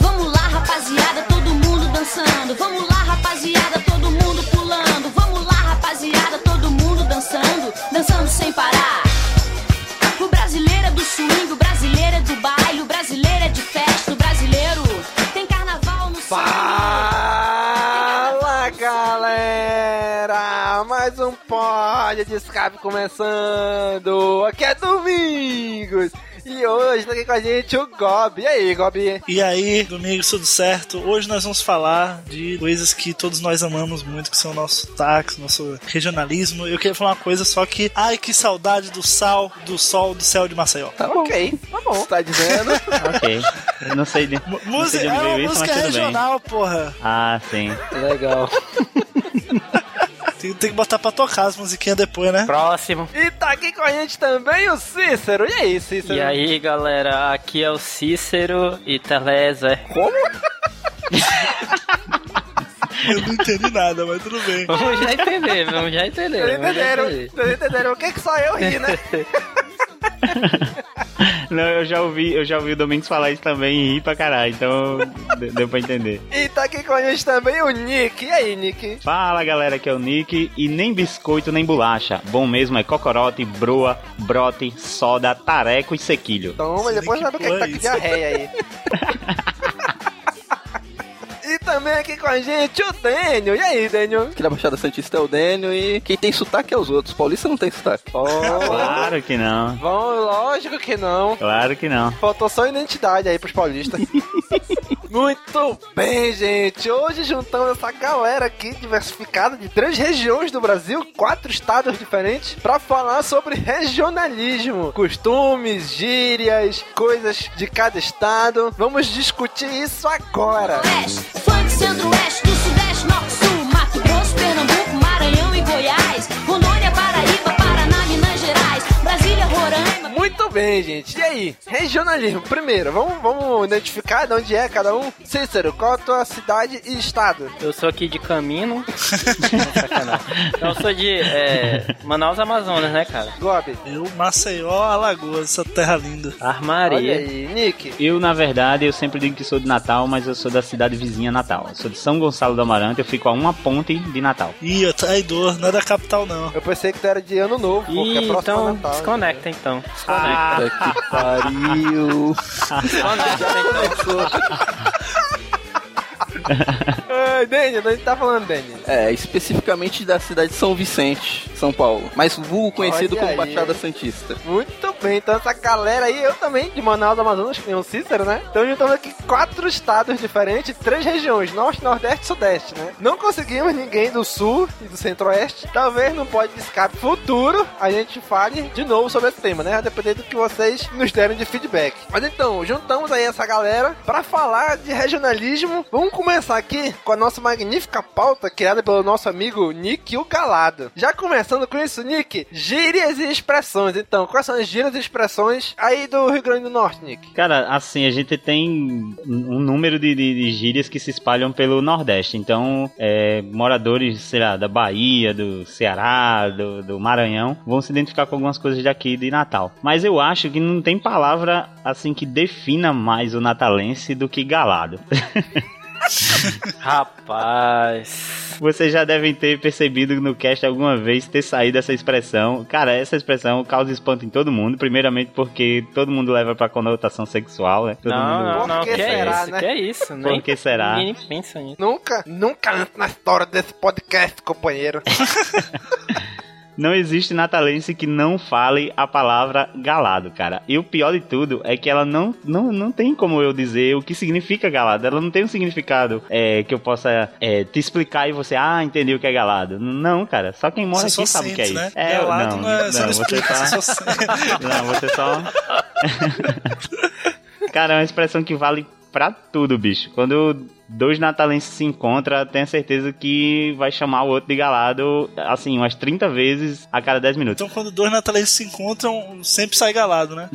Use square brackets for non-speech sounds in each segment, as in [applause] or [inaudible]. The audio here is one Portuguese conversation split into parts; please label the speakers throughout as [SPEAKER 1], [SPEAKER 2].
[SPEAKER 1] Vamos lá, rapaziada, todo mundo dançando. Vamos lá, rapaziada, todo mundo pulando. Vamos lá, rapaziada, todo mundo dançando. Dançando sem parar. O brasileiro é do swing, o brasileiro é do baile, o brasileiro é de festa, o brasileiro tem carnaval no
[SPEAKER 2] Fala galera! Mais um pódio de escape começando! Aqui é Domingos! E hoje tá aqui com a gente o Gob. E aí, Gob?
[SPEAKER 3] E aí, domingos, tudo certo? Hoje nós vamos falar de coisas que todos nós amamos muito, que são o nosso táxi, nosso regionalismo. Eu queria falar uma coisa só que, ai, que saudade do sal, do sol, do céu de Maceió.
[SPEAKER 2] Tá ok, tá bom. Tá dizendo?
[SPEAKER 4] Ok. Eu não sei de,
[SPEAKER 3] M-
[SPEAKER 4] não sei
[SPEAKER 3] Música,
[SPEAKER 4] de
[SPEAKER 3] é
[SPEAKER 4] onde
[SPEAKER 3] uma
[SPEAKER 4] veio isso,
[SPEAKER 3] música
[SPEAKER 4] mas tudo bem.
[SPEAKER 3] regional, porra.
[SPEAKER 4] Ah, sim.
[SPEAKER 2] [laughs] Legal.
[SPEAKER 3] Tem, tem que botar pra tocar as musiquinhas depois, né?
[SPEAKER 5] Próximo.
[SPEAKER 2] E tá aqui com a gente também o Cícero. E aí, Cícero?
[SPEAKER 5] E aí, galera, aqui é o Cícero e Teleza.
[SPEAKER 2] [laughs]
[SPEAKER 3] Eu não entendi nada, mas tudo bem.
[SPEAKER 5] Vamos já entender, vamos já entender.
[SPEAKER 2] Vocês
[SPEAKER 5] vamos já
[SPEAKER 2] entenderam?
[SPEAKER 5] entender.
[SPEAKER 2] Vocês entenderam? O que que só eu ri, né?
[SPEAKER 4] Não, eu já ouvi, eu já ouvi o Domingos falar isso também e rir pra caralho, então de- deu pra entender.
[SPEAKER 2] E tá aqui com a gente também o Nick. E aí, Nick?
[SPEAKER 4] Fala galera, aqui é o Nick e nem biscoito nem bolacha. Bom mesmo é cocorote, broa, brote, soda, tareco e sequilho.
[SPEAKER 2] Toma,
[SPEAKER 3] Esse
[SPEAKER 2] depois
[SPEAKER 3] Nick
[SPEAKER 2] sabe o que que tá com
[SPEAKER 3] Plus.
[SPEAKER 2] diarreia aí. E também aqui com a gente o Daniel. E aí, Daniel?
[SPEAKER 6] Aqui na Baixada Santista é o Dênio e quem tem sotaque é os outros. Paulista não tem sotaque.
[SPEAKER 2] Oh,
[SPEAKER 4] Claro que não,
[SPEAKER 2] bom, lógico que não.
[SPEAKER 4] claro que não.
[SPEAKER 2] Faltou só identidade aí pros paulistas. Muito bem, gente. Hoje juntamos essa galera aqui diversificada de três regiões do Brasil, quatro estados diferentes, pra falar sobre regionalismo, costumes, gírias, coisas de cada estado. Vamos discutir isso agora.
[SPEAKER 1] Oeste, funk, centro-oeste, do sudeste, norte, sul, Mato Grosso, Pernambuco, Maranhão e Goiás, Rondônia, Paraíba, Paraná, Minas Gerais, Brasília, Roraima.
[SPEAKER 2] Muito bem, gente. E aí? Regionalismo. Primeiro, vamos, vamos identificar de onde é cada um. Cícero, qual a tua cidade e estado?
[SPEAKER 5] Eu sou aqui
[SPEAKER 2] [laughs]
[SPEAKER 5] de Camino. Não, sacanagem. Não, eu sou de é, Manaus, Amazonas, né, cara?
[SPEAKER 2] Gob.
[SPEAKER 3] Eu, Maceió, Alagoas, essa terra linda.
[SPEAKER 2] Olha
[SPEAKER 5] Armaria.
[SPEAKER 2] aí, Nick.
[SPEAKER 4] Eu, na verdade, eu sempre digo que sou de Natal, mas eu sou da cidade vizinha Natal. Eu sou de São Gonçalo do Amarante, eu fico a uma ponte de Natal.
[SPEAKER 3] Ih, eu traidor, não é da capital, não.
[SPEAKER 2] Eu pensei que tu era de ano novo, porque é
[SPEAKER 5] Ih,
[SPEAKER 2] próximo ao
[SPEAKER 5] então,
[SPEAKER 6] né?
[SPEAKER 2] Natal.
[SPEAKER 5] desconecta então. Desconecta.
[SPEAKER 4] Ah,
[SPEAKER 6] que pariu.
[SPEAKER 5] Desconecta então.
[SPEAKER 2] Ai, Daniel, a gente tá falando, Daniel.
[SPEAKER 6] É, especificamente da cidade de São Vicente, São Paulo. Mas vulgo conhecido
[SPEAKER 2] Olha
[SPEAKER 6] como
[SPEAKER 2] aí.
[SPEAKER 6] Baixada Santista.
[SPEAKER 2] Muito bem, então essa galera aí, eu também, de Manaus, Amazonas, que nem o Cícero, né? Então juntamos aqui quatro
[SPEAKER 6] quatro estados diferentes, três regiões, norte, nordeste e sudeste, né? Não conseguimos ninguém do sul e do centro-oeste. Talvez no pod de escape futuro a gente fale de novo sobre esse tema, né? A depender do que vocês nos derem de feedback. Mas então, juntamos aí essa galera para falar de regionalismo. Vamos começar aqui com a nossa magnífica pauta criada pelo nosso amigo Nick o Calado. Já começando com isso, Nick, gírias e expressões. Então, quais são as gírias e expressões aí do Rio Grande do Norte, Nick?
[SPEAKER 4] Cara, assim, a gente tem um número de, de- de gírias que se espalham pelo Nordeste. Então, é, moradores, sei lá, da Bahia, do Ceará, do, do Maranhão, vão se identificar com algumas coisas daqui de Natal. Mas eu acho que não tem palavra, assim, que defina mais o natalense do que galado. [laughs]
[SPEAKER 5] Rapaz.
[SPEAKER 4] Vocês já devem ter percebido no cast alguma vez ter saído essa expressão. Cara, essa expressão causa espanto em todo mundo, primeiramente porque todo mundo leva pra conotação sexual, né? Todo
[SPEAKER 5] não,
[SPEAKER 4] mundo...
[SPEAKER 5] não, não.
[SPEAKER 6] Por
[SPEAKER 5] Que,
[SPEAKER 6] que será,
[SPEAKER 5] é isso?
[SPEAKER 6] né?
[SPEAKER 5] Que é isso?
[SPEAKER 4] Por
[SPEAKER 5] Nem,
[SPEAKER 4] que será?
[SPEAKER 5] ninguém nem pensa nisso.
[SPEAKER 6] Nunca, nunca antes na história desse podcast, companheiro.
[SPEAKER 4] Não existe natalense que não fale a palavra galado, cara. E o pior de tudo é que ela não, não, não tem como eu dizer o que significa galado. Ela não tem um significado é, que eu possa é, te explicar e você, ah, entendi o que é galado. Não, cara. Só quem mora
[SPEAKER 3] Você
[SPEAKER 4] aqui
[SPEAKER 3] só
[SPEAKER 4] sabe o que é
[SPEAKER 3] sente,
[SPEAKER 4] isso.
[SPEAKER 3] né?
[SPEAKER 4] É,
[SPEAKER 3] Galado
[SPEAKER 4] não,
[SPEAKER 3] não é- você não
[SPEAKER 4] você
[SPEAKER 3] explica,
[SPEAKER 4] tá...
[SPEAKER 3] você só sente.
[SPEAKER 4] Não, você só... cara, é uma expressão que vale pra tudo, bicho. Quando dois natalenses se encontram, tenho certeza que vai chamar o outro de galado, assim, umas 30 vezes a cada 10 minutos.
[SPEAKER 3] Então, quando dois natalenses se encontram, sempre sai galado, né?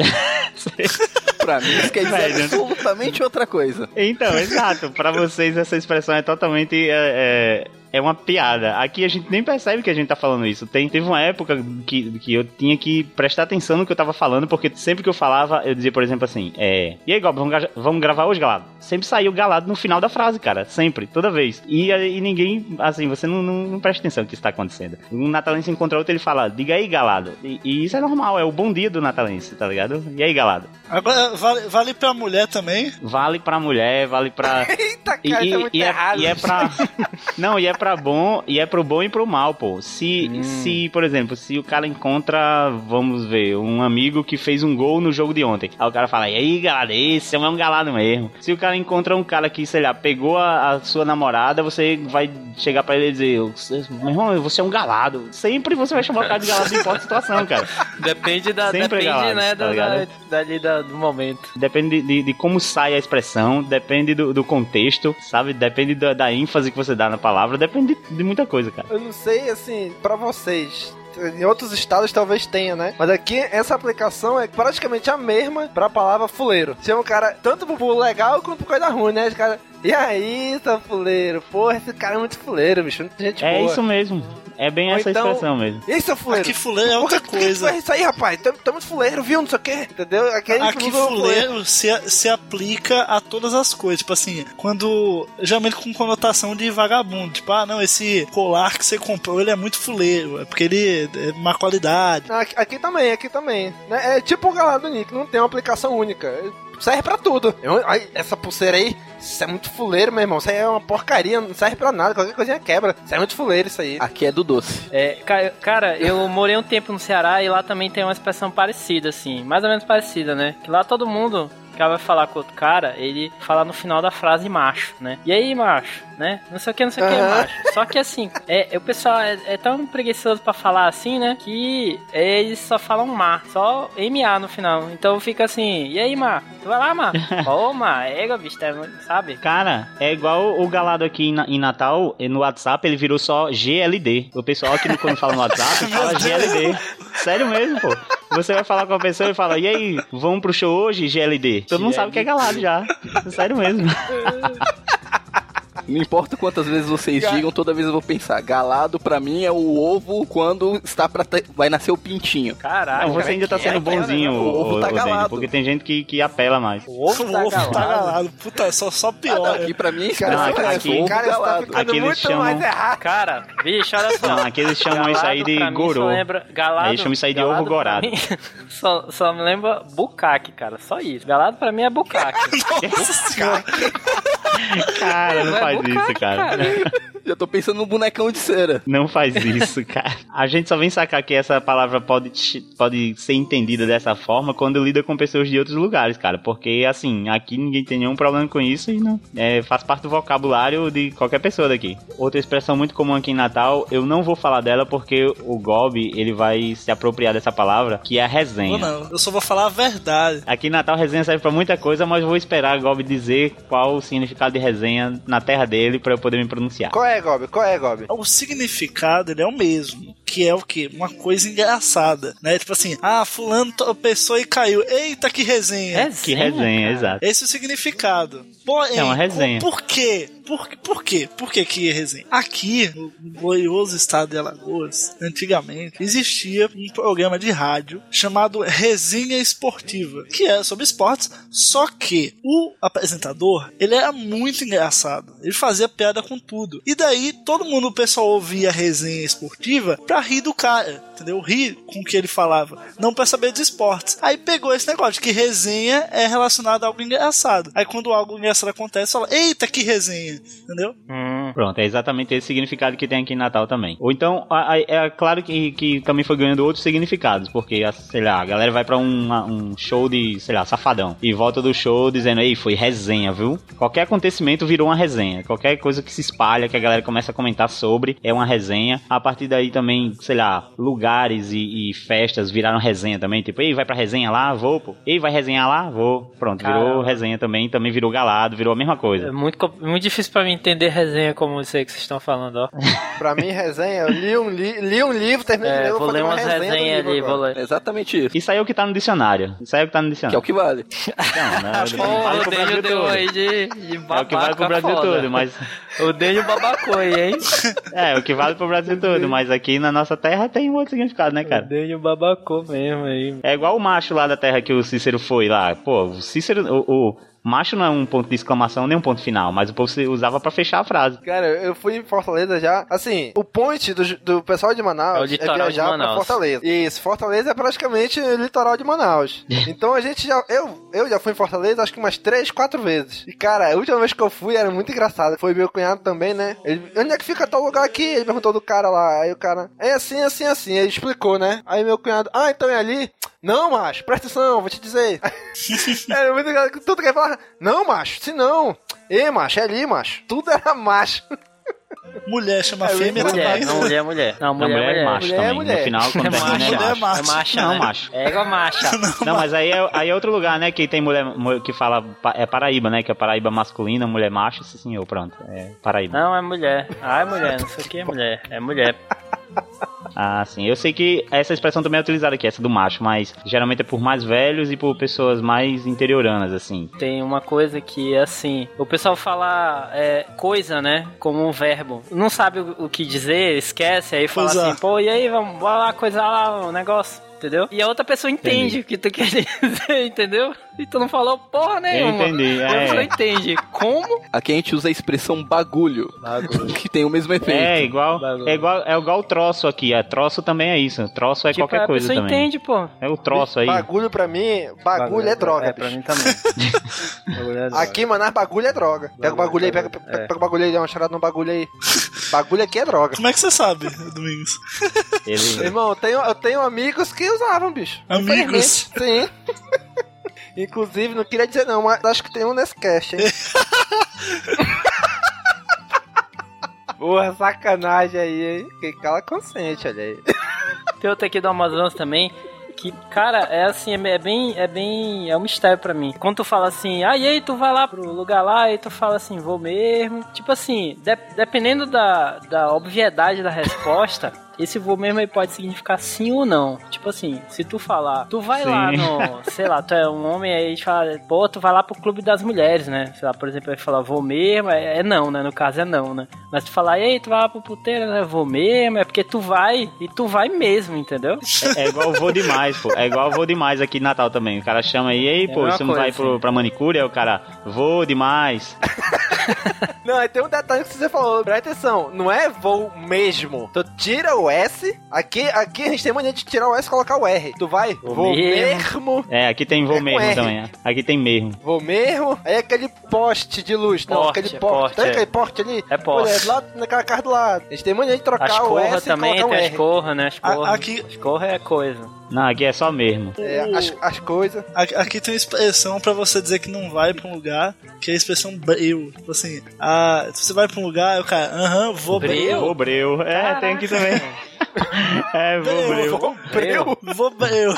[SPEAKER 7] Pra mim, isso quer
[SPEAKER 2] é,
[SPEAKER 7] dizer
[SPEAKER 4] Velho.
[SPEAKER 7] absolutamente outra coisa.
[SPEAKER 4] Então, exato. Pra vocês, essa expressão é totalmente... é, é- é uma piada. Aqui a gente nem percebe que a gente tá falando isso. Tem, teve uma época que, que eu tinha que prestar atenção no que eu tava falando, porque sempre que eu falava, eu dizia, por exemplo, assim, é. E aí, Gob, vamos, gra- vamos gravar hoje, galado? Sempre saiu galado no final da frase, cara. Sempre, toda vez. E, aí ninguém, assim, você não, não, não presta atenção no que está acontecendo. Um natalense encontra outro, ele fala, diga aí, galado. E, e isso é normal, é o bom dia do natalense, tá ligado? E aí, galado?
[SPEAKER 3] Agora, vale, vale pra mulher também.
[SPEAKER 4] Vale pra mulher, vale pra.
[SPEAKER 6] Eita,
[SPEAKER 4] E,
[SPEAKER 6] cara,
[SPEAKER 4] e-
[SPEAKER 6] tá muito
[SPEAKER 4] e é,
[SPEAKER 6] errado.
[SPEAKER 4] e é
[SPEAKER 6] [laughs]
[SPEAKER 4] pra. Não, e é pra bom, e é pro bom e pro mal, pô. Se, se, por exemplo, se o cara encontra, vamos ver, um amigo que fez um gol no jogo de ontem. Aí o cara fala, e aí, galera, esse é um galado mesmo. Se o cara encontra um cara que, sei lá, pegou a, a sua namorada, você vai chegar pra ele e dizer, "Você- meu irmão, você é um galado. Sempre você vai chamar o cara de galado em qualquer situação, cara.
[SPEAKER 5] Depende da.
[SPEAKER 4] Sempre
[SPEAKER 5] depende,
[SPEAKER 4] galado,
[SPEAKER 5] né?
[SPEAKER 4] tá
[SPEAKER 5] da- da-
[SPEAKER 4] ligado?
[SPEAKER 5] dali da- do momento.
[SPEAKER 4] Depende de, de como sai a expressão, depende do, do contexto, sabe? Depende da, da ênfase que você dá na palavra, depende de, de muita coisa, cara.
[SPEAKER 6] Eu não sei, assim, pra vocês. Em outros estados talvez tenha, né? Mas aqui, essa aplicação é praticamente a mesma pra palavra fuleiro. Chama o cara tanto pro- pro legal quanto pro coisa ruim, né? Esse cara, e aí, tá fuleiro? Porra, esse cara é muito fuleiro, bicho. Muita
[SPEAKER 2] Tipo,
[SPEAKER 6] gente
[SPEAKER 4] é
[SPEAKER 6] boa.
[SPEAKER 4] isso mesmo. É bem
[SPEAKER 6] Ou
[SPEAKER 4] essa
[SPEAKER 6] então-
[SPEAKER 4] expressão mesmo.
[SPEAKER 6] E aí, seu fuleiro?
[SPEAKER 3] Aqui fuleiro
[SPEAKER 5] [laughs]
[SPEAKER 3] é outra
[SPEAKER 6] Porra, que- que
[SPEAKER 3] coisa.
[SPEAKER 6] é isso aí, rapaz? Tá, tá muito fuleiro, viu? Não sei o quê. Entendeu? Aquele
[SPEAKER 3] Aqui fuleiro se, se aplica a todas as coisas. Tipo assim, quando. Geralmente com conotação de vagabundo. Tipo, ah, não, esse colar que você comprou, ele é muito fuleiro. É porque ele é má qualidade.
[SPEAKER 6] Aqui, aqui também, aqui também. né? É tipo o Galado Nick, não tem uma aplicação única. Serve pra tudo. Eu- ai, essa pulseira aí, isso é muito fuleiro, meu irmão. Isso aí é uma porcaria, não serve pra nada. Qualquer coisinha quebra. Isso é muito fuleiro, isso aí.
[SPEAKER 7] Aqui é do doce.
[SPEAKER 5] É, ca- cara, eu morei um tempo no Ceará e lá também tem uma expressão parecida, assim. Mais ou menos parecida, né? Que lá todo mundo que vai falar com outro cara, ele fala no final da frase macho, né? E aí, macho, né? Não sei o que, não sei o que,
[SPEAKER 6] Aham.
[SPEAKER 5] macho. Só que assim, é, é- o pessoal é, é tão preguiçoso pra falar assim, né? Que eles só falam má, só MA no final. Então fica assim, e aí, má? Tu vai lá, má?
[SPEAKER 4] [laughs]
[SPEAKER 5] Ô, má, égua, bicho, tá muito- sabe?
[SPEAKER 4] Cara, é igual o galado aqui em, Na- em Natal, e no WhatsApp ele virou só GLD. O pessoal aqui quando fala no WhatsApp fala GLD. Sério mesmo, pô. Você vai falar com a pessoa e fala, e aí, vamos pro show hoje, GLD? Todo mundo sabe que é galado já. Sério mesmo.
[SPEAKER 7] Não importa quantas vezes vocês digam, toda vez eu vou pensar. Galado pra mim é o ovo quando está pra ter- vai nascer o pintinho.
[SPEAKER 5] Caralho.
[SPEAKER 4] Não, você
[SPEAKER 5] cara,
[SPEAKER 4] ainda tá
[SPEAKER 5] que
[SPEAKER 4] sendo
[SPEAKER 5] é, cara?
[SPEAKER 4] bonzinho,
[SPEAKER 7] O ovo
[SPEAKER 4] o,
[SPEAKER 7] tá galado.
[SPEAKER 4] porque tem gente que, que apela mais.
[SPEAKER 5] O ovo
[SPEAKER 3] o ovo
[SPEAKER 5] tá
[SPEAKER 3] tá
[SPEAKER 5] galado. Ah,
[SPEAKER 3] galado. Puta, só, só
[SPEAKER 7] Não,
[SPEAKER 3] piora.
[SPEAKER 7] aqui pra mim,
[SPEAKER 4] Não,
[SPEAKER 7] cara,
[SPEAKER 4] aqui-
[SPEAKER 7] é
[SPEAKER 4] aqui-
[SPEAKER 7] ovo
[SPEAKER 6] cara, isso tá
[SPEAKER 7] galado.
[SPEAKER 6] ficando
[SPEAKER 4] Aqui eles
[SPEAKER 6] muito
[SPEAKER 4] chamam-
[SPEAKER 6] mais errado.
[SPEAKER 5] Cara, bicho, olha só.
[SPEAKER 4] Não, aqui eles chamam isso é aí de
[SPEAKER 5] pra mim só
[SPEAKER 4] gorô.
[SPEAKER 5] Lembra, galado,
[SPEAKER 4] Aí chama isso aí de
[SPEAKER 5] galado
[SPEAKER 4] ovo gorado.
[SPEAKER 5] pra mim- [laughs] só, só me lembra bucaque, cara. Só isso. Galado pra mim é bucaque.
[SPEAKER 3] [laughs]
[SPEAKER 5] [laughs]
[SPEAKER 3] Nossa senhora.
[SPEAKER 4] Cara, não
[SPEAKER 5] É
[SPEAKER 4] faz
[SPEAKER 5] bucaque,
[SPEAKER 4] isso, cara.
[SPEAKER 7] Já tô pensando num bonecão de cera.
[SPEAKER 4] Não faz isso, cara. A gente só vem sacar que essa palavra pode, te- pode ser entendida dessa forma quando lida com pessoas de outros lugares, cara. Porque, assim, aqui ninguém tem nenhum problema com isso e não é, faz parte do vocabulário de qualquer pessoa daqui. Outra expressão muito comum aqui em Natal, eu não vou falar dela porque o Gob, ele vai se apropriar dessa palavra, que é a resenha.
[SPEAKER 3] Ou não, eu só vou falar a verdade.
[SPEAKER 4] Aqui em Natal resenha serve pra muita coisa, mas vou esperar o Gob dizer qual o significado de resenha na terra dele pra eu poder me pronunciar.
[SPEAKER 6] Qual é, Gob? Qual é, Gob?
[SPEAKER 3] O significado, ele é o mesmo. Que é o quê? Uma coisa engraçada, né? Tipo assim, ah, fulano pessoa e caiu. Eita, que resenha.
[SPEAKER 4] [laughs] Que resenha,
[SPEAKER 5] cara.
[SPEAKER 4] exato.
[SPEAKER 3] Esse é o significado. Porém,
[SPEAKER 4] É uma resenha.
[SPEAKER 3] Por quê? Por, por quê? Por que que é resenha? Aqui, no glorioso estado de Alagoas, antigamente, existia um programa de rádio chamado Resenha Esportiva, que era sobre esportes, só que o apresentador, ele era muito engraçado. Ele fazia piada com tudo. E daí, todo mundo, o pessoal ouvia a resenha esportiva pra rir do cara, entendeu? Rir com o que ele falava, não pra saber de esportes. Aí pegou esse negócio de que resenha é relacionada a algo engraçado. Aí quando algo engraçado acontece, fala, eita, que resenha, entendeu?
[SPEAKER 5] Hum.
[SPEAKER 4] Pronto, é exatamente esse significado que tem aqui em Natal também. Ou então, a- a- é claro que, que também foi ganhando outros significados, porque, a- sei lá, a galera vai pra um, a- um show de, sei lá, safadão, e volta do show dizendo, ei, foi resenha, viu? Qualquer acontecimento virou uma resenha. Qualquer coisa que se espalha, que a galera começa a comentar sobre, é uma resenha. A partir daí também, sei lá, lugares e, e festas viraram resenha também. Tipo, ei, vai pra resenha lá? Vou, pô. Ei, vai resenhar lá? Vou. Pronto, virou
[SPEAKER 5] Caramba.
[SPEAKER 4] resenha também, também virou galado, virou a mesma coisa.
[SPEAKER 5] É muito, co- muito difícil pra mim entender resenha como isso aí que vocês estão falando, ó.
[SPEAKER 6] Pra mim, resenha, eu li um, li, li um livro, terminei de
[SPEAKER 5] É,
[SPEAKER 6] ler,
[SPEAKER 5] vou
[SPEAKER 6] fazer
[SPEAKER 5] ler
[SPEAKER 6] uma
[SPEAKER 5] umas
[SPEAKER 6] resenha
[SPEAKER 5] resenhas
[SPEAKER 6] do
[SPEAKER 5] ali,
[SPEAKER 6] livro
[SPEAKER 5] vou
[SPEAKER 6] agora.
[SPEAKER 5] ler.
[SPEAKER 7] É exatamente isso.
[SPEAKER 4] Isso aí é o que tá no dicionário. Isso aí é o que tá no
[SPEAKER 7] Que é
[SPEAKER 4] dicionário.
[SPEAKER 7] o que vale.
[SPEAKER 4] Não, não, é o que
[SPEAKER 5] Porra,
[SPEAKER 4] vale
[SPEAKER 5] o
[SPEAKER 4] pro Brasil
[SPEAKER 5] Daniel deu
[SPEAKER 4] todo.
[SPEAKER 5] aí de, de
[SPEAKER 4] É o que vale
[SPEAKER 5] babaca
[SPEAKER 4] pro Brasil
[SPEAKER 5] foda.
[SPEAKER 4] todo, mas.
[SPEAKER 5] O Daniel babacou aí, hein?
[SPEAKER 4] É, o que vale pro Brasil todo, mas aqui na nossa terra tem um outro significado, né,
[SPEAKER 5] O
[SPEAKER 4] cara?
[SPEAKER 5] Daniel babacou mesmo aí.
[SPEAKER 4] É igual o macho lá da terra que o Cícero foi lá. Pô, o Cícero. O, o macho não é um ponto de exclamação nem um ponto final, mas o povo se usava pra fechar a frase.
[SPEAKER 6] Cara, eu fui em Fortaleza já. Assim, o point do, do pessoal de
[SPEAKER 5] É o
[SPEAKER 6] Manaus é,
[SPEAKER 5] litoral de
[SPEAKER 6] viajar pra
[SPEAKER 5] Manaus.
[SPEAKER 6] Fortaleza. Isso, Fortaleza é praticamente o litoral de
[SPEAKER 5] [laughs]
[SPEAKER 6] Manaus. Então a gente já. Eu, eu já fui em Fortaleza acho que umas três, quatro vezes. E cara, a última vez que eu fui era muito engraçado. Foi meu cunhado também, né? Ele, onde é que fica tal lugar aqui? Ele perguntou do cara lá. Aí o cara, é assim, assim, assim. Ele explicou, né? Aí meu cunhado, ah, então é ali? Não, macho, presta atenção, vou te dizer. [laughs] Era muito engraçado. que Tudo que ele falava, não, macho, se não. Ei, macho, é ali, macho. Tudo era macho.
[SPEAKER 3] Mulher chama
[SPEAKER 6] É,
[SPEAKER 3] fêmea
[SPEAKER 5] Mulher,
[SPEAKER 3] também.
[SPEAKER 5] não,
[SPEAKER 3] [laughs]
[SPEAKER 5] mulher, é mulher. Não,
[SPEAKER 4] Não,
[SPEAKER 5] mulher, é mulher.
[SPEAKER 4] é macho
[SPEAKER 6] Mulher é
[SPEAKER 4] também.
[SPEAKER 6] mulher.
[SPEAKER 4] No final, quando
[SPEAKER 5] É
[SPEAKER 4] termina,
[SPEAKER 5] macho,
[SPEAKER 3] mulher é
[SPEAKER 4] é
[SPEAKER 3] macho.
[SPEAKER 4] macho.
[SPEAKER 5] É macho,
[SPEAKER 4] Não,
[SPEAKER 5] né?
[SPEAKER 4] macho.
[SPEAKER 5] É igual macha.
[SPEAKER 4] Não, mas aí é, aí é outro lugar, né? Que tem mulher mu- que fala. pa- É Paraíba, né? Que é Paraíba masculina, mulher macho, sim senhor, pronto. É Paraíba.
[SPEAKER 5] Não, é mulher. Ah, é mulher. Não sei o que é mulher. É mulher.
[SPEAKER 4] Ah, sim. Eu sei que essa expressão também é utilizada aqui, essa do macho, mas geralmente é por mais velhos e por pessoas mais interioranas, assim.
[SPEAKER 5] Tem uma coisa que, assim, o pessoal fala é, coisa, né? Como um verbo. Não sabe o, o que dizer, esquece, aí fala
[SPEAKER 3] Pois é.
[SPEAKER 5] assim, pô, e aí, vamos bora lá, coisa lá, um negócio. Entendeu? E a outra pessoa entende
[SPEAKER 4] Entendi.
[SPEAKER 5] o que tu quer [laughs] dizer, entendeu? E tu não falou porra
[SPEAKER 4] Eu
[SPEAKER 5] nenhuma.
[SPEAKER 4] entendi,
[SPEAKER 5] A pessoa
[SPEAKER 4] é.
[SPEAKER 5] entende. Como?
[SPEAKER 7] Aqui a gente usa a expressão bagulho,
[SPEAKER 6] [laughs]
[SPEAKER 7] que tem o mesmo efeito.
[SPEAKER 4] É igual,
[SPEAKER 5] Bagulho.
[SPEAKER 4] é igual, é igual o troço aqui. É, troço também é isso. Troço é
[SPEAKER 5] tipo,
[SPEAKER 4] qualquer
[SPEAKER 5] a
[SPEAKER 4] coisa
[SPEAKER 5] pessoa
[SPEAKER 4] também.
[SPEAKER 5] entende, pô.
[SPEAKER 4] É o troço aí.
[SPEAKER 6] Bagulho pra mim, bagulho, é droga,
[SPEAKER 5] É, pra
[SPEAKER 6] bicho.
[SPEAKER 5] mim
[SPEAKER 6] [laughs]
[SPEAKER 5] também. bagulho é droga.
[SPEAKER 6] Aqui em Manaus, bagulho é droga. Pega o bagulho aí, pega,
[SPEAKER 5] bagulho,
[SPEAKER 6] pega,
[SPEAKER 5] é.
[SPEAKER 6] pega o bagulho aí, dá uma chorada no
[SPEAKER 5] [laughs]
[SPEAKER 6] bagulho aí. bagulho aqui é droga.
[SPEAKER 3] Como é que você sabe, Domingos?
[SPEAKER 4] Ele-
[SPEAKER 6] Irmão, eu tenho, eu tenho amigos que usavam, bicho.
[SPEAKER 3] Amigos?
[SPEAKER 6] Infelizmente, Sim. [laughs] Inclusive, não queria dizer não, mas acho que tem um nesse cast, hein? [laughs] Porra, sacanagem aí, hein? Que cala consciente, olha [laughs] aí.
[SPEAKER 5] Tem outra aqui do Amazonas também. Que, cara, é assim, é bem. É bem. É um mistério pra mim. Quando tu fala assim, ah, e aí, tu vai lá pro lugar lá, e tu fala assim, vou mesmo. Tipo assim, de- dependendo da, da obviedade da resposta, [laughs] esse vou mesmo aí pode significar sim ou não. Tipo assim, se tu falar, tu vai
[SPEAKER 4] Sim.
[SPEAKER 5] lá no. Sei lá, tu é um homem, aí a gente fala, pô, tu vai lá pro clube das mulheres, né? Sei lá, por exemplo, aí fala, vou mesmo, é, é não, né? No caso é não, né? Mas tu falar, e aí, tu vai lá pro puteiro, né? Vou mesmo, é porque tu vai e tu vai mesmo, entendeu?
[SPEAKER 4] É igual vou demais, pô. É igual vou demais aqui em Natal também. O cara chama aí, ei, pô,
[SPEAKER 5] mesma
[SPEAKER 4] você não
[SPEAKER 5] coisa,
[SPEAKER 4] vai pro,
[SPEAKER 5] assim.
[SPEAKER 4] pra manicure? Aí o cara, vou demais.
[SPEAKER 6] Não, e tem um detalhe que você falou, presta atenção. Não é vou mesmo. Tu tira o o S. Aqui, aqui a gente tem mania de tirar o S e colocar o R. Tu vai?
[SPEAKER 5] Vou
[SPEAKER 6] Vou
[SPEAKER 5] mesmo.
[SPEAKER 6] mesmo.
[SPEAKER 4] É,
[SPEAKER 5] [laughs]
[SPEAKER 4] aqui tem vou
[SPEAKER 6] É com
[SPEAKER 4] mesmo
[SPEAKER 6] R.
[SPEAKER 4] também. é. Aqui tem mesmo.
[SPEAKER 6] Vou mesmo. Aí aquele poste de luz. Não,
[SPEAKER 5] Porte,
[SPEAKER 6] aquele
[SPEAKER 5] é
[SPEAKER 6] porte.
[SPEAKER 5] porte,
[SPEAKER 6] Tem
[SPEAKER 5] é.
[SPEAKER 6] aquele porte ali?
[SPEAKER 5] É porte.
[SPEAKER 6] Olha, lá naquela casa do lado. A gente tem mania de trocar
[SPEAKER 5] As
[SPEAKER 6] o
[SPEAKER 5] corra
[SPEAKER 6] S e
[SPEAKER 5] também,
[SPEAKER 6] colocar o
[SPEAKER 5] tem
[SPEAKER 6] R.
[SPEAKER 5] as corra, né? As corra.
[SPEAKER 3] A- aqui-
[SPEAKER 5] As corra é coisa.
[SPEAKER 4] Não, aqui é só mesmo.
[SPEAKER 6] É,
[SPEAKER 3] O-
[SPEAKER 6] as, as coisas.
[SPEAKER 3] a- Aqui tem uma expressão pra você dizer que não vai pra um lugar, que é a expressão breu. Tipo Assim, ah, se você vai pra um lugar, aí o cara, aham, vou breu.
[SPEAKER 4] Vou breu. É, tem aqui também. é, vou breu.
[SPEAKER 6] Breu.
[SPEAKER 3] Vou breu.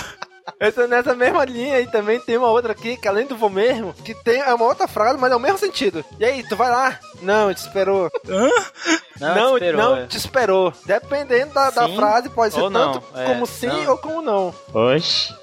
[SPEAKER 6] Essa, nessa mesma linha aí também tem uma outra aqui, que além do vou mesmo, que tem é uma outra frase, mas é o mesmo sentido. E aí, tu vai lá? Não, te esperou.
[SPEAKER 3] Hã?
[SPEAKER 5] Não,
[SPEAKER 6] não,
[SPEAKER 5] esperou,
[SPEAKER 6] não
[SPEAKER 5] é.
[SPEAKER 6] te esperou. Dependendo da, da
[SPEAKER 5] Sim
[SPEAKER 6] frase, pode ser
[SPEAKER 5] ou
[SPEAKER 6] tanto
[SPEAKER 5] não, é,
[SPEAKER 6] como sim
[SPEAKER 5] não.
[SPEAKER 6] ou como não.
[SPEAKER 4] Oxi,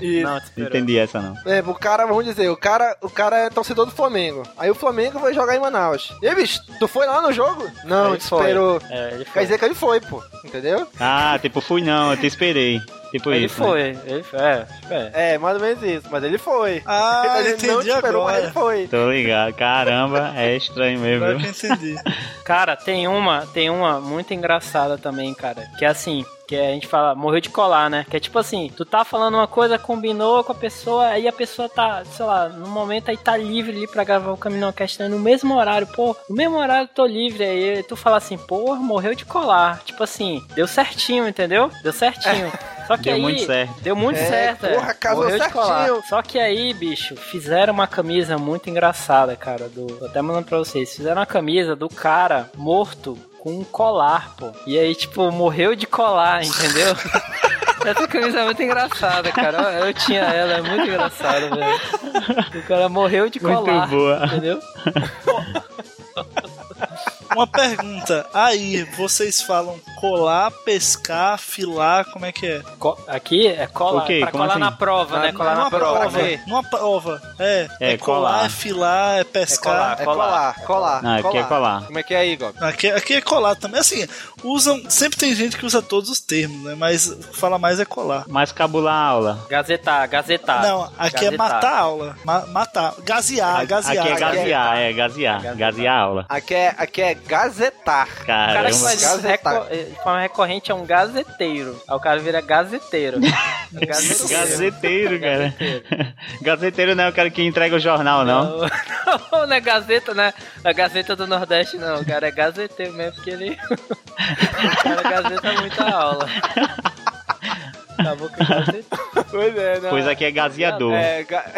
[SPEAKER 6] E,
[SPEAKER 5] Não, te esperou.
[SPEAKER 4] não entendi essa não.
[SPEAKER 6] É, o cara, vamos dizer, o cara, o cara é torcedor do Flamengo. Aí o Flamengo vai jogar em Manaus. E aí, bicho, tu foi lá no jogo? Não,
[SPEAKER 5] Ele
[SPEAKER 6] te
[SPEAKER 5] foi.
[SPEAKER 6] esperou.
[SPEAKER 5] É, ele
[SPEAKER 6] Quer
[SPEAKER 5] foi.
[SPEAKER 6] dizer que ele foi, pô. Entendeu?
[SPEAKER 4] Ah, tipo, fui não, eu te esperei. Tipo
[SPEAKER 5] Ele
[SPEAKER 4] isso. né?
[SPEAKER 5] foi, ele foi. É, acho que é.
[SPEAKER 6] É, mais ou menos isso. Mas ele foi.
[SPEAKER 3] Ah,
[SPEAKER 6] ele não te
[SPEAKER 3] entendi
[SPEAKER 6] esperou, mas ele
[SPEAKER 3] agora.
[SPEAKER 6] foi.
[SPEAKER 4] Tô ligado. Caramba, é estranho mesmo.
[SPEAKER 3] Agora
[SPEAKER 4] viu?
[SPEAKER 3] que eu entendi.
[SPEAKER 5] Cara, tem uma, tem uma muito engraçada também, cara. Que é assim, que a gente fala, morreu de colar, né? Que é tipo assim, tu tá falando uma coisa, combinou com a pessoa, aí a pessoa tá, sei lá, no momento aí tá livre ali pra gravar o Caminhão Cast né? no mesmo horário, pô, no mesmo horário eu tô livre. Aí tu fala assim, pô, morreu de colar. Tipo assim, deu certinho, entendeu? Deu
[SPEAKER 4] [laughs]
[SPEAKER 5] certinho. Só que
[SPEAKER 4] Deu
[SPEAKER 5] aí,
[SPEAKER 4] muito certo.
[SPEAKER 5] Deu muito
[SPEAKER 6] É,
[SPEAKER 5] certo, é.
[SPEAKER 6] porra, casou
[SPEAKER 5] Morreu de
[SPEAKER 6] certinho.
[SPEAKER 5] colar. Só que aí, bicho, fizeram uma camisa muito engraçada, cara. Do... Tô até mandando pra vocês. Fizeram uma camisa do cara morto com um colar, pô. E aí, tipo, morreu de colar, entendeu? [laughs] Essa camisa é muito engraçada, cara. Eu eu tinha ela, é muito engraçada, velho. O cara morreu de
[SPEAKER 4] Muito
[SPEAKER 5] colar.
[SPEAKER 4] boa.
[SPEAKER 5] Entendeu?
[SPEAKER 3] Uma pergunta. Aí, vocês falam colar, pescar, filar, como é que é?
[SPEAKER 5] Co- aqui é colar.
[SPEAKER 4] O quê?
[SPEAKER 5] pra
[SPEAKER 4] Como
[SPEAKER 5] colar
[SPEAKER 4] assim?
[SPEAKER 5] na prova,
[SPEAKER 6] Ah,
[SPEAKER 5] né? Colar na
[SPEAKER 3] Numa
[SPEAKER 5] prova.
[SPEAKER 6] é prova.
[SPEAKER 5] né?
[SPEAKER 3] Numa prova. É.
[SPEAKER 4] É,
[SPEAKER 3] É, colar,
[SPEAKER 4] colar.
[SPEAKER 3] é filar, é
[SPEAKER 5] Ah,
[SPEAKER 3] pescar.
[SPEAKER 6] É colar, colar.
[SPEAKER 4] Não, aqui é colar.
[SPEAKER 6] Como é que é aí, Gob?
[SPEAKER 3] Aqui, aqui é colar também. Assim, usam. Sempre tem gente que usa todos os termos, né? Mas o que fala mais é colar.
[SPEAKER 4] Mas cabular a aula.
[SPEAKER 5] Gazetar, gazetar.
[SPEAKER 3] Não, aqui
[SPEAKER 5] Tá.
[SPEAKER 3] é
[SPEAKER 5] Gazetar.
[SPEAKER 3] matar a aula. Ma- matar. Gazear, gazear.
[SPEAKER 4] aqui é
[SPEAKER 3] Aqui é-
[SPEAKER 4] gazear, é gazear. Gazear a aula.
[SPEAKER 6] Aqui é, aqui é gazetar.
[SPEAKER 5] O cara que
[SPEAKER 4] [laughs] Caramba.
[SPEAKER 5] faz isso
[SPEAKER 6] Gazetar.
[SPEAKER 5] reco- eh, de forma recorrente é um gazeteiro. Aí o cara vira gazeteiro. gazeteiro.
[SPEAKER 4] Gazeteiro, cara. [laughs] Gazeteiro não é o cara que entrega o jornal, não.
[SPEAKER 5] Não, [laughs] não é gazeta, né? A Gazeta do Nordeste, não. O cara é gazeteiro mesmo, porque ele. [laughs] o cara gazeta muita aula. Acabou que gazeteiro.
[SPEAKER 6] Pois é, né?
[SPEAKER 4] Pois aqui é gazeador.
[SPEAKER 6] É, ga-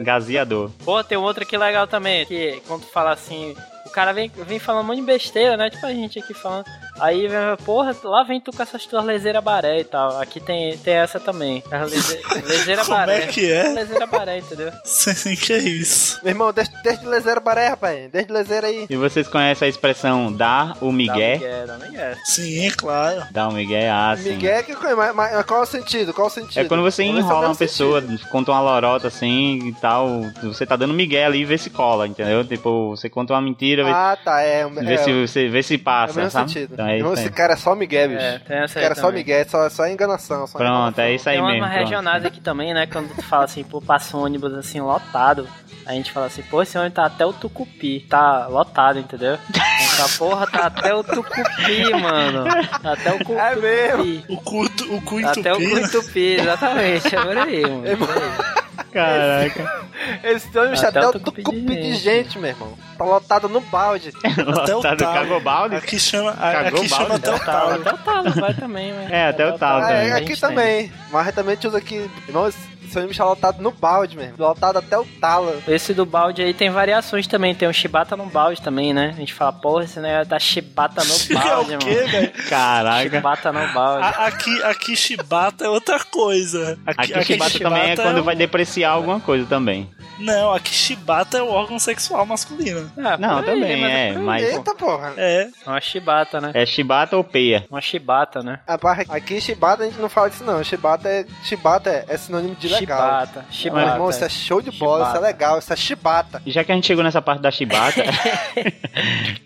[SPEAKER 4] Gazeador.
[SPEAKER 5] Pô, tem um outro aqui legal também, que quando tu fala assim. O cara vem, vem falando um monte de besteira, né? Tipo a gente aqui falando. Aí, vem, porra, lá vem tu com essas tuas leseiras baré e tal. Aqui tem, tem essa também. É A
[SPEAKER 3] [laughs]
[SPEAKER 5] lese- Leseira
[SPEAKER 3] Como
[SPEAKER 5] baré.
[SPEAKER 3] é que é?
[SPEAKER 5] Leseira baré, entendeu?
[SPEAKER 3] Sem que é isso.
[SPEAKER 6] Meu irmão, deixa, deixa de lezeira baré, rapaz. Deixa de lezeira aí.
[SPEAKER 4] E vocês conhecem a expressão dar o migué?
[SPEAKER 5] Dá migué.
[SPEAKER 3] [laughs] Sim, é claro.
[SPEAKER 4] Dar o migué, ah, sim.
[SPEAKER 6] Miguel, que, coisa, mas, mas qual é o sentido? Qual é o sentido?
[SPEAKER 4] É quando você
[SPEAKER 6] Vamos ver se é o
[SPEAKER 4] enrola uma
[SPEAKER 6] mesmo
[SPEAKER 4] pessoa,
[SPEAKER 6] sentido.
[SPEAKER 4] conta uma lorota assim e tal, você tá dando migué ali e vê se cola, entendeu? Tipo, você conta uma mentira, vê-
[SPEAKER 6] Ah, tá. É, é,
[SPEAKER 4] vê, se, você, vê se
[SPEAKER 6] é o
[SPEAKER 4] passa,
[SPEAKER 6] mesmo
[SPEAKER 4] sabe?
[SPEAKER 6] sentido.
[SPEAKER 4] Então é
[SPEAKER 6] Irmão,
[SPEAKER 4] isso aí.
[SPEAKER 6] esse cara é só Miguel, bicho.
[SPEAKER 5] É, tem essa
[SPEAKER 6] esse
[SPEAKER 5] aí
[SPEAKER 6] cara é só
[SPEAKER 5] também.
[SPEAKER 6] Miguel, só, só enganação. Só
[SPEAKER 4] Pronto, é isso aí
[SPEAKER 5] Tem umas
[SPEAKER 4] mesmo. pronto.
[SPEAKER 5] regionais aqui também, né? Quando tu fala assim, pô, passa um ônibus assim lotado. A gente fala assim, pô, esse ônibus tá até o Tucupi. Tá lotado, entendeu? Essa porra tá até o Tucupi, mano. Tá até o cu
[SPEAKER 6] É mesmo.
[SPEAKER 5] Tucupi.
[SPEAKER 3] O curto, o cu
[SPEAKER 5] Tá até o
[SPEAKER 3] entupido.
[SPEAKER 5] cu Tucupi, exatamente. É por aí, mano. É por aí.
[SPEAKER 4] Caraca.
[SPEAKER 6] Esse ônibus tá
[SPEAKER 5] Até
[SPEAKER 6] até
[SPEAKER 5] eu
[SPEAKER 6] o
[SPEAKER 5] tô com
[SPEAKER 6] tucupi
[SPEAKER 5] pedido de
[SPEAKER 6] de gente, meu irmão. Tá lotado
[SPEAKER 4] [laughs]
[SPEAKER 6] no balde.
[SPEAKER 3] Até o
[SPEAKER 4] Lotado,
[SPEAKER 6] tá.
[SPEAKER 3] talo.
[SPEAKER 4] cagou balde?
[SPEAKER 3] Aqui chama, a-
[SPEAKER 4] Cagou né? Tá
[SPEAKER 3] aqui chama
[SPEAKER 4] balde?
[SPEAKER 3] até o talo.
[SPEAKER 5] Até o Talo vai também, né? mano.
[SPEAKER 4] É, até o Talo
[SPEAKER 6] Ah, é,
[SPEAKER 4] também.
[SPEAKER 6] aqui
[SPEAKER 5] né?
[SPEAKER 6] também. Mas também te usa aqui. Irmão, esse ônibus tá lotado no balde, meu irmão. Lotado até o talo.
[SPEAKER 5] Esse do balde aí tem variações também. Tem um chibata no balde também, né? A gente fala, porra, esse negócio tá chibata no
[SPEAKER 3] É
[SPEAKER 5] balde,
[SPEAKER 3] o quê,
[SPEAKER 5] mano.
[SPEAKER 3] velho?
[SPEAKER 4] Caraca.
[SPEAKER 5] Chibata no balde.
[SPEAKER 3] A- Aqui, aqui chibata é outra coisa.
[SPEAKER 4] Aqui o chibata também é quando
[SPEAKER 3] o-
[SPEAKER 6] um-
[SPEAKER 4] vai depreciar alguma coisa também.
[SPEAKER 3] Não, aqui chibata é o órgão sexual masculino.
[SPEAKER 5] Ah,
[SPEAKER 4] Não,
[SPEAKER 5] por aí,
[SPEAKER 4] também
[SPEAKER 5] mas
[SPEAKER 4] é,
[SPEAKER 5] por aí.
[SPEAKER 4] mas
[SPEAKER 6] Eita porra.
[SPEAKER 3] É.
[SPEAKER 5] Uma chibata, né?
[SPEAKER 4] é chibata ou peia?
[SPEAKER 5] Uma chibata, né?
[SPEAKER 6] A barra aqui, chibata, a gente não fala disso, não. Chibata é, chibata é, é sinônimo de legal.
[SPEAKER 5] Chibata.
[SPEAKER 6] Meu
[SPEAKER 5] Chibata.
[SPEAKER 6] irmão, isso é show de bola,
[SPEAKER 5] Chibata.
[SPEAKER 6] isso é legal, isso é chibata.
[SPEAKER 4] E Já que a gente chegou nessa parte da chibata,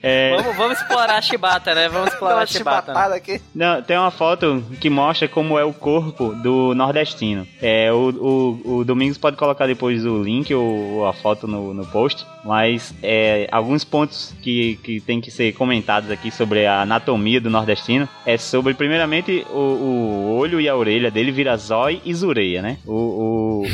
[SPEAKER 4] é,
[SPEAKER 5] Vamos, vamos explorar a chibata, né? Vamos
[SPEAKER 6] Dá
[SPEAKER 5] explorar
[SPEAKER 6] uma
[SPEAKER 5] a chibata. né?
[SPEAKER 6] chibatada aqui.
[SPEAKER 4] não, tem uma foto que mostra como é o corpo do nordestino. É, o, o, o Domingos pode colocar depois o link ou o- a foto no, no post, mas é, alguns pontos que, que tem que ser comentados aqui sobre a anatomia do nordestino é sobre, primeiramente, o, o olho e a orelha dele vira zói e zureia, né? O- o,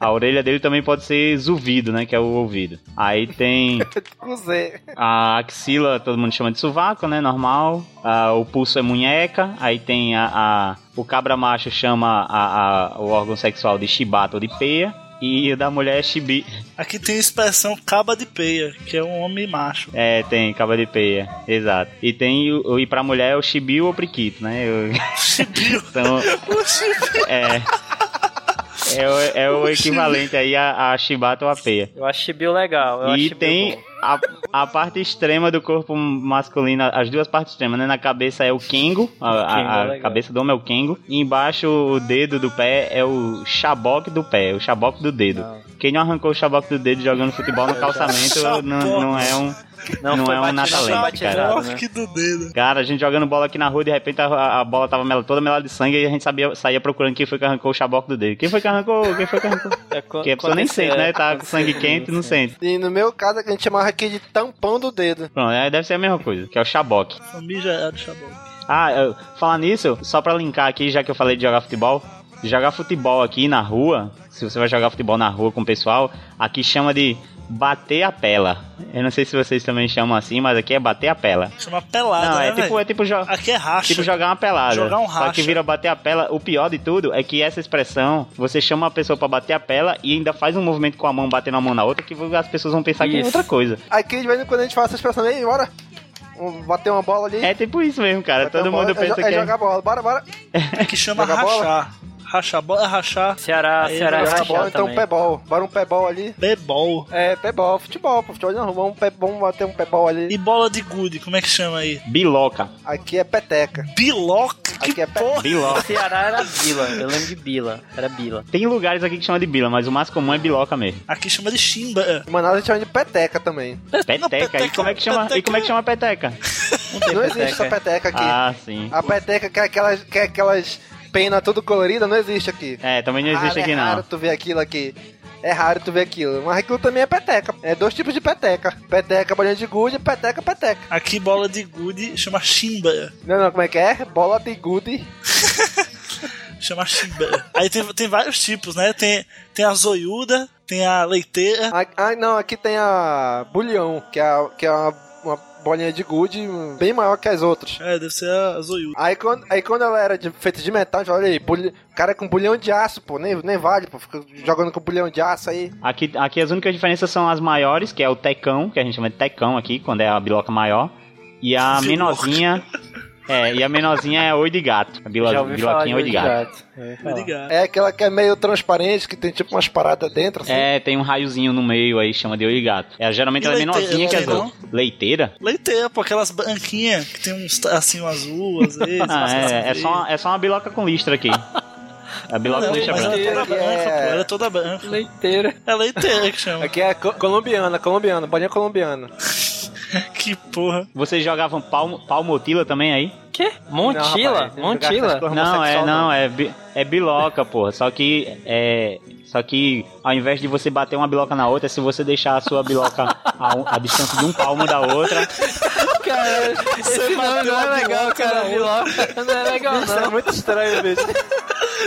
[SPEAKER 4] a orelha dele também pode ser zuvido, né? Que é o ouvido. Aí tem
[SPEAKER 6] Cusei.
[SPEAKER 4] a axila, todo mundo chama de sovaco, né? Normal. Ah, o pulso é munheca. Aí tem a, a- o cabra macho chama a- a- o órgão sexual de chibata ou de peia. E o da mulher é chibi.
[SPEAKER 3] Aqui tem a expressão caba de peia, que é um homem macho.
[SPEAKER 4] É, tem cabra de peia. Exato. E tem o, o- e pra mulher é o chibi ou o priquito, né? Eu-
[SPEAKER 3] Chibiu.
[SPEAKER 4] Então, [laughs] é. É o, é o equivalente aí a, a chibata ou a peia.
[SPEAKER 5] Eu achei bio legal. Eu
[SPEAKER 4] E
[SPEAKER 5] achei
[SPEAKER 4] tem
[SPEAKER 5] bio bom.
[SPEAKER 4] a, a parte extrema do corpo masculino, as duas partes extremas, né? Na cabeça é o Kengo, a, a-
[SPEAKER 5] Kengo,
[SPEAKER 4] a
[SPEAKER 5] legal.
[SPEAKER 4] cabeça do homem é o Kengo, e embaixo o dedo do pé é o xaboque do pé, o xaboque do dedo. Quem não arrancou o xaboque do dedo
[SPEAKER 5] [laughs]
[SPEAKER 4] jogando futebol no calçamento
[SPEAKER 3] Xaboque.
[SPEAKER 4] não, não é um.
[SPEAKER 5] Não,
[SPEAKER 4] não
[SPEAKER 5] foi
[SPEAKER 4] é um
[SPEAKER 5] batido,
[SPEAKER 4] natalente,
[SPEAKER 5] foi
[SPEAKER 4] cara.
[SPEAKER 5] batizado, né?
[SPEAKER 3] Choque do dedo.
[SPEAKER 4] Cara, a gente jogando bola aqui na rua, de repente a, a bola tava mel- toda melada de sangue e a gente sabia, saía procurando quem foi que arrancou o xaboque do dedo. Quem foi que arrancou? Quem foi que arrancou?
[SPEAKER 5] É, co-
[SPEAKER 4] Porque a pessoa nem
[SPEAKER 5] aconteceu,
[SPEAKER 4] sente, né?
[SPEAKER 5] é.
[SPEAKER 4] Tá com sangue quente, não sente.
[SPEAKER 6] E no meu caso, é que a gente chamava aqui de tampão do dedo.
[SPEAKER 4] Pronto, aí deve ser a mesma coisa, que é o xaboque.
[SPEAKER 3] Famigerado chabão.
[SPEAKER 4] Ah, eu- falar nisso, só pra linkar aqui, já que eu falei de jogar futebol, jogar futebol aqui na rua, se você vai jogar futebol na rua com o pessoal, aqui chama de bater a pela. Eu não sei se vocês também chamam assim, mas aqui é bater a pela.
[SPEAKER 3] Chama pelada,
[SPEAKER 4] Não,
[SPEAKER 3] né,
[SPEAKER 4] é tipo,
[SPEAKER 3] velho?
[SPEAKER 4] é tipo, jo-
[SPEAKER 3] Aqui é racha.
[SPEAKER 4] tipo jogar uma pelada.
[SPEAKER 3] Jogar um
[SPEAKER 4] Só
[SPEAKER 3] racha.
[SPEAKER 4] que vira bater a pela. O pior de tudo é que essa expressão, você chama a pessoa pra bater a pela e ainda faz um movimento com a mão batendo a mão na outra que as pessoas vão pensar que é
[SPEAKER 5] Isso.
[SPEAKER 4] outra coisa.
[SPEAKER 6] Aqui, de vez em quando, a gente fala essa expressão, ei, bora Vamos bater uma bola ali.
[SPEAKER 4] É tipo isso mesmo, cara.
[SPEAKER 6] bater uma
[SPEAKER 4] Todo
[SPEAKER 6] bola,
[SPEAKER 4] mundo
[SPEAKER 6] é,
[SPEAKER 4] pensa
[SPEAKER 6] jo-
[SPEAKER 4] que é...
[SPEAKER 6] é jogar bola, bora, bora.
[SPEAKER 3] que chama
[SPEAKER 6] jogar bola?
[SPEAKER 3] rachar. Rachar bola é rachar.
[SPEAKER 5] Ceará,
[SPEAKER 3] Aí,
[SPEAKER 5] Ceará é
[SPEAKER 6] Jogar
[SPEAKER 3] rachar
[SPEAKER 5] rachado
[SPEAKER 6] bola, então
[SPEAKER 5] também.
[SPEAKER 6] pébol. Bora um pébol ali.
[SPEAKER 3] Bebol.
[SPEAKER 6] É, pébol, futebol, pô, futebol de rua, vamos, pé- vamos bater um pébol ali.
[SPEAKER 3] E bola de gude, como é que chama aí?
[SPEAKER 4] Biloca.
[SPEAKER 6] Aqui é peteca.
[SPEAKER 3] Biloca?
[SPEAKER 6] Aqui
[SPEAKER 3] Que
[SPEAKER 6] é pé-
[SPEAKER 3] porra!
[SPEAKER 4] Biloca.
[SPEAKER 5] Ceará era Bila, eu lembro de Bila, era Bila.
[SPEAKER 4] Tem lugares aqui que chama de bila, mas o mais comum é
[SPEAKER 3] [laughs]
[SPEAKER 4] biloca mesmo.
[SPEAKER 3] Aqui chama de chimba.
[SPEAKER 6] Em Manaus a gente chama de peteca também.
[SPEAKER 4] Peteca. e como é que chama? E como é que chama peteca?
[SPEAKER 5] Não tem
[SPEAKER 6] Não existe essa
[SPEAKER 5] peteca.
[SPEAKER 6] peteca aqui.
[SPEAKER 4] Ah, sim.
[SPEAKER 6] A peteca que é aquelas, que é aquelas penas tudo colorida não existe aqui.
[SPEAKER 4] É, também não existe
[SPEAKER 6] Raro,
[SPEAKER 4] aqui
[SPEAKER 6] é raro
[SPEAKER 4] não.
[SPEAKER 6] tu ver aquilo aqui. É raro tu ver aquilo. Mas aquilo também é peteca. É dois tipos de peteca. Peteca, bolinha de gude, peteca, peteca.
[SPEAKER 3] Aqui bola de gude chama chimba.
[SPEAKER 6] Não, não, como é que é? Bola de gude.
[SPEAKER 3] Chama chimba. Aí tem, tem vários tipos, né? Tem, tem a zoiuda, tem a leiteira.
[SPEAKER 6] Ah, ah, não, aqui tem a bulhão, que é, a- que é uma, uma bolinha de gude bem maior que as outras.
[SPEAKER 3] É, deve ser a zoiuda.
[SPEAKER 6] Aí quando, aí quando ela era de- feita de metal, a gente fala, olha aí, bulhão- o cara é com bulhão de aço, pô, nem, nem vale, pô, fica jogando com um bulhão de aço aí.
[SPEAKER 4] Aqui, aqui as únicas diferenças são as maiores, que é o tecão, que a gente chama de tecão aqui, quando é a biloca maior. E a
[SPEAKER 3] Biloca.
[SPEAKER 4] menorzinha. É, e a menorzinha é oi de gato. A bilo,
[SPEAKER 5] Já ouvi falar de
[SPEAKER 4] biloquinha oi de gato.
[SPEAKER 3] Obrigado.
[SPEAKER 6] É aquela que é meio transparente, que tem tipo umas paradas dentro, assim.
[SPEAKER 4] É, tem um raiozinho no meio aí, chama de oi de gato. É, geralmente
[SPEAKER 3] E
[SPEAKER 4] ela é
[SPEAKER 3] leiteira,
[SPEAKER 4] menorzinha que as
[SPEAKER 3] leiteirão?
[SPEAKER 4] outras. Leiteira?
[SPEAKER 3] [laughs] Leiteira, pô, aquelas branquinhas que tem uns tracinho azul, às vezes.
[SPEAKER 4] [laughs] Ah,
[SPEAKER 3] uns tracinho
[SPEAKER 4] é, é,
[SPEAKER 3] verde.
[SPEAKER 4] só, uma- é só uma biloca com listra aqui. A biloca
[SPEAKER 3] Não,
[SPEAKER 4] com
[SPEAKER 3] mas
[SPEAKER 4] listra
[SPEAKER 3] ela é toda
[SPEAKER 4] branca.
[SPEAKER 6] branca.
[SPEAKER 3] branca, pô.
[SPEAKER 6] É.
[SPEAKER 3] Ela é toda branca.
[SPEAKER 5] Leiteira.
[SPEAKER 3] É leiteira que chama.
[SPEAKER 6] Aqui é co- colombiana, colombiana, bolinha colombiana.
[SPEAKER 3] Que porra.
[SPEAKER 4] Vocês jogavam palmo, palmotila também aí?
[SPEAKER 5] Quê? Montila?
[SPEAKER 6] Não, rapaz,
[SPEAKER 5] Montila?
[SPEAKER 6] jogar essas
[SPEAKER 4] Não, é,
[SPEAKER 6] homossexual,
[SPEAKER 4] não, é, bi- é biloca, porra. Só que é. Só que ao invés de você bater uma biloca na outra, é se você deixar a sua biloca a, um- a distância de um palmo da outra.
[SPEAKER 5] Cara, esse nome não é legal, cara. Biloca não é legal,
[SPEAKER 6] Isso é
[SPEAKER 5] não.
[SPEAKER 6] muito estranho, bicho.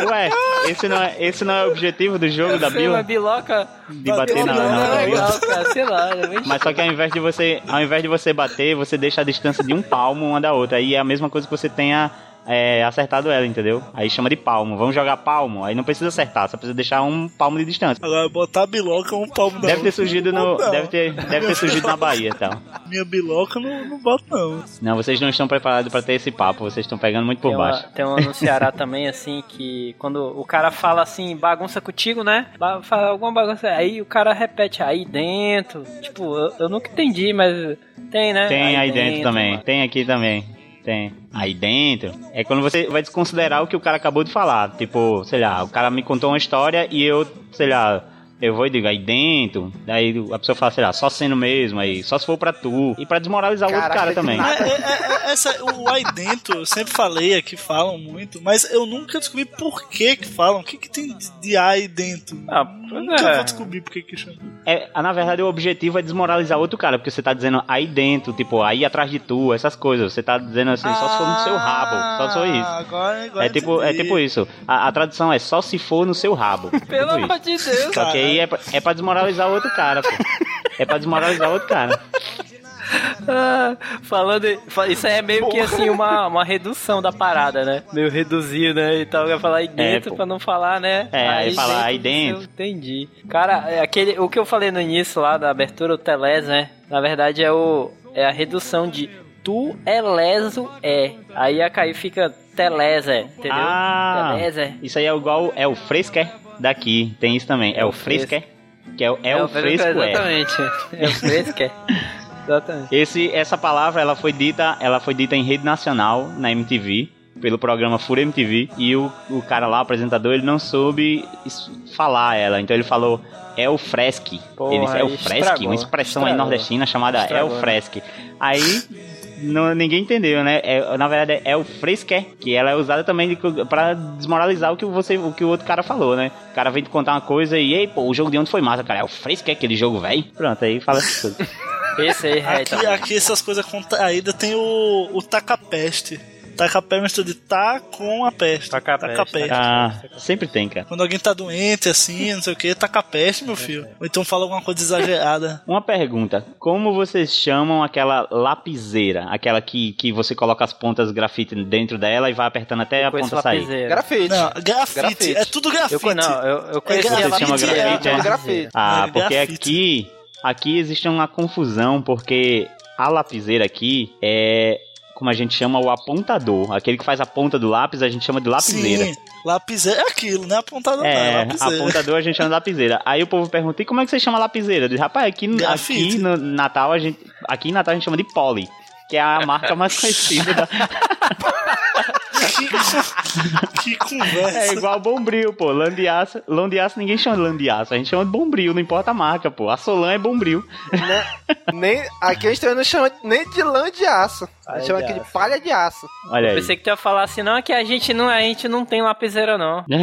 [SPEAKER 4] Ué, esse não é, esse não é o objetivo do jogo da
[SPEAKER 5] Sei lá,
[SPEAKER 4] bila?
[SPEAKER 5] biloca
[SPEAKER 4] De bater na,
[SPEAKER 5] não,
[SPEAKER 4] na
[SPEAKER 5] é
[SPEAKER 4] outra bila.
[SPEAKER 5] legal, cara. Sei lá, é muito
[SPEAKER 4] Mas só que ao invés de você, ao invés de você bater, você deixa a distância de um palmo uma da outra. Aí é a mesma coisa que você tenha é, acertado ela, entendeu? Aí chama de palmo. Vamos jogar palmo. Aí não precisa acertar, só precisa deixar um palmo de distância.
[SPEAKER 3] Agora, botar a biloca um palmo da
[SPEAKER 4] Deve ter
[SPEAKER 3] outra,
[SPEAKER 4] surgido
[SPEAKER 3] não
[SPEAKER 4] no,
[SPEAKER 3] boto, não.
[SPEAKER 4] deve ter, deve ter surgido na Bahia, então.
[SPEAKER 3] Minha biloca não, não boto, não.
[SPEAKER 4] Não, vocês não estão preparados pra ter esse papo. Vocês estão pegando muito por
[SPEAKER 5] Tem uma,
[SPEAKER 4] baixo.
[SPEAKER 5] tem uma no
[SPEAKER 4] [laughs]
[SPEAKER 5] Ceará também, assim, que quando o cara fala assim, bagunça contigo, né? Ba- Fala alguma bagunça, aí o cara repete aí dentro. Tipo, eu, eu nunca entendi, mas tem, né?
[SPEAKER 4] Tem aí dentro, também.
[SPEAKER 5] mano.
[SPEAKER 4] Tem aqui também. Tem. Aí dentro é quando você vai desconsiderar o que o cara acabou de falar. Tipo, sei lá, o cara me contou uma história e eu, sei lá, Eu vou e digo, aí dentro, daí a pessoa fala, sei lá, só sendo mesmo, aí só se for pra tu. E pra desmoralizar o outro
[SPEAKER 6] Caraca,
[SPEAKER 4] cara
[SPEAKER 6] que
[SPEAKER 4] também.
[SPEAKER 6] nada.
[SPEAKER 3] É, é, é, essa, o aí dentro, eu sempre falei aqui, falam muito, mas eu nunca descobri por que que falam. O que, que tem de aí dentro?
[SPEAKER 5] Ah, pois
[SPEAKER 3] nunca
[SPEAKER 5] é.
[SPEAKER 3] vou descobrir por que que chama.
[SPEAKER 4] É, ah, na verdade, o objetivo é desmoralizar outro cara, porque você tá dizendo aí dentro, tipo, aí atrás de tu, essas coisas. Você tá dizendo assim, só se for no seu rabo, só se for
[SPEAKER 3] Ah,
[SPEAKER 4] isso.
[SPEAKER 3] Agora, agora
[SPEAKER 4] É tipo, é
[SPEAKER 3] entendi.
[SPEAKER 4] tipo isso. A, a tradução é só se for no seu rabo. É tipo
[SPEAKER 5] Pelo
[SPEAKER 4] isso.
[SPEAKER 5] amor de Deus.
[SPEAKER 4] Só que aí é pra, é pra desmoralizar outro cara, pô. É pra desmoralizar outro cara.
[SPEAKER 5] Ah, falando. em- fa- Isso aí é meio que assim uma, uma redução da parada, né? Meio reduzir, né? E tal. Vai falar aí dentro
[SPEAKER 4] É, pô.
[SPEAKER 5] pra não falar, né?
[SPEAKER 4] É, aí falar aí
[SPEAKER 5] do
[SPEAKER 4] dentro.
[SPEAKER 5] seu- Entendi. Cara, é aquele, o que eu falei no início lá da abertura, o Teles, né? Na verdade é o. É a redução de tu é leso é. Aí a Caí fica telese, entendeu?
[SPEAKER 4] Ah.
[SPEAKER 5] Telese.
[SPEAKER 4] Isso aí é igual, é o fresquer daqui, tem isso também. É o fresquer, que é, o- é o fresco é.
[SPEAKER 5] Exatamente. É o fresco
[SPEAKER 4] [laughs]
[SPEAKER 5] é. Exatamente.
[SPEAKER 4] Esse, essa palavra, ela foi dita, ela foi dita em rede nacional, na MTV. Pelo programa Fura MTV, e o, o cara lá, o apresentador, ele não soube es- falar ela, então ele falou é o fresque.
[SPEAKER 5] Porra,
[SPEAKER 4] Ele disse é
[SPEAKER 5] aí
[SPEAKER 4] o fresque,
[SPEAKER 5] estragou,
[SPEAKER 4] uma expressão aí
[SPEAKER 5] estragou.
[SPEAKER 4] nordestina chamada é
[SPEAKER 5] Estragou,
[SPEAKER 4] o
[SPEAKER 5] né?
[SPEAKER 4] fresque. Aí não- ninguém entendeu, né? É, na verdade, é o fresquer, que ela é usada também de- pra desmoralizar o que, você, o que o outro cara falou, né? O cara vem te contar uma coisa e, ei, pô, o jogo de ontem foi massa, cara. É o fresquer, aquele jogo, velho. Pronto, aí fala essas coisas.
[SPEAKER 5] Pensei,
[SPEAKER 4] É,
[SPEAKER 3] Aqui,
[SPEAKER 4] então.
[SPEAKER 5] Reto.
[SPEAKER 3] aqui essas coisas contraídas tem o, o tacapeste. Tacapé é mistura de tá com a peste.
[SPEAKER 5] Tacapeste,
[SPEAKER 4] Ah, sempre tem, cara.
[SPEAKER 3] Quando alguém tá doente, assim, não sei o que, tacapeste, meu filho. Ou então fala alguma coisa exagerada.
[SPEAKER 4] Uma pergunta, como vocês chamam aquela lapiseira? Aquela que, que você coloca as pontas grafite dentro dela e vai apertando até a
[SPEAKER 5] Conheço
[SPEAKER 4] ponta sair?
[SPEAKER 5] lapiseiro.
[SPEAKER 6] Grafite.
[SPEAKER 3] Não, grafite.
[SPEAKER 6] Grafite.
[SPEAKER 3] É tudo grafite. É
[SPEAKER 5] Eu, co- não, eu, eu conheci
[SPEAKER 3] grafite,
[SPEAKER 5] ela
[SPEAKER 4] chama
[SPEAKER 5] pequena,
[SPEAKER 4] grafite,
[SPEAKER 5] ela
[SPEAKER 4] é?
[SPEAKER 6] Grafite.
[SPEAKER 4] Ah,
[SPEAKER 3] É,
[SPEAKER 4] porque
[SPEAKER 3] grafite.
[SPEAKER 4] aqui, aqui existe uma confusão, porque a lapiseira aqui é como a gente chama o apontador. Aquele que faz a ponta do lápis, a gente chama de lapiseira.
[SPEAKER 3] Sim, lapiseira é aquilo, não é apontado não, é
[SPEAKER 4] É,
[SPEAKER 3] lapiseira. [laughs]
[SPEAKER 4] apontador a gente chama de lapiseira. Aí o povo pergunta, e como é que você chama lapiseira? Eu disse, rapaz, aqui,
[SPEAKER 3] Grafite.
[SPEAKER 4] aqui no Natal a gente. Aqui em Natal a gente chama de poli, que é a
[SPEAKER 3] [laughs]
[SPEAKER 4] marca mais conhecida da,
[SPEAKER 3] Que conversa.
[SPEAKER 4] É igual bombril, pô. Landiaça, landiaça ninguém chama de landiaça. A gente chama de bombril, não importa a marca, pô. A Solan é bombril.
[SPEAKER 6] Nem, aqui a gente também não chama nem de lã de aço. A
[SPEAKER 5] Palha
[SPEAKER 6] gente chama
[SPEAKER 5] de
[SPEAKER 6] aqui de
[SPEAKER 5] aço.
[SPEAKER 6] palha de aço.
[SPEAKER 4] Olha aí.
[SPEAKER 5] Pensei que tu ia falar assim, não, é que a gente não, a gente não tem lapiseira, não.
[SPEAKER 4] [laughs]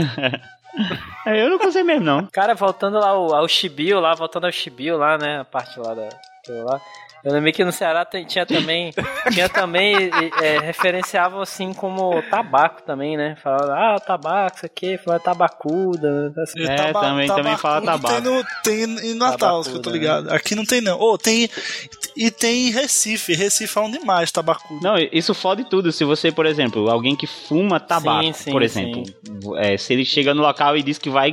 [SPEAKER 4] É, Eu não consigo mesmo, não.
[SPEAKER 5] Cara, voltando lá ao, ao Chibio, lá, voltando ao Chibio lá, né? A parte lá da. aquilo Lá. Eu lembrei que no Ceará tem- tinha [laughs] também. tinha também. e- É, referenciavam assim como tabaco também, né? Falavam, ah, tabaco, isso aqui, falava tabacuda, né, assim.
[SPEAKER 3] E
[SPEAKER 4] É, também- também fala
[SPEAKER 3] tabacudo Tem, no, tem em Natal,
[SPEAKER 5] Tabacudo,
[SPEAKER 3] que eu tô
[SPEAKER 5] né?
[SPEAKER 3] ligado. Aqui não tem não. Ô, tem... E tem em Recife. Recife é falam demais tabacudo.
[SPEAKER 4] Não, isso fode tudo. Se você, por exemplo, alguém que fuma tabaco,
[SPEAKER 5] Sim, sim,
[SPEAKER 4] por exemplo, é, se ele chega no local e diz que vai.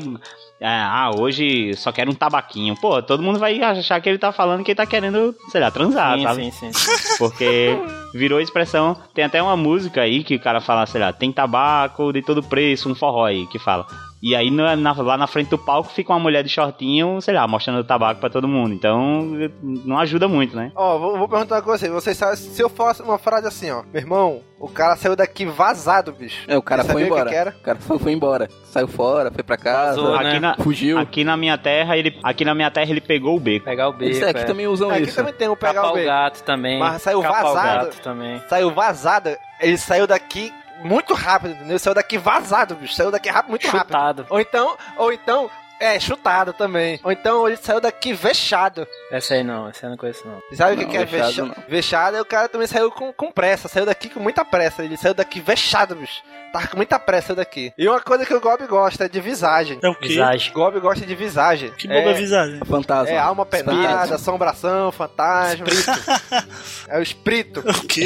[SPEAKER 4] Ah, hoje só quero um tabaquinho. Pô, todo mundo vai achar que ele tá falando que ele tá querendo, sei lá, transar,
[SPEAKER 5] sim,
[SPEAKER 4] sabe?
[SPEAKER 5] sim, sim,
[SPEAKER 4] Porque virou expressão. Tem até uma música aí que o cara fala, sei lá, tem tabaco de todo preço, um forró aí que fala. E aí na- na- lá na frente do palco fica uma mulher de shortinho, sei lá, mostrando o tabaco pra todo mundo. Então não ajuda muito, né?
[SPEAKER 6] Ó, vou, vou perguntar com vocês. Vocês sabem, se eu faço uma frase assim, ó. Meu irmão, o cara saiu daqui vazado, bicho.
[SPEAKER 7] É, o cara
[SPEAKER 6] Você
[SPEAKER 7] foi
[SPEAKER 6] sabia o que
[SPEAKER 7] embora.
[SPEAKER 6] que era?
[SPEAKER 7] O cara foi, foi embora. Saiu fora, foi pra casa,
[SPEAKER 5] Vazou,
[SPEAKER 4] aqui,
[SPEAKER 5] né?
[SPEAKER 4] na,
[SPEAKER 7] fugiu.
[SPEAKER 4] aqui na minha terra, ele. Aqui na minha terra ele pegou o beco.
[SPEAKER 5] Pegar o
[SPEAKER 7] Isso
[SPEAKER 5] beco.
[SPEAKER 7] é, aqui
[SPEAKER 5] é.
[SPEAKER 7] também usam
[SPEAKER 2] Então
[SPEAKER 6] aqui
[SPEAKER 7] isso.
[SPEAKER 6] também tem um pegar
[SPEAKER 5] Capar
[SPEAKER 6] o
[SPEAKER 5] o
[SPEAKER 6] B.
[SPEAKER 5] gato também.
[SPEAKER 6] Mas saiu
[SPEAKER 5] capar o
[SPEAKER 6] vazado.
[SPEAKER 5] gato também.
[SPEAKER 6] Saiu vazado, ele saiu daqui muito rápido, entendeu? Saiu daqui vazado, bicho. Saiu daqui rápido, muito rápido.
[SPEAKER 5] Chutado.
[SPEAKER 6] Ou então, ou então, é, chutado também. Ou então ele saiu daqui vexado.
[SPEAKER 5] Essa aí não, essa aí eu não conheço não.
[SPEAKER 6] E Sabe o que,
[SPEAKER 7] Não,
[SPEAKER 6] que é
[SPEAKER 7] vexado
[SPEAKER 6] vexa-
[SPEAKER 7] não.
[SPEAKER 6] vexado? é o cara também saiu com, com pressa, saiu daqui com muita pressa. Ele saiu daqui vexado, bicho. Tava com muita pressa saiu daqui. E uma coisa que o Gob gosta é de visagem.
[SPEAKER 3] É o quê?
[SPEAKER 5] Visagem.
[SPEAKER 6] O Gob gosta de visagem.
[SPEAKER 3] Que boba
[SPEAKER 6] é,
[SPEAKER 3] visagem.
[SPEAKER 7] Fantasma.
[SPEAKER 6] é alma penada,
[SPEAKER 7] Espírito.
[SPEAKER 6] assombração, fantasma. [laughs] é o espírito.
[SPEAKER 3] [laughs] O quê?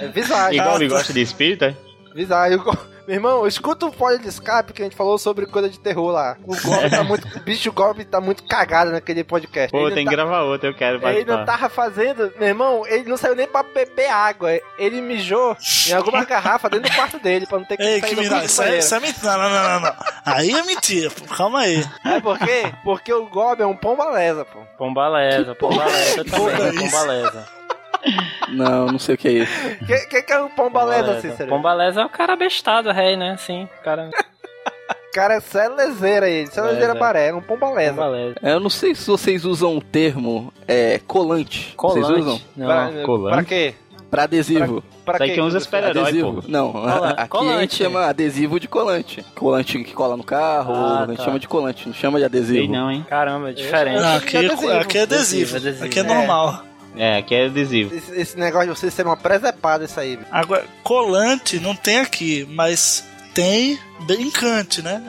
[SPEAKER 6] É visagem.
[SPEAKER 3] Ah,
[SPEAKER 4] Igual ele
[SPEAKER 3] tá.
[SPEAKER 4] gosta de espírita.
[SPEAKER 6] Visagem. O Go- Meu irmão, escuta o pod de escape que a gente falou sobre coisa de terror lá. O
[SPEAKER 4] [laughs]
[SPEAKER 6] Gob tá muito. O bicho Gob tá muito cagado naquele podcast.
[SPEAKER 4] É. Pô,
[SPEAKER 6] Ele
[SPEAKER 4] tem
[SPEAKER 6] tá-
[SPEAKER 4] que gravar outro, eu quero
[SPEAKER 6] Ele não
[SPEAKER 2] tá
[SPEAKER 4] participar.
[SPEAKER 6] tava fazendo, meu irmão, ele não saiu nem pra beber água. Ele mijou em alguma garrafa dentro do quarto dele, pra não ter que
[SPEAKER 3] Ei,
[SPEAKER 2] Tá
[SPEAKER 6] sair
[SPEAKER 3] que
[SPEAKER 6] do
[SPEAKER 3] mentira.
[SPEAKER 6] quarto do
[SPEAKER 3] Isso é,
[SPEAKER 6] banheiro.
[SPEAKER 3] isso é mentira. Não, não, não, não, não. Aí é mentira, pô. Calma aí.
[SPEAKER 6] Sabe por quê? Porque o Gob é um pombaleza, pô.
[SPEAKER 5] Pombaleza,
[SPEAKER 6] [laughs]
[SPEAKER 5] pombaleza também,
[SPEAKER 3] porra é isso?
[SPEAKER 5] pombaleza.
[SPEAKER 7] Não, não sei o que é isso.
[SPEAKER 6] O que, que que é um pombaleza, Cícero?
[SPEAKER 5] Pombaleza é o cara bestado, rei, né? Sim, o cara.
[SPEAKER 6] O cara é celezeira ele. Celezeira
[SPEAKER 5] Leza.
[SPEAKER 6] baré, é um pombaleza.
[SPEAKER 5] Valeu.
[SPEAKER 7] É, Eu não sei se vocês usam o termo é, colante. Vocês usam?
[SPEAKER 5] Colante. Não.
[SPEAKER 6] Pra,
[SPEAKER 4] um Colante.
[SPEAKER 6] pra quê?
[SPEAKER 7] Pra adesivo.
[SPEAKER 6] Pra
[SPEAKER 4] Isso aí
[SPEAKER 6] quê?
[SPEAKER 4] quem usa é
[SPEAKER 6] Dudu?
[SPEAKER 4] super-herói, pô.
[SPEAKER 7] adesivo. Não,
[SPEAKER 5] Cola-
[SPEAKER 7] [laughs] aqui a
[SPEAKER 5] colante.
[SPEAKER 7] gente chama adesivo de colante. Colante que cola no carro,
[SPEAKER 5] Ah,
[SPEAKER 7] a gente
[SPEAKER 5] tá.
[SPEAKER 7] chama de colante, não chama de adesivo.
[SPEAKER 4] Sei não, hein?
[SPEAKER 5] Caramba, é diferente.
[SPEAKER 3] Não, aqui,
[SPEAKER 6] Adesivo.
[SPEAKER 3] aqui é
[SPEAKER 5] Adesivo,
[SPEAKER 3] adesivo.
[SPEAKER 5] adesivo.
[SPEAKER 3] Aqui é
[SPEAKER 5] É.
[SPEAKER 3] normal.
[SPEAKER 4] É, aqui é adesivo.
[SPEAKER 6] Esse, esse negócio de você ser uma presepada, isso aí. bicho.
[SPEAKER 3] Agora, colante não tem aqui, mas tem brincante, né?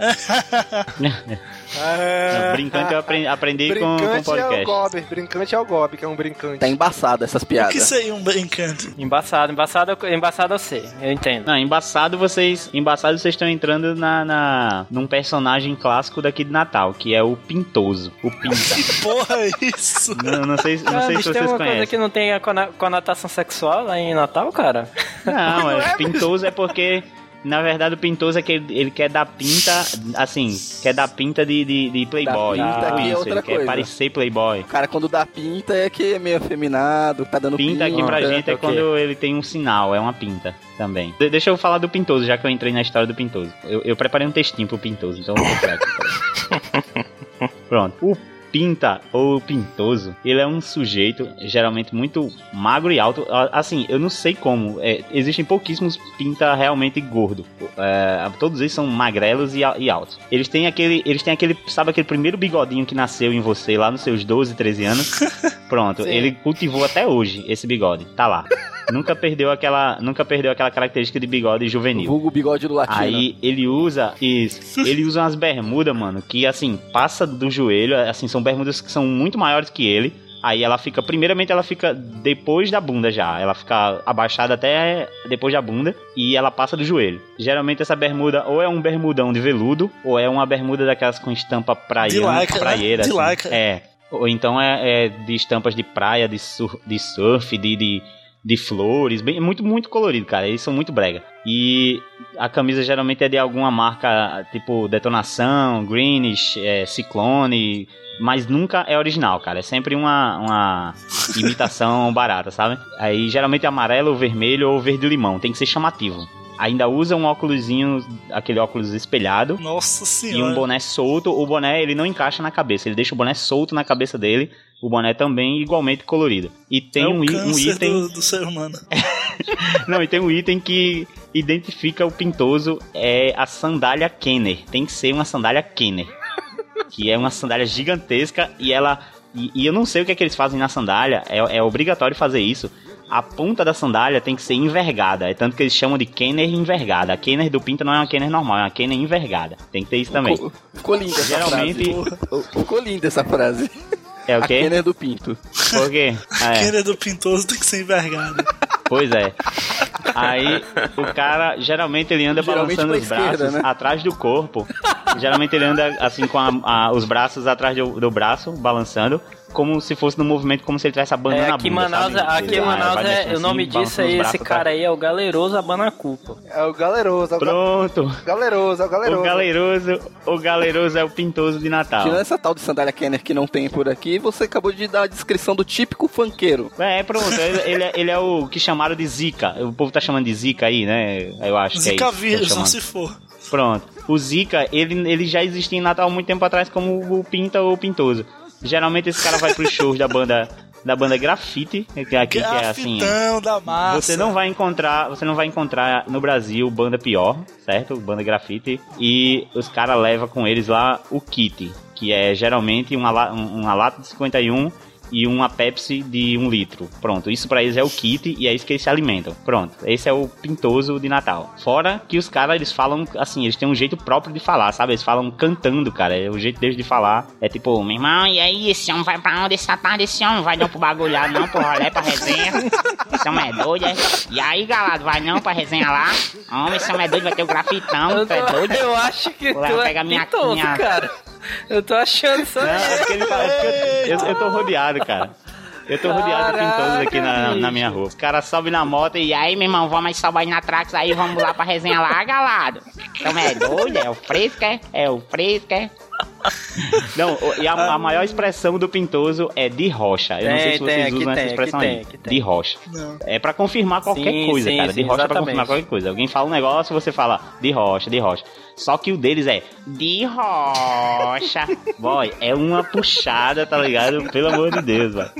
[SPEAKER 4] Ah, Não, brincante eu apren- aprendi com, com
[SPEAKER 6] Brincante é o
[SPEAKER 4] podcast.
[SPEAKER 6] Gob, brincante é o Gob, que é um brincante.
[SPEAKER 7] Tá embaçado essas
[SPEAKER 3] o que
[SPEAKER 7] piadas.
[SPEAKER 3] seria um brincante?
[SPEAKER 5] Embaçado, embaçado, eu- embaçado eu sei, eu entendo.
[SPEAKER 4] Não, embaçado vocês. Embaçado vocês estão entrando na, na- num personagem clássico daqui de Natal, que é o Pintoso. O Pinta.
[SPEAKER 3] Porra, [laughs] é isso?
[SPEAKER 4] [laughs] não, não sei, não
[SPEAKER 5] Ah,
[SPEAKER 4] sei
[SPEAKER 5] bicho,
[SPEAKER 4] se
[SPEAKER 5] tem
[SPEAKER 4] vocês
[SPEAKER 5] uma coisa
[SPEAKER 4] conhecem.
[SPEAKER 5] que não tem a cona- conotação sexual lá em Natal, cara?
[SPEAKER 4] Não,
[SPEAKER 6] Não
[SPEAKER 4] é,
[SPEAKER 6] é,
[SPEAKER 4] Pintoso é porque. Na verdade, o Pintoso é que ele, ele quer dar pinta, assim, quer dar pinta de, de, de playboy.
[SPEAKER 7] pinta
[SPEAKER 4] tipo
[SPEAKER 7] aqui é
[SPEAKER 4] isso,
[SPEAKER 7] outra
[SPEAKER 4] ele quer
[SPEAKER 7] coisa.
[SPEAKER 4] parecer playboy.
[SPEAKER 7] O cara quando dá pinta é que é meio afeminado, tá dando
[SPEAKER 4] Pinta
[SPEAKER 7] pinta.
[SPEAKER 4] aqui pra gente é
[SPEAKER 5] ok.
[SPEAKER 4] quando ele tem um sinal, é uma pinta também. De- deixa eu falar do Pintoso, já que eu entrei na história do Pintoso. Eu, eu preparei um textinho pro Pintoso, então eu vou procurar aqui. peraí. Pronto. O Pinta, ou Pintoso, ele é um sujeito geralmente muito magro e alto. A- Assim, eu não sei como. é, existem pouquíssimos Pinta realmente gordo. É, todos eles são magrelos e, a- e altos. Eles têm aquele. Eles têm aquele. Sabe aquele primeiro bigodinho que nasceu em você lá nos seus 12, 13 anos? Pronto,
[SPEAKER 6] Sim.
[SPEAKER 4] ele cultivou até hoje esse bigode. Tá lá. Nunca perdeu aquela, nunca perdeu aquela característica de bigode juvenil.
[SPEAKER 7] Vulgo bigode do latino.
[SPEAKER 4] Aí ele usa isso. Ele usa umas bermudas, mano, que assim, passa do joelho, assim, são bermudas que são muito maiores que ele. Aí ela fica, primeiramente ela fica depois da bunda já, ela fica abaixada até depois da bunda e ela passa do joelho. Geralmente essa bermuda ou é um bermudão de veludo ou é uma bermuda daquelas com estampa praiana,
[SPEAKER 3] lycra, né?
[SPEAKER 4] praieira.
[SPEAKER 3] De
[SPEAKER 4] assim.
[SPEAKER 3] lycra.
[SPEAKER 4] É. Ou então é, é de estampas de praia, de, sur- de surf, de, de, de flores, bem, muito, muito colorido, cara. Eles são muito brega. E a camisa geralmente é de alguma marca tipo Detonação, Greenish, é, Ciclone, mas nunca é original, cara. É sempre uma,
[SPEAKER 3] [laughs]
[SPEAKER 4] uma imitação barata, sabe? Aí geralmente é amarelo, vermelho ou verde-limão. Tem que ser chamativo. Ainda usa um óculosinho, aquele óculos espelhado.
[SPEAKER 3] Nossa
[SPEAKER 4] E um
[SPEAKER 3] senhora.
[SPEAKER 4] boné solto, o boné ele não encaixa na cabeça, ele deixa o boné solto na cabeça dele, o boné também igualmente colorido. E tem
[SPEAKER 3] é o
[SPEAKER 4] um, i- um
[SPEAKER 3] câncer
[SPEAKER 4] item.
[SPEAKER 3] do, do ser humano.
[SPEAKER 4] Não, e tem um item que identifica o pintoso é a sandália Kenner. Tem que ser uma sandália Kenner. Que é uma sandália gigantesca e ela. E, e eu não sei o que é que eles fazem na sandália, é, é obrigatório fazer isso. A ponta da sandália tem que ser envergada. É tanto que eles chamam de Kenner envergada. A Kenner do Pinta não é uma Kenner normal, é uma Kenner envergada. Tem que ter isso também.
[SPEAKER 7] Ficou, ficou linda essa
[SPEAKER 4] Geralmente-
[SPEAKER 7] frase. Ficou linda essa frase.
[SPEAKER 4] É o
[SPEAKER 7] A
[SPEAKER 4] quê?
[SPEAKER 7] Kenner do Pinto.
[SPEAKER 4] Por quê? Ah, é.
[SPEAKER 3] Quem é do pintoso tem que ser envergado.
[SPEAKER 4] Pois é. Aí o cara geralmente ele anda
[SPEAKER 7] Geralmente
[SPEAKER 4] balançando
[SPEAKER 7] pra
[SPEAKER 4] os braços
[SPEAKER 7] esquerda, né?
[SPEAKER 4] atrás do corpo. geralmente ele anda assim com a- a- os braços atrás do, do braço, balançando, como se fosse no movimento, como se ele tivesse abanando
[SPEAKER 5] É,
[SPEAKER 4] a
[SPEAKER 5] aqui em
[SPEAKER 4] bunda,
[SPEAKER 5] Manaus,
[SPEAKER 4] sabe?
[SPEAKER 5] aqui em
[SPEAKER 4] Vai
[SPEAKER 5] Manaus
[SPEAKER 4] deixando
[SPEAKER 5] é, o
[SPEAKER 4] assim,
[SPEAKER 5] nome
[SPEAKER 4] balançando
[SPEAKER 5] disso
[SPEAKER 4] os
[SPEAKER 5] aí,
[SPEAKER 4] braços tá?
[SPEAKER 5] esse cara aí é o galeroso Abanacu, pô.
[SPEAKER 6] É o galeroso, é o
[SPEAKER 4] atrás. Pronto.
[SPEAKER 6] ga- galeroso, é o galeroso.
[SPEAKER 4] O galeroso, o galeroso é o pintoso de Natal.
[SPEAKER 7] Tirando essa tal de sandália Kenner que não tem por aqui, você acabou de dar a descrição do típico funkeiro.
[SPEAKER 4] É, pronto, ele, ele é- ele é o que chamaram de Zika. O povo tá chamando de Zika aí, né? Eu acho [laughs] que é isso.
[SPEAKER 3] Zika
[SPEAKER 4] que tá
[SPEAKER 3] vírus, não
[SPEAKER 4] chamando.
[SPEAKER 3] se for.
[SPEAKER 4] Pronto. O Zika, ele, ele já existia em Natal há muito tempo atrás como o Pinta ou o Pintoso. Geralmente esse cara vai pros shows da banda da banda Grafite, que é aqui que é assim.
[SPEAKER 3] Grafitão da massa.
[SPEAKER 4] Você não vai encontrar, você não vai encontrar no Brasil banda pior, certo? Banda Grafite e os caras levam com eles lá o kit, que é geralmente uma, la- um- uma lata de 51 e um uma Pepsi de um litro. Pronto, isso pra eles é o kit e é isso que eles se alimentam. Pronto, esse é o pintoso de Natal. Fora que os caras, eles falam assim, eles têm um jeito próprio de falar, sabe? Eles falam cantando, cara. É o jeito deles de falar. É tipo, meu irmão, e aí, esse homem vai pra onde essa tarde? Esse homem vai não pro bagulhado, não pro rolê, pra resenha. Esse homem é doido, é? E aí, galado, vai não pra resenha lá? Homem, esse homem é doido, vai ter o grafitão,
[SPEAKER 5] Eu,
[SPEAKER 4] tu
[SPEAKER 5] tô-
[SPEAKER 4] é doido?
[SPEAKER 5] eu acho que
[SPEAKER 4] Vou lá
[SPEAKER 5] tu
[SPEAKER 4] pegar
[SPEAKER 5] é
[SPEAKER 4] minha-
[SPEAKER 5] pintoso,
[SPEAKER 4] minha-
[SPEAKER 5] cara. Eu tô achando isso
[SPEAKER 4] Não,
[SPEAKER 5] aí.
[SPEAKER 4] é porque ele fala, é porque eu, eu, eu tô rodeado, cara. Eu tô rodeado de pintores aqui na, na minha rua. Os caras sobem na moto e aí, meu irmão, vamos aí salvar na Trax aí, vamos lá pra resenha lá, galado. Então é doido, é o fresco, é? É o fresco, é? Não, o- e a, a maior expressão do Pintoso é de rocha. Eu não
[SPEAKER 5] Tem,
[SPEAKER 4] sei se
[SPEAKER 5] tem,
[SPEAKER 4] vocês
[SPEAKER 5] aqui
[SPEAKER 4] usam
[SPEAKER 5] tem,
[SPEAKER 4] essa
[SPEAKER 5] aqui
[SPEAKER 4] expressão
[SPEAKER 5] tem,
[SPEAKER 4] aí.
[SPEAKER 5] aqui tem.
[SPEAKER 4] De rocha.
[SPEAKER 3] Não.
[SPEAKER 4] É pra confirmar qualquer
[SPEAKER 5] Sim,
[SPEAKER 4] coisa,
[SPEAKER 5] sim,
[SPEAKER 4] cara. De
[SPEAKER 5] sim,
[SPEAKER 4] rocha é pra
[SPEAKER 5] exatamente.
[SPEAKER 4] confirmar qualquer coisa. Alguém fala um negócio, você fala de rocha, de rocha. Só que o deles é
[SPEAKER 5] [laughs]
[SPEAKER 4] de rocha. Boy, é uma puxada, tá ligado? Pelo amor de Deus, velho.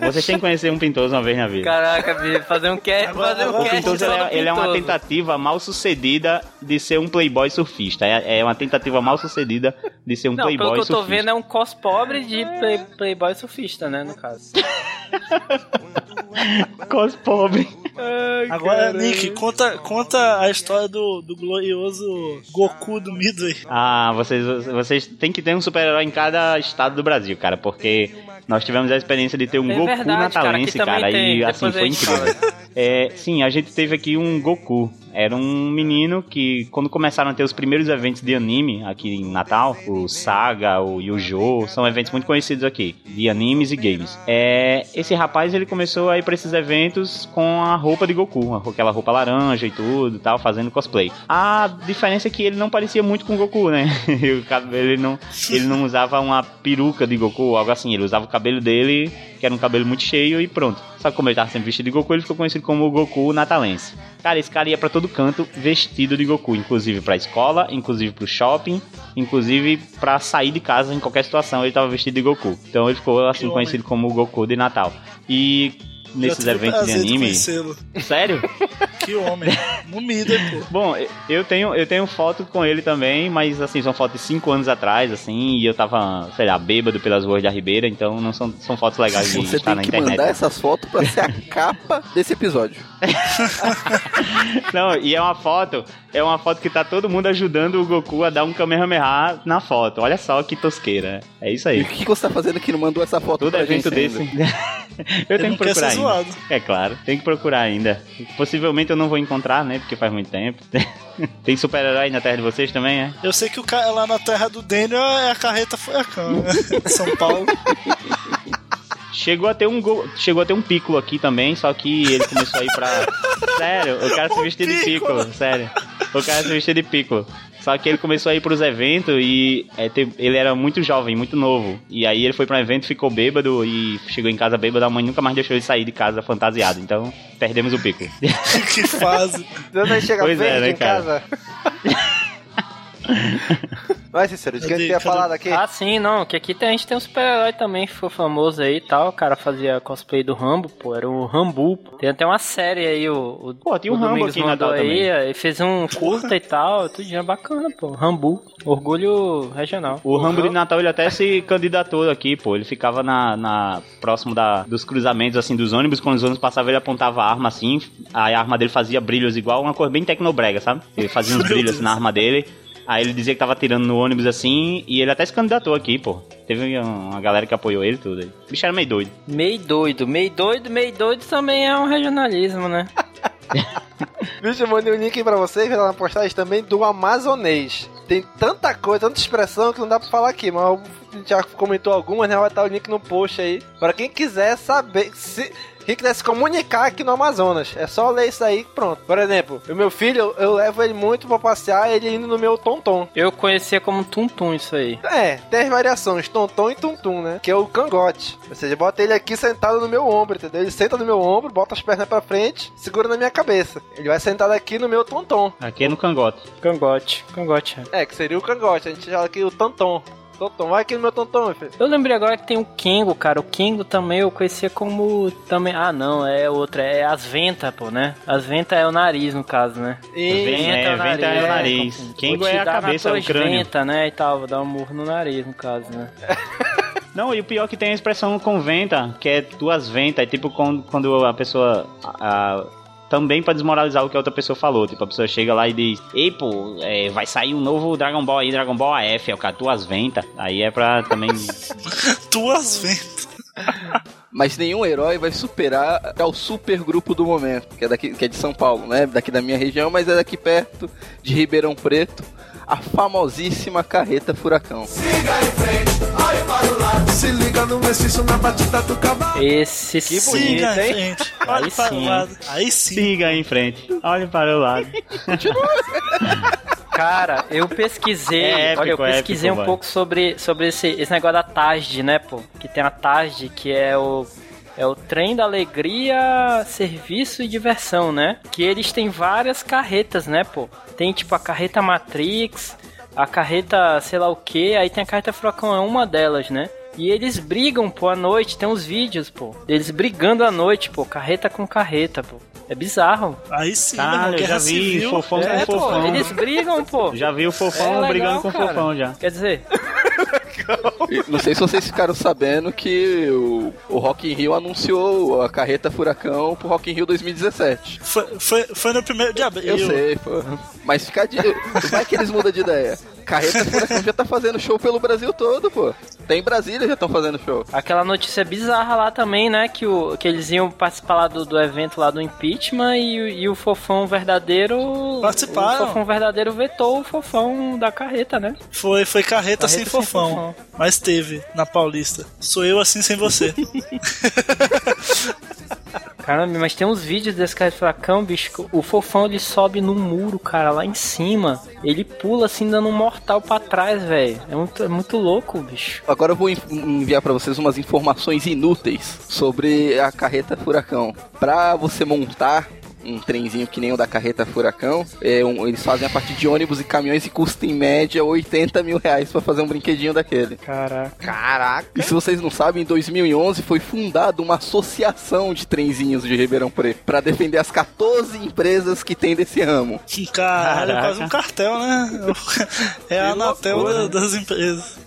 [SPEAKER 4] Vocês têm que conhecer um Pintoso uma vez na vida.
[SPEAKER 5] Caraca, bicho, fazer um cast.
[SPEAKER 3] Agora-
[SPEAKER 5] Fazer um
[SPEAKER 3] agora
[SPEAKER 4] O
[SPEAKER 3] É,
[SPEAKER 5] cast
[SPEAKER 4] Pintoso,
[SPEAKER 5] só
[SPEAKER 4] ele
[SPEAKER 5] do
[SPEAKER 4] é, ele é uma
[SPEAKER 5] Pintoso.
[SPEAKER 4] tentativa mal sucedida de ser um playboy surfista. É, é uma tentativa mal sucedida de ser um
[SPEAKER 5] Não,
[SPEAKER 4] playboy
[SPEAKER 5] pelo que eu tô
[SPEAKER 4] surfista.
[SPEAKER 5] vendo é um cos pobre de play- playboy surfista, né, no caso. é
[SPEAKER 4] Cos pobre.
[SPEAKER 3] Agora, Nick, conta, conta a história do, do glorioso Goku do Midway.
[SPEAKER 4] Ah, vocês, vocês têm que ter um super-herói em cada estado do Brasil, cara, porque nós tivemos a experiência de ter um
[SPEAKER 5] É
[SPEAKER 4] Goku
[SPEAKER 5] verdade, cara, aqui
[SPEAKER 4] natalense,
[SPEAKER 5] também
[SPEAKER 4] cara,
[SPEAKER 5] tem,
[SPEAKER 4] e
[SPEAKER 5] depois
[SPEAKER 4] assim,
[SPEAKER 5] a
[SPEAKER 4] foi
[SPEAKER 5] gente
[SPEAKER 4] incrível. É, sim, a gente teve aqui um Goku. Era um menino que, quando começaram a ter os primeiros eventos de anime aqui em Natal, o Saga, o Yujo, são eventos muito conhecidos aqui, de animes e games. É, esse rapaz, ele começou a ir pra esses eventos com a roupa de Goku, aquela roupa laranja e tudo, tal, fazendo cosplay. A diferença é que ele não parecia muito com o Goku, né? [laughs] o cabelo, ele não, ele não usava uma peruca de Goku ou algo assim, ele usava o cabelo dele, que era um cabelo muito cheio e pronto. Só que como ele tava sempre vestido de Goku, ele ficou conhecido como o Goku Natalense. Cara, esse cara ia pra todo canto vestido de Goku, inclusive pra escola, inclusive pro shopping, inclusive pra sair de casa em qualquer situação, ele tava vestido de Goku. Então ele ficou assim
[SPEAKER 3] homem.
[SPEAKER 4] conhecido como o Goku de Natal. E nesses
[SPEAKER 3] Já tive o
[SPEAKER 4] eventos de
[SPEAKER 3] prazer
[SPEAKER 4] anime,
[SPEAKER 3] conhecê-lo.
[SPEAKER 4] sério?
[SPEAKER 3] Que
[SPEAKER 4] [laughs]
[SPEAKER 3] homem. No Midway, pô.
[SPEAKER 4] Bom, eu tenho, eu tenho foto com ele também, mas assim, são fotos de 5 anos atrás, assim, e eu tava, sei lá, bêbado pelas ruas da Ribeira, então não são, são fotos legais de
[SPEAKER 7] [laughs]
[SPEAKER 4] estar
[SPEAKER 7] Você tem
[SPEAKER 4] tá na
[SPEAKER 7] que
[SPEAKER 4] internet.
[SPEAKER 7] mandar essas fotos pra ser a capa desse episódio.
[SPEAKER 4] [laughs] Não, e é uma foto, é uma foto que tá todo mundo ajudando o Goku a dar um Kamehameha na foto. Olha só que tosqueira. É isso
[SPEAKER 7] E
[SPEAKER 4] aí.
[SPEAKER 7] o [laughs] que que você tá fazendo que não mandou essa foto
[SPEAKER 4] Todo
[SPEAKER 7] pra
[SPEAKER 4] evento
[SPEAKER 7] gente
[SPEAKER 4] é desse.
[SPEAKER 7] ainda?
[SPEAKER 4] [laughs] eu
[SPEAKER 3] Ele
[SPEAKER 4] tenho
[SPEAKER 3] não
[SPEAKER 4] que
[SPEAKER 3] quer
[SPEAKER 4] procurar
[SPEAKER 3] ser
[SPEAKER 4] ainda.
[SPEAKER 3] zoado.
[SPEAKER 4] É claro, tem que procurar ainda. Possivelmente eu não vou encontrar, né? Porque faz muito tempo. [laughs] tem super-herói na terra de vocês também, é?
[SPEAKER 3] Eu sei que o cara lá na terra do Daniel é a carreta furacão, né? [laughs] São Paulo.
[SPEAKER 4] Chegou a ter um gol, chegou a ter um Piccolo aqui também, só que ele começou a ir pra. Sério, o cara se vestia de
[SPEAKER 3] Piccolo.
[SPEAKER 4] Piccolo, sério. O cara se vestia de Piccolo. Só que ele começou a ir pros eventos e é, te- ele era muito jovem, muito novo. E aí ele foi pra um evento, ficou bêbado e chegou em casa bêbado. A mãe nunca mais deixou ele sair de casa fantasiado. Então, perdemos o Piccolo.
[SPEAKER 3] que fase.
[SPEAKER 6] Deus aí
[SPEAKER 4] [laughs]
[SPEAKER 6] chega
[SPEAKER 4] Pois é,
[SPEAKER 6] verde
[SPEAKER 4] né,
[SPEAKER 6] em
[SPEAKER 4] cara? [laughs]
[SPEAKER 6] casa. Mas, sincero, de que a gente
[SPEAKER 3] Cadê?
[SPEAKER 6] tinha
[SPEAKER 3] Cadê?
[SPEAKER 6] falado aqui?
[SPEAKER 5] Ah, sim, não, que aqui tem, a gente tem um super-herói também que ficou famoso aí e tal. O cara fazia cosplay do Rambo, pô, era o Rambu. pô. Tem até uma série aí, o. o
[SPEAKER 4] Pô, tem um Rambo
[SPEAKER 5] Domingos
[SPEAKER 4] aqui em Natal
[SPEAKER 5] mandou aí,
[SPEAKER 4] também.
[SPEAKER 5] Ele fez um curta e tal, tudinho é bacana, pô. Rambu, orgulho regional.
[SPEAKER 4] O Rambo de Natal, ele até se candidatou aqui, pô. Ele ficava na, na- próximo da, dos cruzamentos, assim, dos ônibus. Quando os ônibus passavam, ele apontava a arma, assim. Aí a arma dele fazia brilhos igual uma cor bem tecnobrega, sabe? Ele fazia uns
[SPEAKER 3] [laughs] Meu
[SPEAKER 4] brilhos
[SPEAKER 3] Deus.
[SPEAKER 4] assim, na arma dele. Aí ele dizia que tava atirando no ônibus, assim. E ele até se candidatou aqui, pô. Teve um- uma galera que apoiou ele e tudo. O bicho era meio doido.
[SPEAKER 5] Meio doido, meio doido, meio doido também é um regionalismo, né?
[SPEAKER 6] Bicho, eu mandei um link aí pra vocês, lá na postagem também, do amazonês. Tem tanta coisa, tanta expressão que não dá pra falar aqui, mas a gente já comentou algumas, né? Vai estar o link no post aí. Pra quem quiser saber, se... quem quiser se comunicar aqui no Amazonas, é só ler isso aí e pronto. Por exemplo, o meu filho, eu, eu levo ele muito pra passear, ele indo no meu tonton.
[SPEAKER 5] Eu conhecia como Tuntum isso aí.
[SPEAKER 6] É, tem as variações, tonton e tontum, né? Que é o cangote. Ou seja, bota ele aqui sentado no meu ombro, entendeu? Ele senta no meu ombro, bota as pernas pra frente, segura na minha cabeça. Ele vai sentado aqui no meu tonton.
[SPEAKER 4] Aqui é no cangote.
[SPEAKER 5] Cangote, cangote. é.
[SPEAKER 6] É, que seria o cangote. A gente fala aqui o tantom. Tonton, vai aqui no meu tonton, meu filho.
[SPEAKER 5] Eu lembrei agora que tem o Kengo, cara. O Kengo também eu conhecia como também. Ah, não, é outra, é as ventas, pô, né? As ventas é o nariz no caso, né?
[SPEAKER 6] E...
[SPEAKER 4] Vem. é, venta é o nariz.
[SPEAKER 5] confundo.
[SPEAKER 4] Kengo
[SPEAKER 5] né? Vou te
[SPEAKER 4] é a
[SPEAKER 5] dar
[SPEAKER 4] cabeça,
[SPEAKER 5] nas
[SPEAKER 4] é o
[SPEAKER 5] tuas
[SPEAKER 4] crânio.
[SPEAKER 5] Venta, né, e tal, vou dar um murro no nariz no caso, né?
[SPEAKER 4] Não, e o pior é que tem a expressão conventa, que é duas ventas, é tipo quando, quando a pessoa. a- a- também pra desmoralizar o que a outra pessoa falou. Tipo, a pessoa chega lá e diz: Ei, pô, é, vai sair um novo Dragon Ball aí, Dragon Ball AF, é o cara, duas ventas. Aí é pra também.
[SPEAKER 3] Duas ventas.
[SPEAKER 7] Mas nenhum herói vai superar o super grupo do momento, que é, daqui, que é de São Paulo, né? Daqui da minha região, mas é daqui perto, de Ribeirão Preto, a famosíssima carreta furacão.
[SPEAKER 5] Esse
[SPEAKER 6] Que
[SPEAKER 5] sim.
[SPEAKER 6] bonito.
[SPEAKER 3] Siga em
[SPEAKER 6] hein?
[SPEAKER 3] frente.
[SPEAKER 5] Aí
[SPEAKER 3] Olhe para o
[SPEAKER 5] sim.
[SPEAKER 3] lado. Aí
[SPEAKER 5] [laughs]
[SPEAKER 3] sim.
[SPEAKER 4] Siga em frente, olhe para o lado.
[SPEAKER 5] Cara, eu pesquisei,
[SPEAKER 4] É épico,
[SPEAKER 5] olha, eu
[SPEAKER 4] é
[SPEAKER 5] pesquisei
[SPEAKER 4] épico,
[SPEAKER 5] um
[SPEAKER 4] vai.
[SPEAKER 5] pouco sobre, sobre esse, esse negócio da TASD, né, pô? Que tem a TASD, que é o. É o trem da alegria, serviço e diversão, né? Que eles têm várias carretas, né, pô? Tem tipo a carreta Matrix, a carreta sei lá o que, aí tem a carreta Furacão, é uma delas, né? E eles brigam, pô, à noite, tem uns vídeos, pô. Eles brigando à noite, pô, carreta com carreta, pô. É bizarro.
[SPEAKER 3] Aí sim, meu irmão,
[SPEAKER 4] Caralho, Ah, eu
[SPEAKER 3] guerra
[SPEAKER 4] já vi
[SPEAKER 3] civil.
[SPEAKER 4] fofão
[SPEAKER 5] é,
[SPEAKER 4] com
[SPEAKER 5] pô,
[SPEAKER 4] fofão. [laughs]
[SPEAKER 5] eles brigam, pô.
[SPEAKER 4] Já vi o
[SPEAKER 5] É
[SPEAKER 4] fofão
[SPEAKER 5] legal,
[SPEAKER 4] brigando com o
[SPEAKER 5] cara.
[SPEAKER 4] fofão já.
[SPEAKER 5] Quer dizer,
[SPEAKER 7] E Não sei se vocês ficaram sabendo que o, o Rock in Rio anunciou a carreta Furacão pro Rock in Rio 2017.
[SPEAKER 3] Foi, foi, foi no primeiro. Diabo,
[SPEAKER 7] Eu sei, pô. Mas ficar de. Vai que eles mudam de ideia. Carreta Furacão já tá fazendo show pelo Brasil todo, pô. Tem em Brasília já estão fazendo show.
[SPEAKER 5] aquela notícia bizarra lá também, né? Que, o, que eles iam participar lá do, do evento lá do impeachment e, o- e o fofão verdadeiro.
[SPEAKER 3] Participaram.
[SPEAKER 5] O fofão verdadeiro vetou o fofão da carreta, né?
[SPEAKER 3] Foi, foi carreta,
[SPEAKER 5] Carreta
[SPEAKER 3] sem,
[SPEAKER 5] sem
[SPEAKER 3] fofão,
[SPEAKER 5] fofão.
[SPEAKER 3] Mas teve, na Paulista. Sou eu assim sem você.
[SPEAKER 5] Caramba, mas tem uns vídeos desse cara de fracão, bicho. que O fofão ele sobe no muro, cara, lá em cima. Ele pula assim, dando um mortal pra trás, velho. É muito, é muito louco, bicho.
[SPEAKER 7] Agora eu vou en- enviar pra vocês umas informações inúteis sobre a carreta Furacão. Pra você montar um trenzinho que nem o da carreta Furacão, é um- eles fazem a partir de ônibus e caminhões e custa em média 80 mil reais pra fazer um brinquedinho daquele.
[SPEAKER 5] Caraca.
[SPEAKER 6] Caraca.
[SPEAKER 7] E se vocês não sabem, em 2011 foi fundada uma associação de trenzinhos de Ribeirão Preto pra defender as 14 empresas que tem desse ramo.
[SPEAKER 3] Caralho, é
[SPEAKER 4] Caraca.
[SPEAKER 3] quase um cartel, né? É a Anatel da- das empresas.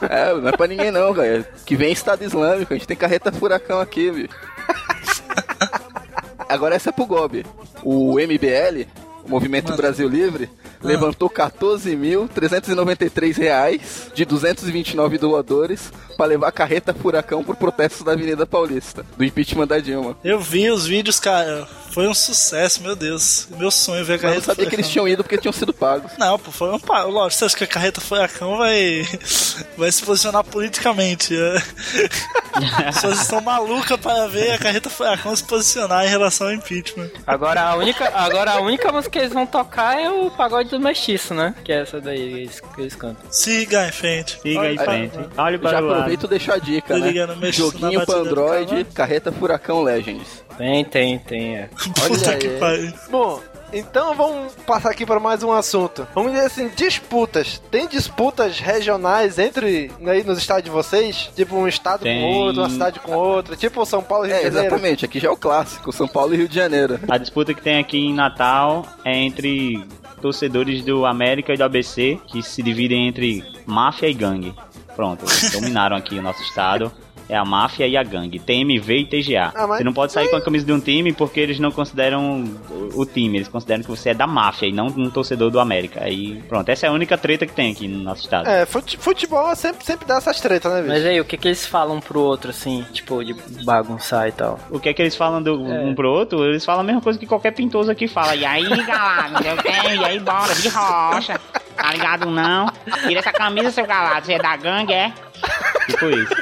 [SPEAKER 7] É, não é pra ninguém não, galera. Que vem Estado Islâmico, a gente tem carreta furacão aqui, viu? Agora essa é pro Gob. O MBL, o Movimento Brasil
[SPEAKER 3] Ah.
[SPEAKER 7] Livre, levantou 14.393 reais de 229 doadores pra levar a carreta furacão pro protesto da Avenida Paulista, do impeachment da Dilma.
[SPEAKER 3] Eu vi os vídeos, cara. Foi um sucesso, meu Deus. Meu sonho é ver a
[SPEAKER 7] Mas
[SPEAKER 3] carreta.
[SPEAKER 7] não sabia que eles
[SPEAKER 3] furacão.
[SPEAKER 7] tinham ido porque tinham sido pagos.
[SPEAKER 3] Não, pô, foi um pa... Lógico, você acha que a carreta furacão vai, [laughs] vai se posicionar politicamente? é? As pessoas estão malucas para ver a carreta furacão se posicionar em relação ao impeachment.
[SPEAKER 5] Agora a única, agora a única música que eles vão tocar é o pagode do mestiço, né? Que é essa daí que eles, que eles cantam.
[SPEAKER 3] Siga em frente. [laughs]
[SPEAKER 4] Siga em
[SPEAKER 3] Olha,
[SPEAKER 4] frente.
[SPEAKER 5] é,
[SPEAKER 4] Olha
[SPEAKER 7] Já
[SPEAKER 4] para o lado.
[SPEAKER 7] aproveito e deixo a dica,
[SPEAKER 3] Tô
[SPEAKER 7] né?
[SPEAKER 3] ligando, mexo na
[SPEAKER 7] Joguinho pra
[SPEAKER 3] batida do né?
[SPEAKER 7] Android,
[SPEAKER 3] cavalo.
[SPEAKER 7] carreta furacão Legends.
[SPEAKER 5] Tem, tem, tem. É.
[SPEAKER 3] Puta
[SPEAKER 7] Olha
[SPEAKER 3] que
[SPEAKER 7] aí.
[SPEAKER 3] pariu.
[SPEAKER 6] Bom, então vamos passar aqui para mais um assunto. Vamos dizer assim, disputas. Tem disputas regionais entre né, aí nos estados de vocês? Tipo um estado
[SPEAKER 4] Tem.
[SPEAKER 6] com outro, uma cidade com outra, tipo São Paulo e Rio
[SPEAKER 7] É,
[SPEAKER 6] de Janeiro.
[SPEAKER 7] exatamente, aqui já é o clássico, São Paulo e Rio de Janeiro.
[SPEAKER 4] A disputa que tem aqui em Natal é entre torcedores do América e do ABC, que se dividem entre máfia e gangue. Pronto, eles dominaram aqui o nosso estado. É a máfia e a gangue, TMV e TGA.
[SPEAKER 6] Ah, mas-
[SPEAKER 4] Você não pode sair com a camisa de um time porque eles não consideram o- o time, eles consideram que você é da máfia e não um torcedor do América. Aí, pronto, essa é a única treta que tem aqui no nosso estado.
[SPEAKER 6] É, fute- futebol sempre, sempre dá essas tretas, né, bicho?
[SPEAKER 5] Mas aí, o que, que eles falam pro outro, assim, tipo, de bagunçar e tal?
[SPEAKER 4] O que é que eles falam do, um pro outro? Eles falam a mesma coisa que qualquer pintoso aqui fala.
[SPEAKER 5] [laughs]
[SPEAKER 4] E aí, galado, não sei o quê, e aí, bora, de rocha. Tá ligado, não? Tira essa camisa, seu galado, você é da gangue, é? Tipo isso.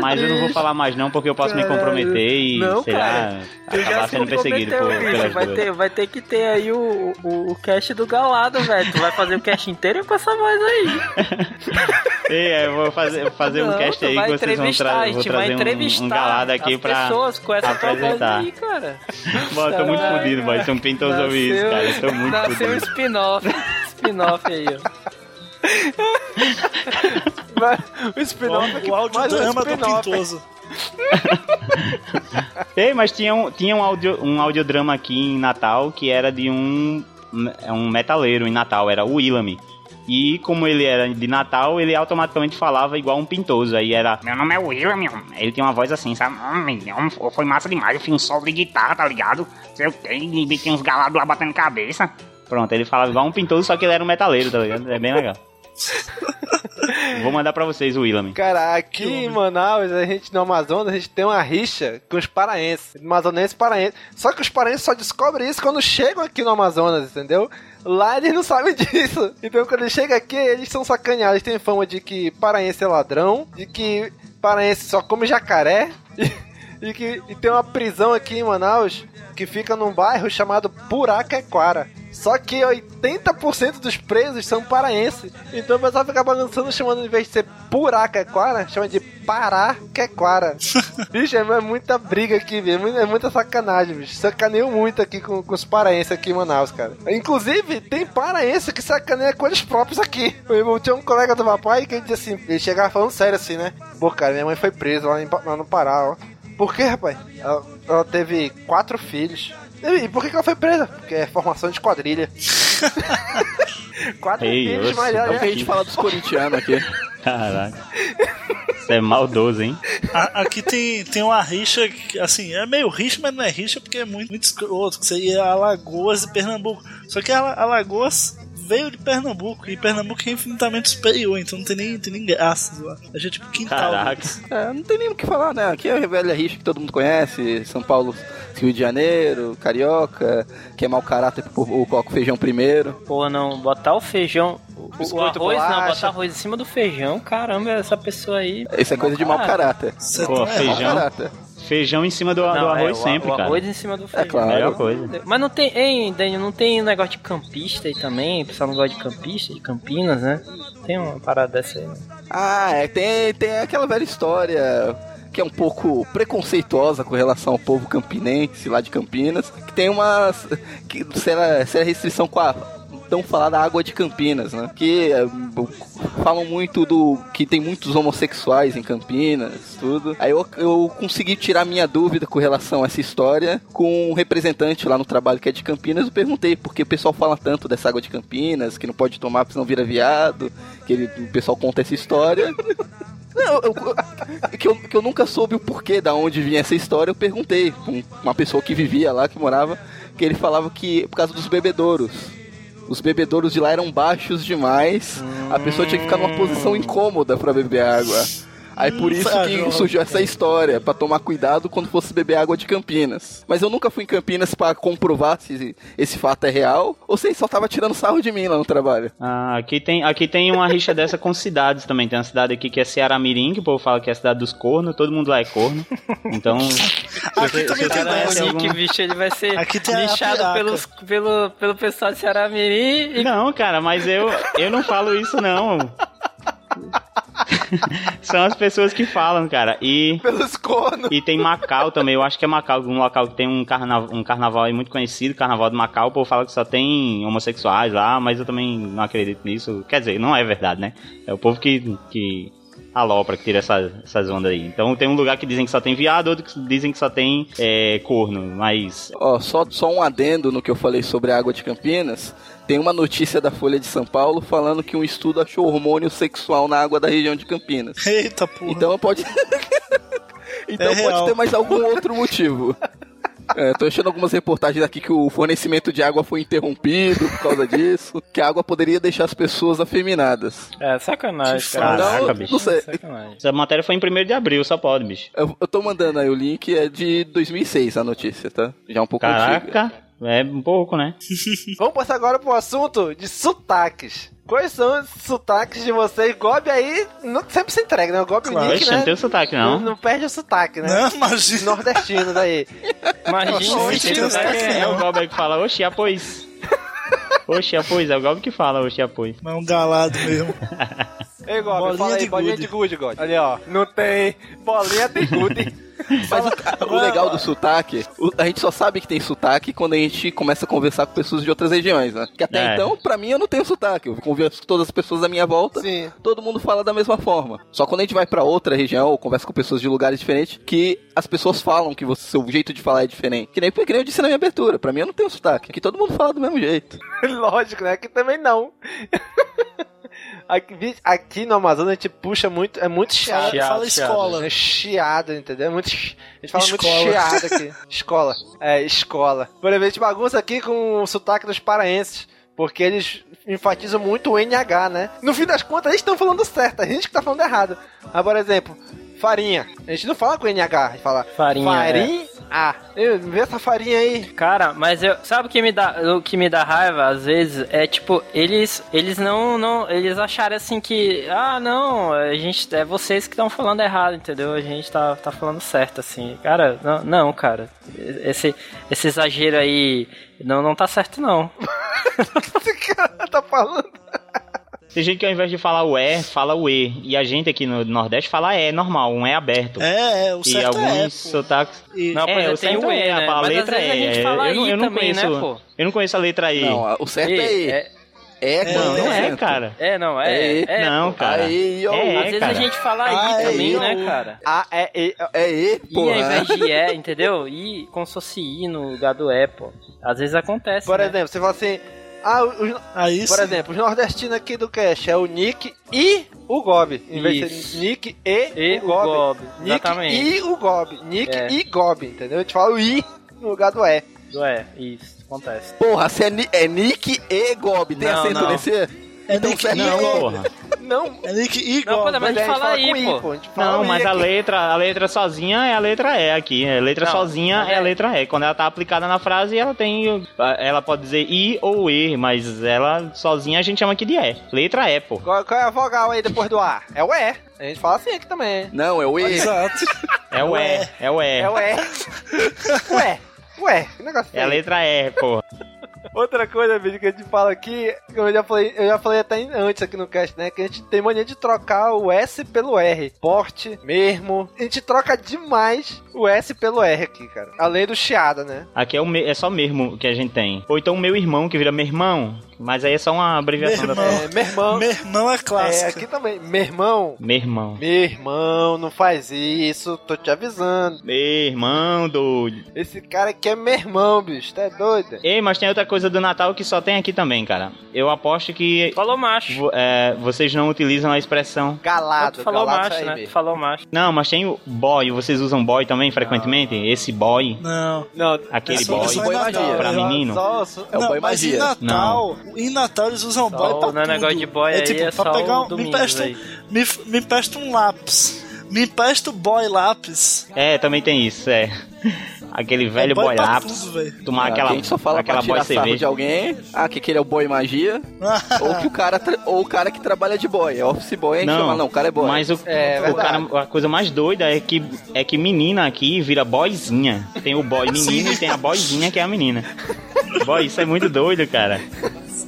[SPEAKER 4] Mas eu não vou falar mais não, porque eu posso me comprometer e,
[SPEAKER 5] Ah, Não,
[SPEAKER 4] sei lá,
[SPEAKER 5] cara.
[SPEAKER 4] acabar sendo perseguido por, pelas
[SPEAKER 5] um vai,
[SPEAKER 4] duas.
[SPEAKER 5] ter, vai ter que ter aí o, o, o cast do Galado, velho. Tu vai fazer o cast inteiro com essa voz aí.
[SPEAKER 4] Ei, é, eu vou fazer, vou fazer um
[SPEAKER 5] Não,
[SPEAKER 4] cast
[SPEAKER 5] tu
[SPEAKER 4] aí
[SPEAKER 5] vai
[SPEAKER 4] que vocês vão
[SPEAKER 5] entrevistar, a
[SPEAKER 4] trazer. Vou
[SPEAKER 5] gente vai
[SPEAKER 4] trazer um-
[SPEAKER 5] entrevistar
[SPEAKER 4] um, galado aqui
[SPEAKER 5] as
[SPEAKER 4] pra.
[SPEAKER 5] pessoas com essa tua voz
[SPEAKER 4] apresentar.
[SPEAKER 5] aí, cara.
[SPEAKER 4] Bom, eu tô muito
[SPEAKER 5] Caraca.
[SPEAKER 4] fodido, vai. São um pintoso ouvir isso, cara. Eu tô muito
[SPEAKER 5] nasceu um
[SPEAKER 4] fodido.
[SPEAKER 5] spin-off. Spin-off aí, ó.
[SPEAKER 6] Mas o spin-off é que
[SPEAKER 3] O áudio
[SPEAKER 6] mais um
[SPEAKER 3] drama do
[SPEAKER 6] spin-off.
[SPEAKER 3] Pintoso.
[SPEAKER 4] Ei, mas tinha um, tinha um, audio, um audiodrama aqui em Natal que era de um, é um metaleiro em Natal, era o Willamy. E como ele era de Natal, ele automaticamente falava igual um pintoso. Aí era.
[SPEAKER 8] Meu nome é William, meu. Ele tem uma voz assim, sabe? Hum, hum, Foi massa demais. Eu fiz um solo de guitarra, tá ligado? Eu tenho, e tinha uns galados lá batendo cabeça.
[SPEAKER 4] Pronto, ele falava igual um pintoso, só que ele era um metaleiro, tá ligado? É bem
[SPEAKER 7] [laughs]
[SPEAKER 4] legal. Vou mandar pra vocês o Willamy.
[SPEAKER 6] Cara, aqui em Manaus, a gente no Amazonas, a gente tem uma rixa com os paraenses. Amazonenses e paraenses. Só que os paraenses só descobrem isso
[SPEAKER 2] [laughs]
[SPEAKER 6] quando chegam aqui no Amazonas, entendeu? Lá eles não sabem [laughs] disso. Então quando eles chegam aqui, eles são sacaneados. Tem fama de que paraense é ladrão, de que paraense só come jacaré. [laughs] E, que, e tem uma prisão aqui em Manaus que fica num bairro chamado Puraquequara. Só que 80% dos presos são paraenses. Então o pessoal fica balançando, chamando em vez de ser Puraquequara, chama de Paraquequara. bicho, é, é muita briga aqui, bicho. É muita- é muita sacanagem, bicho. Sacaneiam muito aqui com, com os paraenses aqui em Manaus, cara. Inclusive, tem paraense que sacaneia com eles próprios aqui. Eu irmão tinha um colega do meu pai que ele dizia assim, ele chegava falando sério assim, né? Pô, cara, minha mãe foi presa lá, em Pa- lá no Pará, ó. Por quê, rapaz? Ela, ela teve quatro filhos. E, e por que, que ela foi presa? Porque é formação de quadrilha. quatro
[SPEAKER 4] Ei,
[SPEAKER 6] filhos,
[SPEAKER 4] oxe, um
[SPEAKER 6] mas
[SPEAKER 7] É o que a
[SPEAKER 6] olha,
[SPEAKER 7] gente fala dos corintianos aqui.
[SPEAKER 4] Caraca. Isso é maldoso, hein?
[SPEAKER 3] A- aqui tem, tem uma rixa, que, assim, é meio rixa, mas não é rixa porque é muito, muito escroto. Que seria Alagoas e Pernambuco. Só que Ala- Alagoas veio de Pernambuco e Pernambuco é infinitamente superior, então não tem nem, tem nem graça. zoar. A gente é tipo quintal.
[SPEAKER 4] Caraca.
[SPEAKER 7] [laughs] É, não tem nem o que falar, né? Aqui é a velha rixa que todo mundo conhece, São Paulo, Rio de Janeiro, Carioca, que é mau caráter porque o o coloca o feijão primeiro.
[SPEAKER 5] Pô, não, botar o feijão. O, o
[SPEAKER 6] Biscoito,
[SPEAKER 5] arroz, não,
[SPEAKER 6] bolacha.
[SPEAKER 5] botar arroz em cima do feijão, caramba, essa pessoa aí.
[SPEAKER 7] Isso é coisa de mau caráter.
[SPEAKER 3] Você
[SPEAKER 4] Pô,
[SPEAKER 3] tá
[SPEAKER 7] Mau
[SPEAKER 3] errado.
[SPEAKER 4] Feijão?
[SPEAKER 7] caráter.
[SPEAKER 4] Feijão em cima do, do
[SPEAKER 5] Não, é,
[SPEAKER 4] arroz
[SPEAKER 5] o-
[SPEAKER 4] sempre,
[SPEAKER 5] o
[SPEAKER 4] cara.
[SPEAKER 5] Arroz em cima do feijão.
[SPEAKER 7] claro.
[SPEAKER 4] Melhor coisa.
[SPEAKER 5] Mas não tem, hein, Daniel, não tem negócio de campista aí também? O pessoal não gosta de campista, de Campinas, né? Tem uma parada dessa aí. né?
[SPEAKER 7] Ah, é, tem, tem aquela velha história que é um pouco preconceituosa com relação ao povo campinense lá de Campinas, que tem uma que será, será restrição com a tão falada água de Campinas, né? Que é, b- falam muito do que tem muitos homossexuais em Campinas, tudo. Aí eu, eu consegui tirar minha dúvida com relação a essa história com um representante lá no trabalho que é de Campinas, eu perguntei porque o pessoal fala tanto dessa água de Campinas, que não pode tomar porque senão vira viado, que ele- o pessoal conta essa história. Não, eu- eu- que, eu, que eu nunca soube o porquê da onde vinha essa história, eu perguntei pra um- uma pessoa que vivia lá, que morava, que ele falava que por causa dos bebedouros. Os bebedouros de lá eram baixos demais, a pessoa tinha que ficar numa posição incômoda pra beber água. Aí por isso que surgiu essa história, pra tomar cuidado quando fosse beber água de Campinas. Mas eu nunca fui em Campinas pra comprovar se esse fato é real, ou se ele só tava tirando sarro de mim lá no trabalho.
[SPEAKER 4] Ah, aqui tem, aqui tem uma rixa dessa com cidades também. Tem uma cidade aqui que é Ceará Mirim, que o povo fala que é a cidade dos cornos, todo mundo lá é corno.
[SPEAKER 5] [laughs]
[SPEAKER 4] Então,
[SPEAKER 3] Aqui também tem
[SPEAKER 5] Caralho,
[SPEAKER 3] dessa.
[SPEAKER 4] tem
[SPEAKER 5] Nick,
[SPEAKER 4] algum-
[SPEAKER 5] bicho, ele vai ser
[SPEAKER 3] Aqui tem a
[SPEAKER 5] lixado
[SPEAKER 3] piraca.
[SPEAKER 5] pelos, pelo, pelo pessoal de Ceará Mirim e
[SPEAKER 4] não, cara, mas eu, eu não falo isso
[SPEAKER 5] [laughs]
[SPEAKER 4] não. São as pessoas que falam, cara. E
[SPEAKER 6] pelos cornos.
[SPEAKER 4] E tem Macau também, eu acho que é Macau, um local que tem um, carna um carnaval aí muito conhecido, Carnaval de Macau, o povo fala que só tem homossexuais lá, mas eu também não acredito nisso. Quer dizer, não é verdade, né? É o povo que, que alopra, que tira essas, essas ondas aí. Então tem um lugar que dizem que só tem viado, outro que dizem que só tem é, corno, mas...
[SPEAKER 7] Ó, só, só um adendo no que eu falei sobre a água de Campinas. Tem uma notícia da Folha de São Paulo falando que um estudo achou hormônio sexual na água da região de Campinas.
[SPEAKER 3] Eita porra.
[SPEAKER 7] Então pode. [laughs] então
[SPEAKER 3] É
[SPEAKER 7] pode
[SPEAKER 3] real.
[SPEAKER 7] ter mais algum outro motivo. É, tô achando algumas reportagens aqui que o fornecimento de água foi interrompido por causa disso. Que a água poderia deixar as pessoas afeminadas.
[SPEAKER 5] É, sacanagem, cara.
[SPEAKER 4] Caraca,
[SPEAKER 7] Então,
[SPEAKER 4] bicho.
[SPEAKER 7] não sei.
[SPEAKER 5] Sacanagem.
[SPEAKER 4] Essa matéria foi em 1 de abril, só pode, bicho.
[SPEAKER 7] Eu, eu tô mandando aí o link, é de 2006 a notícia, tá? Já um pouco antiga.
[SPEAKER 4] Caraca, é um pouco, né?
[SPEAKER 6] Vamos passar agora pro assunto de sotaques. Quais são os sotaques de vocês? Gob aí não, sempre se entrega, né? O Gob e o
[SPEAKER 3] Claro.
[SPEAKER 6] Nick,
[SPEAKER 4] Oxe, não
[SPEAKER 6] né?
[SPEAKER 4] tem o sotaque,
[SPEAKER 6] Não,
[SPEAKER 4] não.
[SPEAKER 6] não perde o sotaque, né?
[SPEAKER 3] Não, imagina.
[SPEAKER 6] Nordestino daí.
[SPEAKER 5] Imagina
[SPEAKER 3] Oxe,
[SPEAKER 5] se
[SPEAKER 3] Deus,
[SPEAKER 5] tivesse-
[SPEAKER 3] tá-
[SPEAKER 4] É, é o Gober que fala, oxi,
[SPEAKER 6] [laughs]
[SPEAKER 4] apois. Oxi, apois, é o Gober que fala, oxi, apois.
[SPEAKER 3] Mas é um galado mesmo.
[SPEAKER 6] Ei, Gob,
[SPEAKER 3] Bolinha
[SPEAKER 6] fala aí,
[SPEAKER 3] de
[SPEAKER 6] bolinha
[SPEAKER 3] gude.
[SPEAKER 6] de gude, God. Olha, ó. Não tem bolinha de gude.
[SPEAKER 7] Mas o, o legal do sotaque, o- a gente só sabe que tem sotaque quando a gente começa a conversar com pessoas de outras regiões, né? Que até
[SPEAKER 4] É.
[SPEAKER 7] então, pra mim, eu não tenho sotaque. Eu converso com todas as pessoas da minha volta,
[SPEAKER 6] Sim.
[SPEAKER 7] todo mundo fala da mesma forma. Só quando a gente vai pra outra região ou conversa com pessoas de lugares diferentes, que as pessoas falam que o seu jeito de falar é diferente. Que nem, que nem eu disse na minha abertura, pra mim eu não tenho sotaque. Que todo mundo fala do mesmo jeito.
[SPEAKER 6] [laughs] Lógico, né? Aqui também não. [laughs] Aqui, vi- aqui no Amazonas a gente puxa muito, é
[SPEAKER 3] [laughs]
[SPEAKER 6] muito
[SPEAKER 3] Fala,
[SPEAKER 6] chiado.
[SPEAKER 5] Chiado,
[SPEAKER 3] fala
[SPEAKER 5] chiado.
[SPEAKER 3] escola.
[SPEAKER 6] É chiado, entendeu? É Muito, chi- a gente fala
[SPEAKER 3] Escola.
[SPEAKER 6] muito chiado aqui. [laughs] escola. É, escola. Por exemplo, a gente bagunça aqui com o sotaque dos paraenses. Porque eles enfatizam muito o NH, né? No fim das contas, eles estão falando certo, a gente que tá falando errado. Mas, por exemplo, farinha. A gente não fala com NH, a gente fala
[SPEAKER 5] Farinha. é.
[SPEAKER 6] farinha. Eu- Vê essa farinha aí.
[SPEAKER 5] Cara, mas eu, sabe o que me dá, o que me dá raiva às vezes é tipo, eles eles não não, eles acharem assim que, ah, não, a gente é vocês que estão falando errado, entendeu? A gente tá, tá falando certo assim. Cara, não, não, cara. Esse esse exagero aí não não tá certo não.
[SPEAKER 6] que esse cara tá falando?
[SPEAKER 4] Tem gente que ao invés de falar o E, fala o E. E a gente aqui no Nordeste fala E, normal, um E aberto.
[SPEAKER 3] É, é, o
[SPEAKER 4] e
[SPEAKER 3] certo é,
[SPEAKER 4] alguns
[SPEAKER 3] pô.
[SPEAKER 4] sotaques.
[SPEAKER 3] E-
[SPEAKER 4] Não,
[SPEAKER 5] pois
[SPEAKER 4] é,
[SPEAKER 5] é, tem
[SPEAKER 4] o certo
[SPEAKER 5] o
[SPEAKER 4] é,
[SPEAKER 5] E, né?
[SPEAKER 4] a
[SPEAKER 5] Mas às
[SPEAKER 4] letra
[SPEAKER 5] vezes a
[SPEAKER 4] é.
[SPEAKER 5] gente fala
[SPEAKER 4] eu, não,
[SPEAKER 5] I
[SPEAKER 4] eu não
[SPEAKER 5] também, né,
[SPEAKER 4] conheço,
[SPEAKER 5] pô?
[SPEAKER 4] Eu não conheço a letra E.
[SPEAKER 7] Não, o certo
[SPEAKER 5] Ei,
[SPEAKER 7] é E. É,
[SPEAKER 5] é,
[SPEAKER 3] Não,
[SPEAKER 4] não é,
[SPEAKER 7] acento.
[SPEAKER 4] cara.
[SPEAKER 5] é, não, é.
[SPEAKER 7] É,
[SPEAKER 5] é,
[SPEAKER 4] não,
[SPEAKER 5] pô.
[SPEAKER 4] cara.
[SPEAKER 7] Aí, ó.
[SPEAKER 4] É,
[SPEAKER 5] Às vezes
[SPEAKER 4] cara.
[SPEAKER 5] a gente fala
[SPEAKER 3] Ah,
[SPEAKER 5] I
[SPEAKER 3] é,
[SPEAKER 5] também,
[SPEAKER 3] eu-
[SPEAKER 5] né, cara?
[SPEAKER 6] A, E, E.
[SPEAKER 7] É E,
[SPEAKER 5] I
[SPEAKER 7] pô.
[SPEAKER 5] ao invés de E, entendeu? I como se fosse I no lugar do E, pô. Às vezes acontece.
[SPEAKER 6] Por
[SPEAKER 5] né?
[SPEAKER 6] exemplo, você fala assim. Ah, os,
[SPEAKER 3] Aí
[SPEAKER 6] por
[SPEAKER 3] sim.
[SPEAKER 6] exemplo, os nordestinos aqui do Cash é o Nick e o Gob. Em vez de
[SPEAKER 5] Isso.
[SPEAKER 6] ser Nick e,
[SPEAKER 5] E
[SPEAKER 6] o Gob. Nick
[SPEAKER 5] Exatamente.
[SPEAKER 6] e o Gob. Nick
[SPEAKER 5] É.
[SPEAKER 6] e Gob, entendeu? A gente fala o I no lugar do E.
[SPEAKER 5] Do E, isso, acontece.
[SPEAKER 7] Porra, se é, Ni- é Nick e Gob, tem
[SPEAKER 5] Não,
[SPEAKER 7] acento
[SPEAKER 5] não.
[SPEAKER 7] nesse? E?
[SPEAKER 3] É
[SPEAKER 7] Então,
[SPEAKER 3] Nick
[SPEAKER 7] certo
[SPEAKER 3] e
[SPEAKER 7] é
[SPEAKER 3] Gob. [laughs]
[SPEAKER 4] Porra.
[SPEAKER 6] Não,
[SPEAKER 3] É Nick e
[SPEAKER 5] Não,
[SPEAKER 3] Gob.
[SPEAKER 5] pô, mas a gente fala I,
[SPEAKER 6] com I,
[SPEAKER 5] pô.
[SPEAKER 6] A gente fala
[SPEAKER 4] Não,
[SPEAKER 6] o I
[SPEAKER 4] mas a
[SPEAKER 6] aqui.
[SPEAKER 4] letra, a letra sozinha é a letra E aqui. A letra
[SPEAKER 5] Não,
[SPEAKER 4] sozinha
[SPEAKER 5] mas
[SPEAKER 4] é a
[SPEAKER 5] é.
[SPEAKER 4] letra E. Quando ela tá aplicada na frase, ela tem. Ela pode dizer I ou E, mas ela sozinha a gente chama aqui de E. Letra E, pô.
[SPEAKER 6] Qual, qual é a vogal aí depois do A? É o E. A gente fala assim aqui também.
[SPEAKER 7] Não, é o E.
[SPEAKER 3] Exato.
[SPEAKER 4] É o E, é o
[SPEAKER 6] É,
[SPEAKER 4] E.
[SPEAKER 6] o E. Ué. Ué, que negócio
[SPEAKER 4] É a
[SPEAKER 6] feio.
[SPEAKER 4] letra E, pô.
[SPEAKER 6] Outra coisa, bicho, que a gente fala aqui, que eu já falei, eu já falei até antes aqui no cast, né? Que a gente tem mania de trocar o S pelo R. Porte, mesmo. A gente troca demais o S pelo R aqui, cara. Além do chiada, né?
[SPEAKER 4] Aqui é, o me- é só mesmo que a gente tem. Ou então meu irmão, que vira meu irmão. Mas aí é só uma abreviação
[SPEAKER 3] Meu
[SPEAKER 4] da
[SPEAKER 3] irmão.
[SPEAKER 4] frase.
[SPEAKER 6] É, meu irmão.
[SPEAKER 3] Meu irmão é
[SPEAKER 6] É,
[SPEAKER 3] clássico.
[SPEAKER 6] aqui também. Meu irmão.
[SPEAKER 4] Meu irmão.
[SPEAKER 6] Meu irmão, não faz isso, tô te avisando.
[SPEAKER 4] Meu irmão doido.
[SPEAKER 6] Esse cara aqui é meu irmão, bicho, tá doido?
[SPEAKER 4] Ei, mas tem outra coisa do Natal que só tem aqui também, cara. Eu aposto que
[SPEAKER 5] Falou macho.
[SPEAKER 4] vo- é, vocês não utilizam a expressão.
[SPEAKER 6] Galado,
[SPEAKER 5] Tu falou
[SPEAKER 6] galado
[SPEAKER 5] macho,
[SPEAKER 6] isso aí,
[SPEAKER 5] né? Tu
[SPEAKER 6] bicho.
[SPEAKER 5] falou macho.
[SPEAKER 4] Não, mas tem o boy. Vocês usam boy também frequentemente? Esse boy,
[SPEAKER 3] Não.
[SPEAKER 6] Não,
[SPEAKER 4] aquele
[SPEAKER 3] Essa-
[SPEAKER 4] boy.
[SPEAKER 3] essa
[SPEAKER 7] boy
[SPEAKER 3] Ah. é
[SPEAKER 7] magia.
[SPEAKER 3] Natal.
[SPEAKER 4] Pra
[SPEAKER 3] Eu-
[SPEAKER 4] menino.
[SPEAKER 6] Só, só,
[SPEAKER 7] É o
[SPEAKER 3] não,
[SPEAKER 7] boy
[SPEAKER 3] mas em
[SPEAKER 7] magia.
[SPEAKER 3] Natal, em Natal eles usam boy pra
[SPEAKER 5] Não é
[SPEAKER 3] tudo.
[SPEAKER 5] negócio de boy
[SPEAKER 3] é
[SPEAKER 5] aí,
[SPEAKER 3] tipo,
[SPEAKER 5] é só
[SPEAKER 3] pra pegar
[SPEAKER 5] o
[SPEAKER 3] um, me
[SPEAKER 5] domingo,
[SPEAKER 3] empresta, um-
[SPEAKER 5] velho.
[SPEAKER 3] me, f- me empresta um lápis. Me empresta o boy lápis.
[SPEAKER 4] É, também tem
[SPEAKER 3] [laughs]
[SPEAKER 4] isso, é. Aquele velho
[SPEAKER 3] é boy,
[SPEAKER 4] boy
[SPEAKER 3] pra
[SPEAKER 4] lápis.
[SPEAKER 3] tudo, velho. [laughs]
[SPEAKER 4] Tomar
[SPEAKER 7] Ah, a
[SPEAKER 4] aquela,
[SPEAKER 7] gente só fala
[SPEAKER 4] aquela
[SPEAKER 7] pra
[SPEAKER 4] boy
[SPEAKER 7] tirar sarro
[SPEAKER 4] cerveja.
[SPEAKER 7] de alguém. Ah, que aquele é o boy magia. ou, que o cara tra- ou o cara que trabalha de boy. É office boy, a gente chama. Não, o cara é boy.
[SPEAKER 4] Mas o,
[SPEAKER 6] É,
[SPEAKER 4] o
[SPEAKER 6] verdade.
[SPEAKER 4] cara, a coisa mais doida é que, é que menina aqui vira boyzinha. Tem o boy menino e tem a boyzinha que é a menina. Boy, isso é muito doido, cara.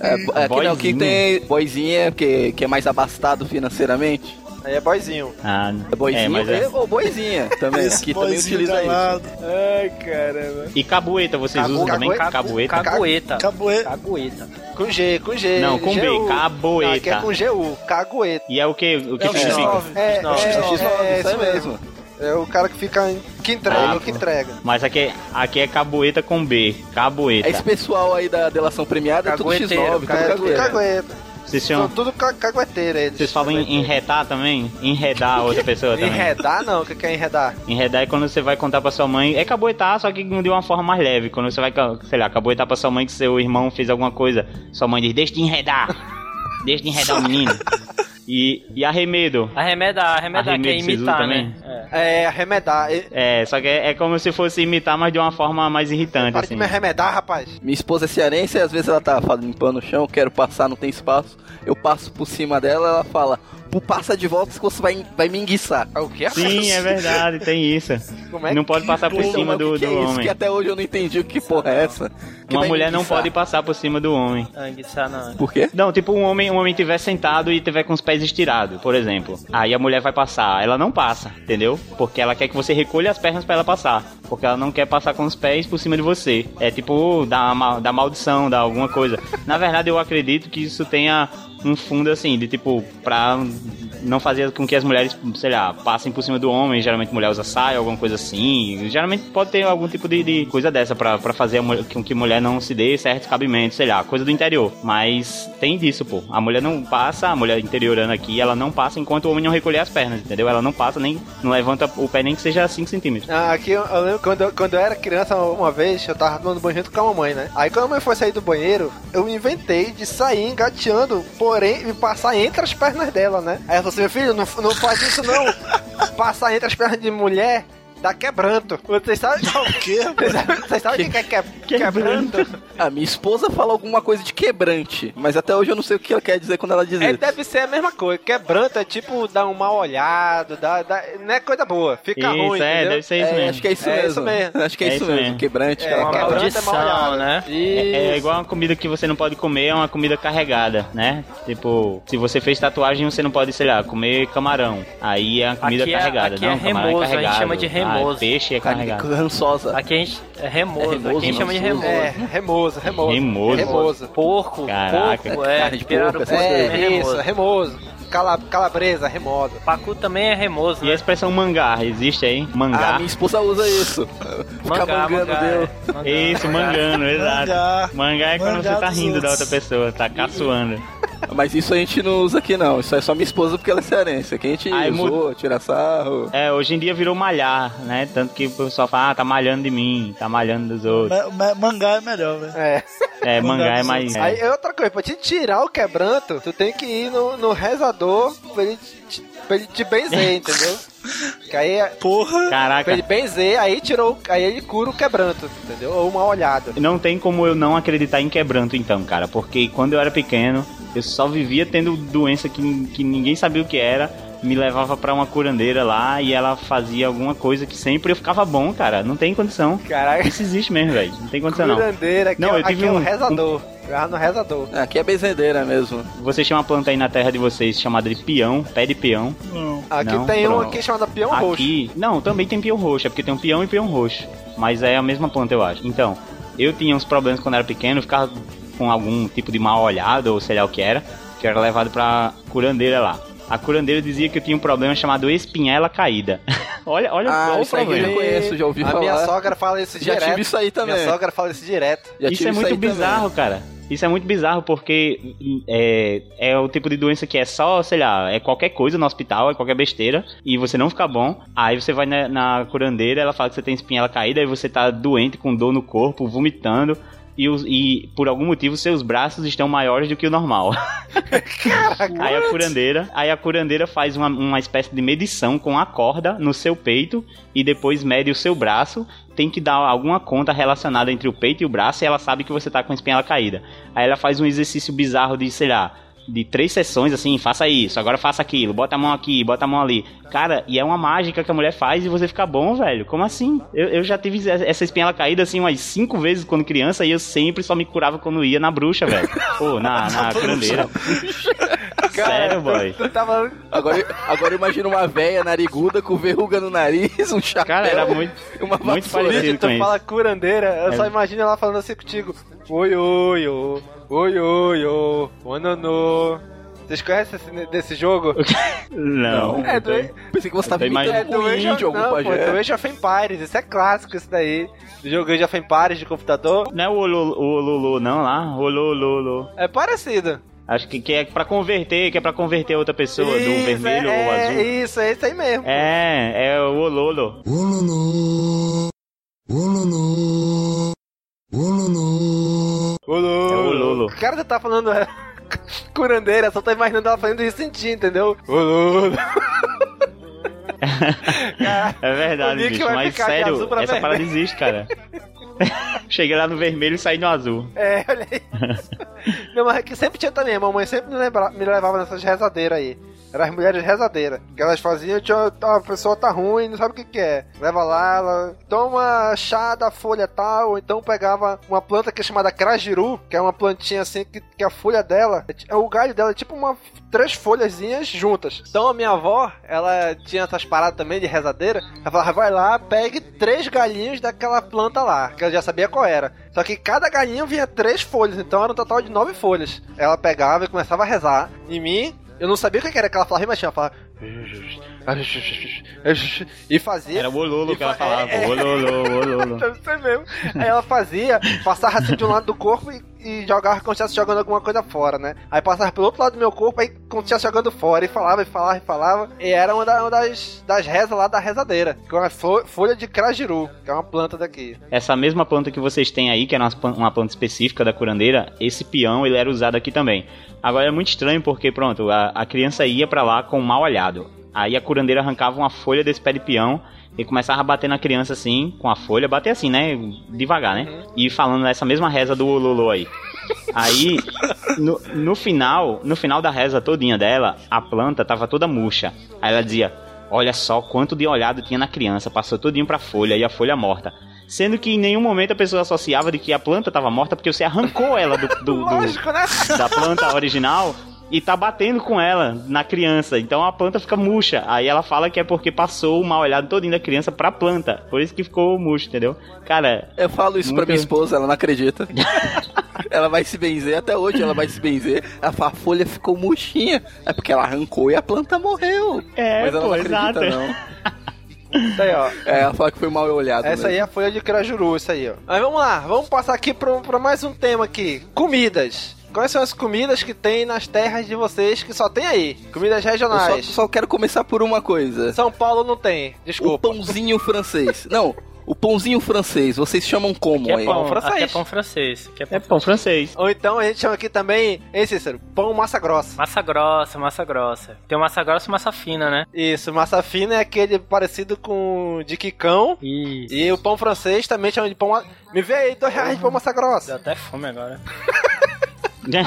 [SPEAKER 7] É, bo- é que não, quem
[SPEAKER 4] boyzinho.
[SPEAKER 7] tem boyzinha, que, que é mais abastado financeiramente.
[SPEAKER 6] aí é boyzinho.
[SPEAKER 4] Ah,
[SPEAKER 7] É boyzinha
[SPEAKER 4] é, mas é.
[SPEAKER 7] ou boizinha também.
[SPEAKER 3] Esse
[SPEAKER 7] que É, também
[SPEAKER 3] boyzinho tá
[SPEAKER 7] utiliza isso.
[SPEAKER 3] galado.
[SPEAKER 6] Ai, caramba.
[SPEAKER 4] E cabueta, vocês
[SPEAKER 6] Cabu-
[SPEAKER 4] usam também?
[SPEAKER 6] cabueta?
[SPEAKER 4] Cabueta.
[SPEAKER 5] Cagueta.
[SPEAKER 3] Cabueta.
[SPEAKER 5] Cagueta.
[SPEAKER 6] Com G, com G.
[SPEAKER 4] Não, com B,
[SPEAKER 6] GU. Não, aqui é
[SPEAKER 4] caboeta.
[SPEAKER 6] com GU, cagueta.
[SPEAKER 4] E é o que? O que
[SPEAKER 3] É o
[SPEAKER 4] significa?
[SPEAKER 3] X9.
[SPEAKER 6] É,
[SPEAKER 5] Não,
[SPEAKER 6] é,
[SPEAKER 7] É,
[SPEAKER 6] é,
[SPEAKER 7] X9,
[SPEAKER 6] é,
[SPEAKER 7] isso é
[SPEAKER 6] isso mesmo.
[SPEAKER 7] mesmo.
[SPEAKER 6] É o cara que fica. em- que entrega,
[SPEAKER 4] Ah,
[SPEAKER 6] o que
[SPEAKER 4] pô.
[SPEAKER 6] entrega.
[SPEAKER 4] Mas aqui, aqui é caboeta com B.
[SPEAKER 7] É Esse
[SPEAKER 4] Caboeta.
[SPEAKER 7] pessoal aí da delação premiada é tudo
[SPEAKER 5] Cagueteiro,
[SPEAKER 7] X9, tudo
[SPEAKER 6] É, tudo
[SPEAKER 7] cagueiro.
[SPEAKER 6] cagueta.
[SPEAKER 4] Vocês,
[SPEAKER 6] São
[SPEAKER 4] chamam,
[SPEAKER 6] tudo ca cagueteiro é eles.
[SPEAKER 4] um- vocês falam em enredar também? Enredar a outra
[SPEAKER 7] [laughs]
[SPEAKER 4] pessoa também.
[SPEAKER 6] Enredar não, o que que é enredar?
[SPEAKER 4] Enredar é quando você vai contar pra sua mãe. É caboetar, só que de uma forma mais leve. Quando você vai, ca- sei lá, caboetar pra sua mãe que seu irmão fez alguma coisa. Sua mãe diz, deixa de enredar. deixa de enredar o menino. E, e arremedo.
[SPEAKER 5] Arremedar, arremedar, que é
[SPEAKER 4] Arremedo, vocês
[SPEAKER 5] imitar,
[SPEAKER 4] usam
[SPEAKER 5] né? É.
[SPEAKER 6] É, arremedar. É,
[SPEAKER 4] É, só que é, é como se fosse imitar, mas de uma forma mais irritante,
[SPEAKER 6] para de
[SPEAKER 4] assim.
[SPEAKER 6] me arremedar, rapaz.
[SPEAKER 7] Minha esposa é cearense e às vezes ela tá fala, limpando o chão, quero passar, não tem espaço. Eu passo por cima dela, ela fala, "Pô, passa de volta, senão você vai, vai me enguiçar.
[SPEAKER 6] É o quê?
[SPEAKER 4] Sim, é verdade, tem isso.
[SPEAKER 6] Como é
[SPEAKER 4] não pode passar por
[SPEAKER 7] Pô,
[SPEAKER 4] cima
[SPEAKER 7] mas o
[SPEAKER 4] do,
[SPEAKER 7] que que
[SPEAKER 4] do
[SPEAKER 7] é isso?
[SPEAKER 4] homem.
[SPEAKER 7] Que até hoje eu não entendi o que porra é essa. Que
[SPEAKER 4] Uma
[SPEAKER 7] vai me
[SPEAKER 4] mulher não
[SPEAKER 7] enguiçar.
[SPEAKER 4] pode passar por cima do homem.
[SPEAKER 5] Anguissar, não.
[SPEAKER 7] Por quê?
[SPEAKER 4] Não, tipo um homem, um homem tiver sentado e tiver com os pés estirados, por exemplo. Aí a mulher vai passar, ela não passa, entendeu? Porque ela quer que você recolha as pernas pra ela passar, porque ela não quer passar com os pés por cima de você. É tipo da ma- da maldição, da alguma coisa. Na verdade, eu acredito que isso tenha um fundo assim de tipo pra não fazer com que as mulheres, sei lá, passem por cima do homem. Geralmente mulher usa saia, alguma coisa assim. Geralmente pode ter algum tipo de, de coisa dessa pra, pra fazer a mulher- com que mulher não se dê certos cabimentos, sei lá, coisa do interior. Mas tem disso, pô. A mulher não passa, a mulher interiorando aqui, ela não passa enquanto o homem não recolher as pernas, entendeu? Ela não passa, nem não levanta o pé nem que seja 5 centímetros.
[SPEAKER 6] Ah, aqui eu, eu lembro quando, eu- quando eu era criança uma vez, eu tava tomando banho junto com a mamãe, né? Aí quando a mamãe foi sair do banheiro, eu inventei de sair engateando, porém me passar entre as pernas dela, né? Aí ela falou assim: meu filho, não, não faz isso não. Passar entre as pernas de mulher dá quebranto. Vocês sabem qual-
[SPEAKER 3] O quê?
[SPEAKER 6] [laughs] vocês sabem- vocês sabem o que é que- quebranto?
[SPEAKER 7] A minha esposa fala alguma coisa de quebrante, mas até hoje eu não sei o que ela quer dizer quando ela diz
[SPEAKER 6] É,
[SPEAKER 7] isso.
[SPEAKER 6] deve ser a mesma coisa. Quebranto é tipo dar um mal olhado, dá, dá- não é coisa boa, fica
[SPEAKER 4] Isso,
[SPEAKER 6] ruim.
[SPEAKER 4] é,
[SPEAKER 6] entendeu?
[SPEAKER 4] deve ser isso
[SPEAKER 7] É,
[SPEAKER 4] mesmo.
[SPEAKER 7] acho que é isso,
[SPEAKER 6] É
[SPEAKER 7] mesmo.
[SPEAKER 6] isso mesmo.
[SPEAKER 7] Acho que é, isso mesmo. Quebrante.
[SPEAKER 6] É,
[SPEAKER 7] que ela fala.
[SPEAKER 6] quebrante.
[SPEAKER 5] Maldição, né?
[SPEAKER 4] É, é igual uma comida que você não pode comer, é uma comida carregada, né? Tipo, se você fez tatuagem, você não pode, sei lá, comer camarão. Aí é uma comida
[SPEAKER 5] Aqui é-
[SPEAKER 4] carregada,
[SPEAKER 5] aqui
[SPEAKER 4] não?
[SPEAKER 5] é remoso,
[SPEAKER 4] camarão é
[SPEAKER 5] a gente
[SPEAKER 4] carregado.
[SPEAKER 5] chama de remoso.
[SPEAKER 4] Ah, peixe é
[SPEAKER 7] Carne
[SPEAKER 4] carregado.
[SPEAKER 7] rançosa.
[SPEAKER 5] Aqui a gente é
[SPEAKER 7] É
[SPEAKER 5] remoso,
[SPEAKER 7] remoso,
[SPEAKER 5] aqui a gente chama de
[SPEAKER 7] não,
[SPEAKER 5] remoso.
[SPEAKER 6] É, remoso, remoso.
[SPEAKER 4] É Remoso.
[SPEAKER 6] Remoso.
[SPEAKER 5] Porco,
[SPEAKER 4] Caraca,
[SPEAKER 5] porco, é,
[SPEAKER 7] carne de
[SPEAKER 5] pirarucu
[SPEAKER 7] porco, essas
[SPEAKER 5] também
[SPEAKER 6] É,
[SPEAKER 5] é
[SPEAKER 6] isso,
[SPEAKER 5] remoso.
[SPEAKER 6] remoso. Cala- calabresa, remoso.
[SPEAKER 5] Pacu também é remoso,
[SPEAKER 4] E a
[SPEAKER 5] né?
[SPEAKER 4] expressão mangá, existe aí?
[SPEAKER 7] Ah,
[SPEAKER 4] Mangá.
[SPEAKER 7] minha esposa usa
[SPEAKER 4] [laughs]
[SPEAKER 7] isso. Ficar mangando deu.
[SPEAKER 5] é. Mangá.
[SPEAKER 4] Isso, mangano, exato.
[SPEAKER 3] Mangá.
[SPEAKER 4] Mangá é quando
[SPEAKER 3] Mangá
[SPEAKER 4] você tá
[SPEAKER 3] dos
[SPEAKER 4] rindo da
[SPEAKER 3] outros.
[SPEAKER 4] outra pessoa, tá caçoando.
[SPEAKER 7] Mas isso a gente não usa aqui não. Isso é só minha esposa porque ela é cearense. Aqui a gente
[SPEAKER 4] Ai,
[SPEAKER 7] usou, tira sarro.
[SPEAKER 4] É, hoje em dia virou malhar, né? Tanto que o pessoal fala, ah, tá malhando de mim, tá malhando dos outros.
[SPEAKER 3] Ma- ma- mangá é melhor, velho.
[SPEAKER 6] É.
[SPEAKER 4] É,
[SPEAKER 3] Mangá
[SPEAKER 4] mangá é
[SPEAKER 3] dos
[SPEAKER 4] mais.
[SPEAKER 3] outros.
[SPEAKER 4] é.
[SPEAKER 6] Aí é outra coisa, pra te tirar o quebranto, tu tem que ir no, no rezador pra ele, te, pra ele te benzer, entendeu? Que aí é-
[SPEAKER 3] Porra.
[SPEAKER 6] pra ele
[SPEAKER 4] Caraca,
[SPEAKER 6] benzer, aí tirou, aí ele cura o quebranto, entendeu? Ou uma olhada.
[SPEAKER 4] não tem como eu não acreditar em quebranto então, cara. Porque quando eu era pequeno, eu só vivia tendo doença que, que ninguém sabia o que era. Me levava pra uma curandeira lá e ela fazia alguma coisa que sempre eu ficava bom, cara. Não tem condição.
[SPEAKER 6] Caraca,
[SPEAKER 4] Isso existe mesmo, velho. Não tem condição não.
[SPEAKER 6] curandeira, aqui,
[SPEAKER 4] Não,
[SPEAKER 6] é-
[SPEAKER 4] eu tive
[SPEAKER 6] aqui é o
[SPEAKER 4] um-
[SPEAKER 6] rezador. Já no rezador.
[SPEAKER 7] É, Aqui é bezendeira mesmo.
[SPEAKER 4] Vocês tinham uma planta aí na terra de vocês chamada de peão, pé de peão.
[SPEAKER 3] Não.
[SPEAKER 6] Aqui
[SPEAKER 4] Não,
[SPEAKER 6] tem um
[SPEAKER 4] pronto.
[SPEAKER 6] aqui chamado peão roxo.
[SPEAKER 4] aqui, não, também tem peão roxo, é porque tem um peão e peão roxo. Mas é a mesma planta, eu acho. Então, eu tinha uns problemas quando era pequeno, eu ficava com algum tipo de mal olhado, ou sei lá o que era, que eu era levado pra curandeira lá. A curandeira dizia que eu tinha um problema chamado espinhela caída. [laughs] olha, olha,
[SPEAKER 7] Ah,
[SPEAKER 4] olha o
[SPEAKER 7] isso aí eu
[SPEAKER 4] problema.
[SPEAKER 7] já conheço, já ouvi
[SPEAKER 6] a
[SPEAKER 7] falar.
[SPEAKER 6] minha sogra fala isso
[SPEAKER 7] Já
[SPEAKER 6] direto.
[SPEAKER 7] tive isso aí também.
[SPEAKER 6] Minha sogra fala isso direto.
[SPEAKER 7] Já
[SPEAKER 4] Isso
[SPEAKER 7] tive
[SPEAKER 4] é muito
[SPEAKER 7] aí também.
[SPEAKER 4] bizarro, cara. Isso é muito bizarro porque é, é o tipo de doença que é só, sei lá, é qualquer coisa no hospital, é qualquer besteira, e você não fica bom. Aí você vai na, na curandeira, ela fala que você tem espinhela caída, aí você tá doente, com dor no corpo, vomitando, e, os- e por algum motivo seus braços estão maiores do que o normal. [laughs] Aí a curandeira, aí a curandeira faz uma, uma espécie de medição com a corda no seu peito e depois mede o seu braço. Tem que dar alguma conta relacionada entre o peito e o braço e ela sabe que você tá com a espinhela caída. Aí ela faz um exercício bizarro de, sei lá, de três sessões assim, faça isso, agora faça aquilo, bota a mão aqui, bota a mão ali. Cara, e é uma mágica que a mulher faz e você fica bom, velho. Como assim? Eu, eu já tive essa espinhela caída assim umas cinco vezes quando criança e eu sempre só me curava quando ia na bruxa, velho. Ou na, na curandeira. Sério, boy.
[SPEAKER 6] Tu tava
[SPEAKER 7] Agora, agora imagina uma véia nariguda com verruga no nariz, um chapéu.
[SPEAKER 4] Cara, era muito,
[SPEAKER 7] uma
[SPEAKER 4] muito
[SPEAKER 7] vassoura.
[SPEAKER 6] Bicho,
[SPEAKER 4] parecido
[SPEAKER 6] tu
[SPEAKER 4] com isso.
[SPEAKER 6] fala curandeira, eu
[SPEAKER 4] É.
[SPEAKER 6] só imagino ela falando assim contigo. Oi, oi, oi, oi, oi, oi, onanô. Vocês conhecem esse- desse jogo?
[SPEAKER 4] Não.
[SPEAKER 6] É do,
[SPEAKER 7] Pensei que você tava
[SPEAKER 4] Eu tô
[SPEAKER 7] imitando
[SPEAKER 6] é
[SPEAKER 4] imaginando.
[SPEAKER 7] um
[SPEAKER 6] do Age
[SPEAKER 7] índio,
[SPEAKER 6] of,
[SPEAKER 7] algum
[SPEAKER 6] não, pô, é do
[SPEAKER 7] pajé.
[SPEAKER 6] Age of Empires, isso é clássico isso daí. Do jogo Age of Empires de computador.
[SPEAKER 4] Não é o Ololo, Ololo, não lá? Olololo.
[SPEAKER 6] É parecido.
[SPEAKER 4] Acho que, que é pra converter, que é pra converter outra pessoa do
[SPEAKER 6] Isso,
[SPEAKER 4] vermelho
[SPEAKER 6] é,
[SPEAKER 4] ou
[SPEAKER 6] É,
[SPEAKER 4] azul.
[SPEAKER 6] isso, é isso aí mesmo.
[SPEAKER 4] É, é o Ololo.
[SPEAKER 6] Olô.
[SPEAKER 4] É o Lolo.
[SPEAKER 6] O cara já tá falando é, [laughs] curandeira, só tá imaginando ela fazendo isso em ti, entendeu? [laughs] Olô.
[SPEAKER 4] É
[SPEAKER 6] O
[SPEAKER 4] verdade,
[SPEAKER 6] Nick
[SPEAKER 4] bicho.
[SPEAKER 6] vai
[SPEAKER 4] Mas
[SPEAKER 6] ficar de
[SPEAKER 4] sério,
[SPEAKER 6] azul pra
[SPEAKER 4] essa
[SPEAKER 6] vermelho.
[SPEAKER 4] parada existe, cara.
[SPEAKER 6] [laughs]
[SPEAKER 4] Cheguei lá no vermelho e saí no azul.
[SPEAKER 6] É, olha aí. Não, mas que sempre tinha também. A mamãe sempre me, lembra- me levava nessas rezadeiras aí. Eram as mulheres rezadeiras. Que elas faziam, tinha, "Ah, a pessoa tá ruim, não sabe o que que é. Leva lá, ela toma chá da folha tal, ou então pegava uma planta que é chamada crajiru, que é uma plantinha assim, que, que a folha dela, é ti- é o galho dela é tipo uma, três folhazinhas juntas. Então a minha avó, ela tinha essas paradas também de rezadeira, ela falava, vai lá, pegue três galinhos daquela planta lá, que eu já sabia qual era. Só que cada galinho vinha três folhas, então era um total de nove folhas. Ela pegava e começava a rezar em mim. Eu não sabia o que que era que ela falava, mas tinha falava... [laughs] E fazia...
[SPEAKER 4] Era o Ololo que ela
[SPEAKER 6] E fa- é,
[SPEAKER 4] falava.
[SPEAKER 6] é.
[SPEAKER 4] Ololo, Ololo.
[SPEAKER 6] Deve ser mesmo. Aí ela fazia, passava assim de um lado do corpo e, e jogava como se estivesse jogando alguma coisa fora, né? Aí passava pelo outro lado do meu corpo, aí como se estivesse jogando fora, e falava, e falava, e falava. E era uma, da- uma das, das rezas lá da rezadeira, que é uma fo- folha de crajiru, que é uma planta daqui.
[SPEAKER 4] Essa mesma planta que vocês têm aí, que era umas pan- uma planta específica da curandeira, esse peão ele era usado aqui também. Agora é muito estranho porque, pronto, a, a criança ia pra lá com um mal olhado. Aí a curandeira arrancava uma folha desse pé de peão Ele começava a bater na criança assim, com a folha, bater assim, né? Devagar, né? E falando essa mesma reza do Lulu aí. Aí, no, no final, no final da reza todinha dela, a planta tava toda murcha. Aí ela dizia: Olha só quanto de olhado tinha na criança, passou todinho pra folha e a folha morta. Sendo que em nenhum momento a pessoa associava de que a planta tava morta porque você arrancou ela do- do- do,
[SPEAKER 6] Lógico, né?
[SPEAKER 4] da planta original e tá batendo com ela na criança. Então a planta fica murcha. Aí ela fala que é porque passou o mal olhado todinho da criança pra planta. Por isso que ficou murcho, entendeu? Cara,
[SPEAKER 7] Eu falo isso pra
[SPEAKER 4] Muito.
[SPEAKER 7] minha esposa, ela não acredita. [laughs] ela vai se benzer, até hoje ela vai se benzer. Ela fala, a folha ficou murchinha. É porque ela arrancou e a planta morreu.
[SPEAKER 4] É,
[SPEAKER 7] Mas ela
[SPEAKER 4] pô,
[SPEAKER 7] não acredita,
[SPEAKER 4] exato.
[SPEAKER 7] não.
[SPEAKER 6] Tá aí,
[SPEAKER 7] [laughs]
[SPEAKER 6] ó.
[SPEAKER 7] É, ela fala que foi mal olhado. né?
[SPEAKER 6] Essa aí
[SPEAKER 7] mesmo.
[SPEAKER 6] é a folha de Crajuru, isso aí, ó. Mas vamos lá, vamos passar aqui pra, pra mais um tema aqui. Comidas. Quais são as comidas que tem nas terras de vocês que só tem aí? Comidas
[SPEAKER 7] Eu
[SPEAKER 6] regionais.
[SPEAKER 7] só, só quero começar por uma coisa.
[SPEAKER 6] São Paulo não tem,
[SPEAKER 7] O
[SPEAKER 6] desculpa.
[SPEAKER 7] pãozinho francês. Não, o pãozinho francês, vocês chamam como
[SPEAKER 5] Que é
[SPEAKER 7] aí?
[SPEAKER 5] pão,
[SPEAKER 6] francês.
[SPEAKER 5] aqui é pão francês. Aqui é pão
[SPEAKER 4] é pão francês.
[SPEAKER 6] Ou então a gente chama aqui também, hein, Cícero? Pão massa grossa.
[SPEAKER 5] Massa grossa, massa grossa. Tem o massa grossa e massa fina, né?
[SPEAKER 6] Isso, massa fina é aquele parecido com de quicão.
[SPEAKER 5] Ih,
[SPEAKER 6] E o pão francês também chama de pão. ma- Me vê aí, dois reais de pão massa
[SPEAKER 5] deu
[SPEAKER 6] grossa.
[SPEAKER 5] até fome agora.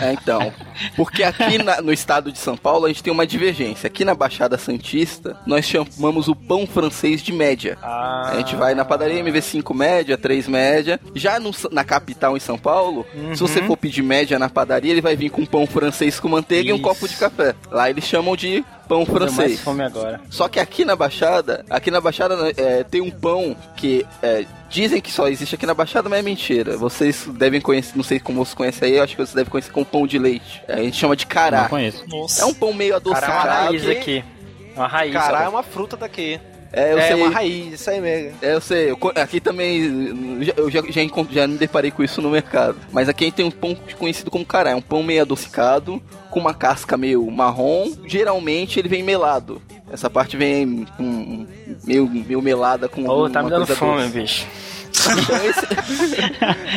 [SPEAKER 7] É, então. Porque aqui na- no estado de São Paulo a gente tem uma divergência. Aqui na Baixada Santista, nós chamamos o pão francês de média.
[SPEAKER 5] Ah,
[SPEAKER 7] A gente vai na padaria MV5 média, 3 média. Já no S- na capital, em São Paulo,
[SPEAKER 5] Uhum.
[SPEAKER 7] se você for pedir média na padaria, ele vai vir com pão francês com manteiga e um
[SPEAKER 5] Isso.
[SPEAKER 7] copo de café. Lá eles chamam de pão
[SPEAKER 5] deu mais
[SPEAKER 7] francês.
[SPEAKER 5] fome agora.
[SPEAKER 7] Só que aqui na Baixada, aqui na Baixada né, é, tem um pão que é, dizem que só existe aqui na Baixada, mas é mentira. Vocês devem conhecer, não sei como vocês conhecem aí, eu acho que vocês devem conhecer como pão de leite. É, A gente chama de
[SPEAKER 4] Não
[SPEAKER 7] cará.
[SPEAKER 4] conheço.
[SPEAKER 3] Nossa.
[SPEAKER 7] É um pão meio
[SPEAKER 5] Cara, é uma
[SPEAKER 7] adocicado.
[SPEAKER 5] raiz aqui. É Uma raiz.
[SPEAKER 6] Cará é uma fruta daqui.
[SPEAKER 7] É, eu
[SPEAKER 6] é
[SPEAKER 7] sei.
[SPEAKER 6] uma raiz, isso aí mesmo.
[SPEAKER 7] É, eu sei, eu co- aqui também eh, já- eu já, já, encont- já me deparei com isso no mercado. Mas aqui a gente tem um pão conhecido como cará, é um pão meio adocicado, com uma casca meio marrom. Geralmente ele vem melado. Essa parte vem com- meio, meio melada com
[SPEAKER 5] Ô, tá
[SPEAKER 7] uma
[SPEAKER 5] me dando
[SPEAKER 7] coisa
[SPEAKER 5] fome,
[SPEAKER 7] doce.
[SPEAKER 5] bicho.
[SPEAKER 7] Então esse-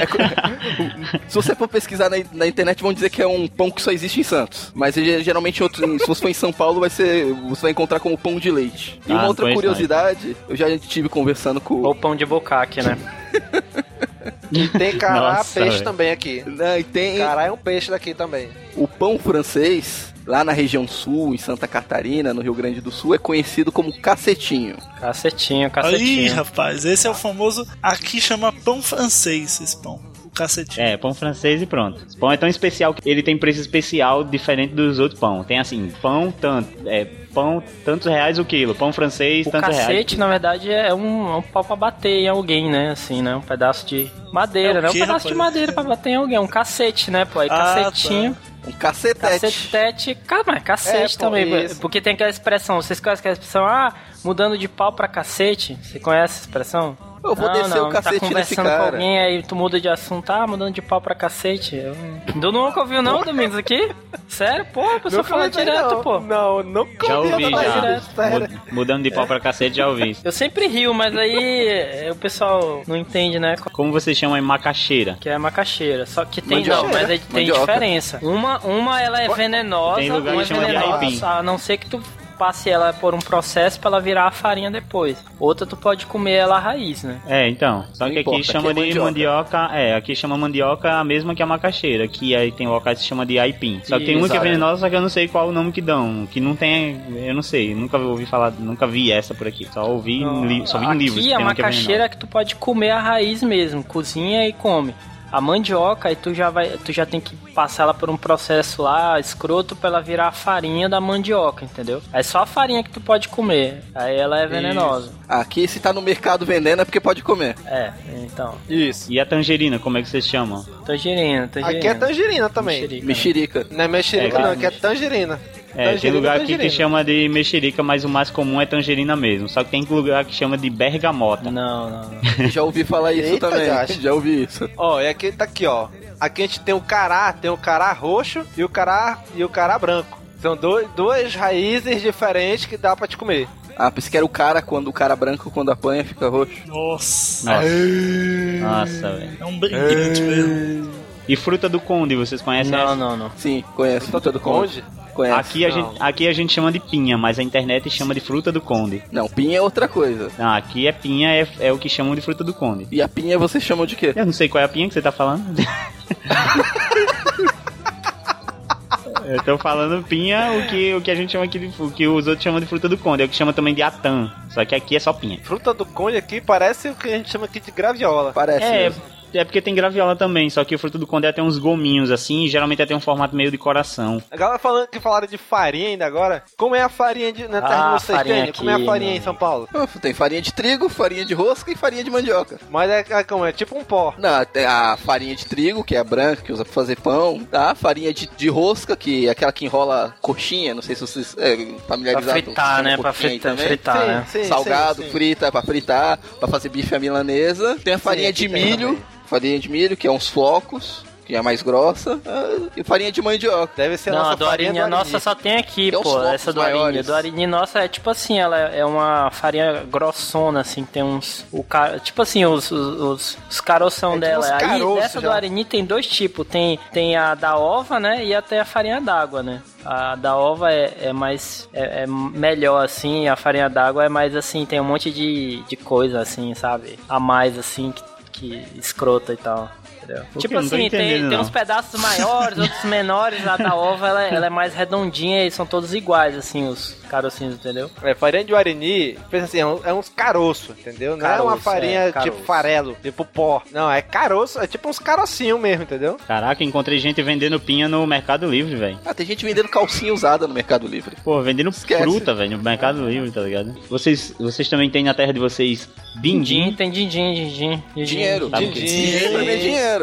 [SPEAKER 7] é co- se você for pesquisar na, na internet, vão dizer que é um pão que só existe em Santos. Mas ele- é geralmente, outro, se você for em São Paulo, vai ser, você vai encontrar como pão de leite. E
[SPEAKER 4] Ah,
[SPEAKER 7] uma
[SPEAKER 4] não
[SPEAKER 7] outra
[SPEAKER 4] conheço não,
[SPEAKER 7] curiosidade, eu já estive conversando com.
[SPEAKER 5] Ou pão de bocaque, né?
[SPEAKER 6] [laughs] Tem cará,
[SPEAKER 4] Nossa,
[SPEAKER 6] peixe
[SPEAKER 4] velho.
[SPEAKER 6] também aqui.
[SPEAKER 7] Não, e tem
[SPEAKER 6] Cará é um peixe daqui também.
[SPEAKER 7] o pão francês, lá na região sul, em Santa Catarina, no Rio Grande do Sul, é conhecido como cacetinho.
[SPEAKER 5] Cacetinho,
[SPEAKER 3] Aí,
[SPEAKER 5] cacetinho.
[SPEAKER 3] rapaz, esse é o famoso. Aqui chama pão francês, esse pão. O cacetinho.
[SPEAKER 4] É, pão francês e pronto. Esse pão é tão especial que ele tem preço especial diferente dos outros pão. Tem assim, pão tanto, é, pão tantos reais o quilo, pão francês
[SPEAKER 5] O
[SPEAKER 4] tantos reais.
[SPEAKER 5] cacete, na verdade, é um, é um pau pra bater em alguém, né? Assim, né? Um pedaço de madeira,
[SPEAKER 3] É o
[SPEAKER 5] né? Um
[SPEAKER 3] quê,
[SPEAKER 5] pedaço de
[SPEAKER 3] rapaz?
[SPEAKER 5] madeira pra bater em alguém. Um cacete, né, pô? Aí
[SPEAKER 3] Ah,
[SPEAKER 5] cacetinho,
[SPEAKER 7] Um cacetete.
[SPEAKER 5] cacetete... Cara, mas cacete
[SPEAKER 6] É, pô,
[SPEAKER 5] também. pô.
[SPEAKER 6] isso.
[SPEAKER 5] Porque tem aquela expressão, vocês conhecem aquela expressão? Ah, mudando de pau pra cacete. Você conhece essa expressão?
[SPEAKER 7] Eu vou
[SPEAKER 5] não,
[SPEAKER 7] descer
[SPEAKER 5] não,
[SPEAKER 7] o cacete
[SPEAKER 5] tá
[SPEAKER 7] nesse
[SPEAKER 5] conversando com
[SPEAKER 7] cara.
[SPEAKER 5] alguém, aí tu muda de assunto. Ah, mudando de pau pra cacete. Eu... Tu nunca ouviu não, Domingos, aqui? Sério? Pô, a pessoa
[SPEAKER 6] Nunca
[SPEAKER 5] fala
[SPEAKER 6] ouvi,
[SPEAKER 5] direto,
[SPEAKER 6] não.
[SPEAKER 5] pô.
[SPEAKER 6] Não, nunca
[SPEAKER 4] Já
[SPEAKER 6] ouvi,
[SPEAKER 4] ouvi,
[SPEAKER 6] não,
[SPEAKER 4] já.
[SPEAKER 6] mas, sério.
[SPEAKER 4] Mud- Mudando de pau pra cacete, já ouvi.
[SPEAKER 5] Eu sempre rio, mas aí é, o pessoal não entende, né?
[SPEAKER 4] Como você chama em macaxeira?
[SPEAKER 5] Que é macaxeira. Só que tem,
[SPEAKER 7] Mandioca.
[SPEAKER 5] não, mas aí tem
[SPEAKER 7] Mandioca.
[SPEAKER 5] diferença. Uma, uma ela é venenosa,
[SPEAKER 4] Tem lugar
[SPEAKER 5] uma é
[SPEAKER 4] que chama de aipim.
[SPEAKER 5] venenosa, a não ser que tu passe ela por um processo pra ela virar a farinha depois. Outra tu pode comer ela a raiz, né?
[SPEAKER 4] É, então. Só
[SPEAKER 7] Não
[SPEAKER 4] que
[SPEAKER 7] importa,
[SPEAKER 4] aqui chama
[SPEAKER 7] aqui é
[SPEAKER 4] de
[SPEAKER 7] mandioca.
[SPEAKER 4] mandioca. É, aqui chama mandioca a mesma que a macaxeira, que aí tem um locais que se chama de aipim. Só que tem uma que é
[SPEAKER 7] Exato.
[SPEAKER 4] venenosa, só que eu não sei qual o nome que dão. Que não tem. Eu não sei. Nunca ouvi falar, nunca vi essa por aqui. Só ouvi em li- só vi
[SPEAKER 5] Então,
[SPEAKER 4] em
[SPEAKER 5] Aqui
[SPEAKER 4] livros. que
[SPEAKER 5] a
[SPEAKER 4] tem uma que é
[SPEAKER 5] macaxeira é que tu pode comer a raiz mesmo, cozinha e come. A mandioca, aí tu já vai, tu já tem que passar ela por um processo lá, escroto, pra ela virar a farinha da mandioca, entendeu? É só a farinha que tu pode comer. Aí ela é venenosa.
[SPEAKER 7] Aqui, se tá no mercado vendendo, é porque pode comer.
[SPEAKER 5] É, então.
[SPEAKER 6] Isso.
[SPEAKER 4] E a tangerina, como é que vocês chamam?
[SPEAKER 5] Tangerina, tangerina.
[SPEAKER 6] Aqui é tangerina também.
[SPEAKER 5] Mexerica.
[SPEAKER 7] Mexerica.
[SPEAKER 6] Não é mexerica,
[SPEAKER 4] É,
[SPEAKER 6] não,
[SPEAKER 4] claro.
[SPEAKER 6] aqui é tangerina.
[SPEAKER 4] É, tem
[SPEAKER 6] Tangerina,
[SPEAKER 4] lugar aqui que
[SPEAKER 6] tangerina.
[SPEAKER 4] chama de mexerica, mas o mais comum é tangerina mesmo. Só que tem lugar que chama de bergamota.
[SPEAKER 5] Não, não, não.
[SPEAKER 7] Já ouvi falar isso
[SPEAKER 6] Eita,
[SPEAKER 7] também.
[SPEAKER 6] Josh.
[SPEAKER 7] Já ouvi isso.
[SPEAKER 6] Ó, e aqui tá aqui, ó. Aqui a gente tem o cará, tem o cará roxo e o cará e o cará branco. São dois, duas raízes diferentes que dá pra te comer.
[SPEAKER 7] Ah, pensei que era o cara quando o cara branco quando apanha fica roxo.
[SPEAKER 3] Nossa.
[SPEAKER 4] Nossa. Nossa, velho.
[SPEAKER 3] É um brinquedo mesmo.
[SPEAKER 4] E fruta do conde, vocês conhecem
[SPEAKER 5] Não,
[SPEAKER 4] essa?
[SPEAKER 5] não, não. Então,
[SPEAKER 7] Sim, conheço. Fruta do Conde.
[SPEAKER 6] Onde?
[SPEAKER 7] Conhece?
[SPEAKER 5] é-
[SPEAKER 4] Aqui a, gente, aqui a gente chama de pinha, mas a internet chama de fruta do conde.
[SPEAKER 7] Não, pinha é outra coisa.
[SPEAKER 4] Não, aqui é pinha, é, é o que chamam de fruta do conde.
[SPEAKER 7] E a pinha você chama de quê?
[SPEAKER 4] Eu não sei qual é a pinha que você tá falando. [laughs] Eu tô falando pinha, o que, o que a gente chama aqui de, o que os outros chamam de fruta do conde, é o que chama também de atan. Só que aqui é só pinha.
[SPEAKER 6] Fruta do conde aqui parece o que a gente chama aqui de graviola.
[SPEAKER 7] Parece.
[SPEAKER 4] É,
[SPEAKER 7] mesmo.
[SPEAKER 4] é porque tem graviola também, só que o fruto do condé tem uns gominhos assim, e geralmente até tem um formato meio de coração.
[SPEAKER 6] A galera falando que falaram de farinha ainda agora. Como é a farinha de, na terra
[SPEAKER 8] Ah,
[SPEAKER 6] de vocês,
[SPEAKER 8] farinha
[SPEAKER 6] Tênia? Como é a
[SPEAKER 8] aqui,
[SPEAKER 6] farinha em
[SPEAKER 8] mano.
[SPEAKER 6] São Paulo?
[SPEAKER 7] Ah, Tem farinha de trigo, farinha de rosca e farinha de mandioca.
[SPEAKER 6] Mas é, é como é? Tipo um pó.
[SPEAKER 7] Não, tem a farinha de trigo, que é a branca, que usa pra fazer pão. tá? A farinha de, de rosca, que é aquela que enrola coxinha, não sei se vocês é
[SPEAKER 5] Pra
[SPEAKER 7] familiarizados.
[SPEAKER 5] fritar,
[SPEAKER 7] com
[SPEAKER 5] né? Pra
[SPEAKER 7] coxinha aí
[SPEAKER 5] fritar,
[SPEAKER 7] também.
[SPEAKER 5] fritar
[SPEAKER 6] Sim,
[SPEAKER 5] né?
[SPEAKER 6] sim,
[SPEAKER 7] Salgado,
[SPEAKER 6] sim, sim.
[SPEAKER 7] frita, pra fritar, pra fazer bife à milanesa. Tem a farinha
[SPEAKER 6] aqui
[SPEAKER 7] de
[SPEAKER 6] tem
[SPEAKER 7] milho, farinha de milho, que é uns flocos, que é mais grossa. ah, E farinha de mandioca.
[SPEAKER 6] Deve ser a
[SPEAKER 5] Não,
[SPEAKER 6] nossa
[SPEAKER 5] a dorinha
[SPEAKER 6] farinha do
[SPEAKER 5] nossa
[SPEAKER 6] arinha.
[SPEAKER 5] só tem aqui,
[SPEAKER 7] Tem uns
[SPEAKER 5] pô.
[SPEAKER 7] flocos
[SPEAKER 5] Essa dorinha.
[SPEAKER 7] maiores.
[SPEAKER 5] Dorinha nossa é tipo assim, ela é uma farinha grossona, assim, que tem uns. O ca... Tipo assim, os, os, os- os caroção
[SPEAKER 6] É tipo
[SPEAKER 5] dela.
[SPEAKER 6] uns
[SPEAKER 5] Aí
[SPEAKER 6] caroços
[SPEAKER 5] dessa
[SPEAKER 6] já.
[SPEAKER 5] dorinha tem dois tipos. Tem, tem a da ova, né? E até a farinha d'água, né? A da ova é, é mais. É, é melhor, assim. A farinha d'água é mais assim, tem um monte de, de coisa, assim, sabe? A mais, assim, que, que escrota e tal. Entendeu?
[SPEAKER 4] O quê?
[SPEAKER 5] Tipo
[SPEAKER 4] Não tô
[SPEAKER 5] assim, tem,
[SPEAKER 4] entendendo,
[SPEAKER 5] tem
[SPEAKER 4] não.
[SPEAKER 5] uns pedaços maiores, outros menores. A da ova ela, é- ela é mais redondinha e são todos iguais, assim, os carocinhos, entendeu?
[SPEAKER 6] É, farinha de Guarini, pensa assim, é um- é uns caroço, entendeu? Não é uma
[SPEAKER 5] Caroço,
[SPEAKER 6] farinha
[SPEAKER 5] é,
[SPEAKER 6] tipo
[SPEAKER 5] caroço.
[SPEAKER 6] farelo, tipo pó. Não, é caroço, é tipo uns carocinhos mesmo, entendeu?
[SPEAKER 4] Caraca, encontrei gente vendendo pinha no Mercado Livre, velho.
[SPEAKER 7] Ah, tem gente vendendo calcinha usada no Mercado Livre.
[SPEAKER 4] Pô, vendendo
[SPEAKER 7] Esquece.
[SPEAKER 4] fruta, velho, no Mercado Livre, tá ligado? Vocês, vocês também têm na terra de vocês
[SPEAKER 5] Din,
[SPEAKER 4] dindim?
[SPEAKER 5] tem din-din, din-din. din-din.
[SPEAKER 7] Dinheiro.
[SPEAKER 4] Tá bom.
[SPEAKER 7] Dinheiro pra mim é dinheiro.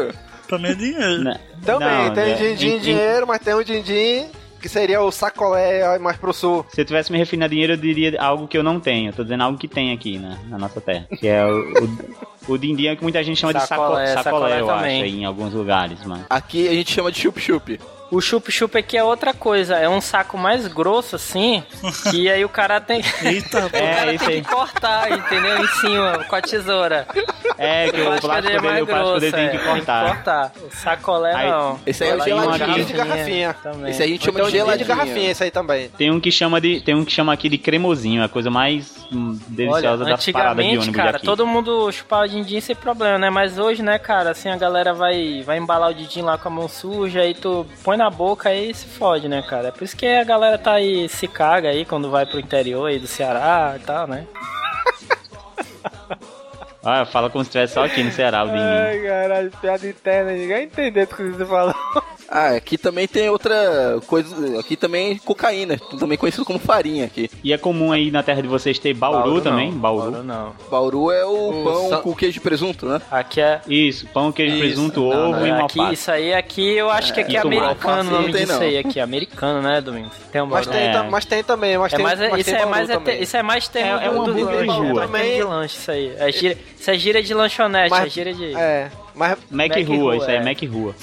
[SPEAKER 3] Pra mim é dinheiro.
[SPEAKER 4] Na-
[SPEAKER 6] Também,
[SPEAKER 4] não,
[SPEAKER 6] tem
[SPEAKER 4] né?
[SPEAKER 6] din-din
[SPEAKER 4] Em- em-
[SPEAKER 6] dinheiro, mas tem o din-din que seria o sacolé aí mais pro sul.
[SPEAKER 4] Se eu tivesse me referindo a dinheiro, eu diria algo que eu não tenho. Eu tô dizendo algo que tem aqui na, na nossa terra. Que é o, o, o dindim é que muita gente chama
[SPEAKER 5] Sacolé,
[SPEAKER 4] de saco, sacolé,
[SPEAKER 5] sacolé
[SPEAKER 4] eu
[SPEAKER 5] também.
[SPEAKER 4] acho, aí, em alguns lugares, mano.
[SPEAKER 7] Aqui a gente chama de chup-chup.
[SPEAKER 5] O chup-chup aqui é outra coisa, é um saco mais grosso,
[SPEAKER 7] [laughs]
[SPEAKER 5] assim, e aí o cara tem.
[SPEAKER 3] Eita,
[SPEAKER 5] o
[SPEAKER 4] É,
[SPEAKER 5] cara
[SPEAKER 4] isso
[SPEAKER 5] tem
[SPEAKER 4] aí.
[SPEAKER 5] que cortar, entendeu? Em cima, com a
[SPEAKER 4] [laughs]
[SPEAKER 5] tesoura.
[SPEAKER 4] É, que o
[SPEAKER 5] plástico
[SPEAKER 4] plástico
[SPEAKER 5] dele é
[SPEAKER 4] dele,
[SPEAKER 5] mais
[SPEAKER 4] o plástico dele
[SPEAKER 5] grosso,
[SPEAKER 4] tem
[SPEAKER 5] é,
[SPEAKER 4] que cortar.
[SPEAKER 5] O sacolé
[SPEAKER 4] Aí-
[SPEAKER 5] não.
[SPEAKER 7] Esse aí é o
[SPEAKER 5] Ela tem uma
[SPEAKER 7] geladinho.
[SPEAKER 6] de garrafinha.
[SPEAKER 5] Também.
[SPEAKER 7] Esse aí a gente chama
[SPEAKER 6] Então,
[SPEAKER 7] de
[SPEAKER 6] din-din de
[SPEAKER 7] geladinho.
[SPEAKER 6] garrafinha, esse aí também.
[SPEAKER 4] Tem um que chama de, tem um que chama aqui de cremosinho, é a coisa mais hum, deliciosa da parada de
[SPEAKER 5] antigamente,
[SPEAKER 4] ônibus
[SPEAKER 5] cara,
[SPEAKER 4] daqui.
[SPEAKER 5] todo mundo chupava din-din sem problema, né? Mas hoje, né, cara, assim, a galera vai, vai embalar o din-din lá com a mão suja, aí tu põe na boca aí se fode, né, cara? É por isso que a galera tá aí, se caga aí quando vai pro interior aí do Ceará e tal, né?
[SPEAKER 4] Ah, fala como se estivesse só aqui no Ceará, o dindim.
[SPEAKER 6] caralho, piada interna, ninguém entendeu o que você falou.
[SPEAKER 7] Ah, aqui também tem outra coisa. Aqui também cocaína, também conhecido como farinha aqui.
[SPEAKER 4] E é comum aí na terra de vocês ter bauru, também,
[SPEAKER 5] não.
[SPEAKER 4] bauru.
[SPEAKER 5] não.
[SPEAKER 7] Bauru é o
[SPEAKER 6] O
[SPEAKER 7] pão
[SPEAKER 6] sa-
[SPEAKER 7] com queijo e presunto, né?
[SPEAKER 5] Aqui é...
[SPEAKER 4] Isso, pão, queijo,
[SPEAKER 7] Isso.
[SPEAKER 4] presunto,
[SPEAKER 7] Não,
[SPEAKER 4] ovo
[SPEAKER 5] não,
[SPEAKER 4] e
[SPEAKER 5] é
[SPEAKER 4] uma
[SPEAKER 5] aqui,
[SPEAKER 4] alface.
[SPEAKER 5] isso aí, aqui eu acho que aqui é
[SPEAKER 4] isso, uma
[SPEAKER 5] americano
[SPEAKER 7] alface
[SPEAKER 5] o nome
[SPEAKER 7] não tem,
[SPEAKER 5] disso
[SPEAKER 7] não.
[SPEAKER 5] aí, aqui, americano, né, Domingos? Tem um
[SPEAKER 6] Mas
[SPEAKER 5] barulho.
[SPEAKER 6] tem,
[SPEAKER 4] É.
[SPEAKER 6] tam- mas tem também, mas
[SPEAKER 5] É
[SPEAKER 6] tem
[SPEAKER 5] mais,
[SPEAKER 6] mas
[SPEAKER 5] isso,
[SPEAKER 6] tem
[SPEAKER 5] é
[SPEAKER 6] Bauru
[SPEAKER 5] mais,
[SPEAKER 6] também.
[SPEAKER 5] isso é mais termo
[SPEAKER 4] É- é um
[SPEAKER 5] do, do
[SPEAKER 4] hambúrguer
[SPEAKER 5] lanche,
[SPEAKER 4] de rua.
[SPEAKER 5] é mais
[SPEAKER 6] Também-
[SPEAKER 5] termo de lanche isso aí. É gira, isso é gira de lanchonete,
[SPEAKER 6] Mas-
[SPEAKER 5] é gira de...
[SPEAKER 6] É, mas,
[SPEAKER 4] Mac,
[SPEAKER 5] Mac
[SPEAKER 4] Rua,
[SPEAKER 5] Rua,
[SPEAKER 4] isso aí é
[SPEAKER 5] é.
[SPEAKER 4] Mac Rua.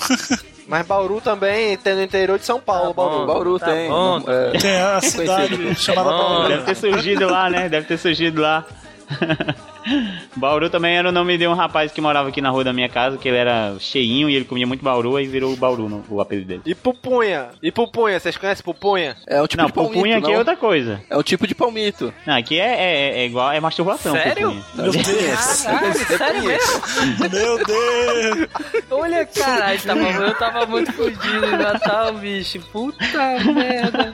[SPEAKER 6] mas Bauru também tem no interior de São Paulo,
[SPEAKER 5] Tá bom.
[SPEAKER 6] Bauru.
[SPEAKER 7] Bauru
[SPEAKER 5] tá
[SPEAKER 7] tem.
[SPEAKER 5] bom.
[SPEAKER 7] não- é,
[SPEAKER 3] Tem a cidade chamada
[SPEAKER 5] Mano.
[SPEAKER 3] Bauru.
[SPEAKER 4] Deve ter surgido lá, né? Deve ter surgido lá. [laughs] Bauru também era o nome de um rapaz que morava aqui na rua da minha casa, que ele era cheinho e ele comia muito Bauru, e virou o Bauru no- o apelido dele.
[SPEAKER 6] E Pupunha? E Pupunha, vocês conhecem Pupunha?
[SPEAKER 7] é um tipo
[SPEAKER 4] não,
[SPEAKER 7] de palmito.
[SPEAKER 4] pupunha aqui
[SPEAKER 7] não?
[SPEAKER 4] é outra coisa.
[SPEAKER 7] É um tipo de palmito.
[SPEAKER 4] Não, aqui é, é- é igual, é masturbação.
[SPEAKER 5] Sério?
[SPEAKER 4] pupunha.
[SPEAKER 3] Meu Deus,
[SPEAKER 5] Caralho, sério mesmo?
[SPEAKER 3] meu Deus.
[SPEAKER 5] Olha, caralho, tava, eu tava muito fudido em Natal, bicho. Puta merda.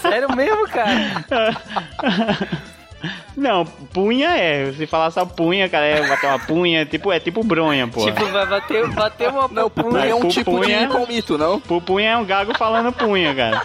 [SPEAKER 5] Sério mesmo, cara?
[SPEAKER 4] [laughs] Não, punha é. Se falar só punha, cara, é bater uma punha, tipo, é tipo bronha, pô.
[SPEAKER 5] Tipo, vai bater, bater uma
[SPEAKER 7] Não, pupunha é um
[SPEAKER 4] Pupunha-
[SPEAKER 7] tipo de palmito, não?
[SPEAKER 4] Pupunha é um gago falando punha, cara.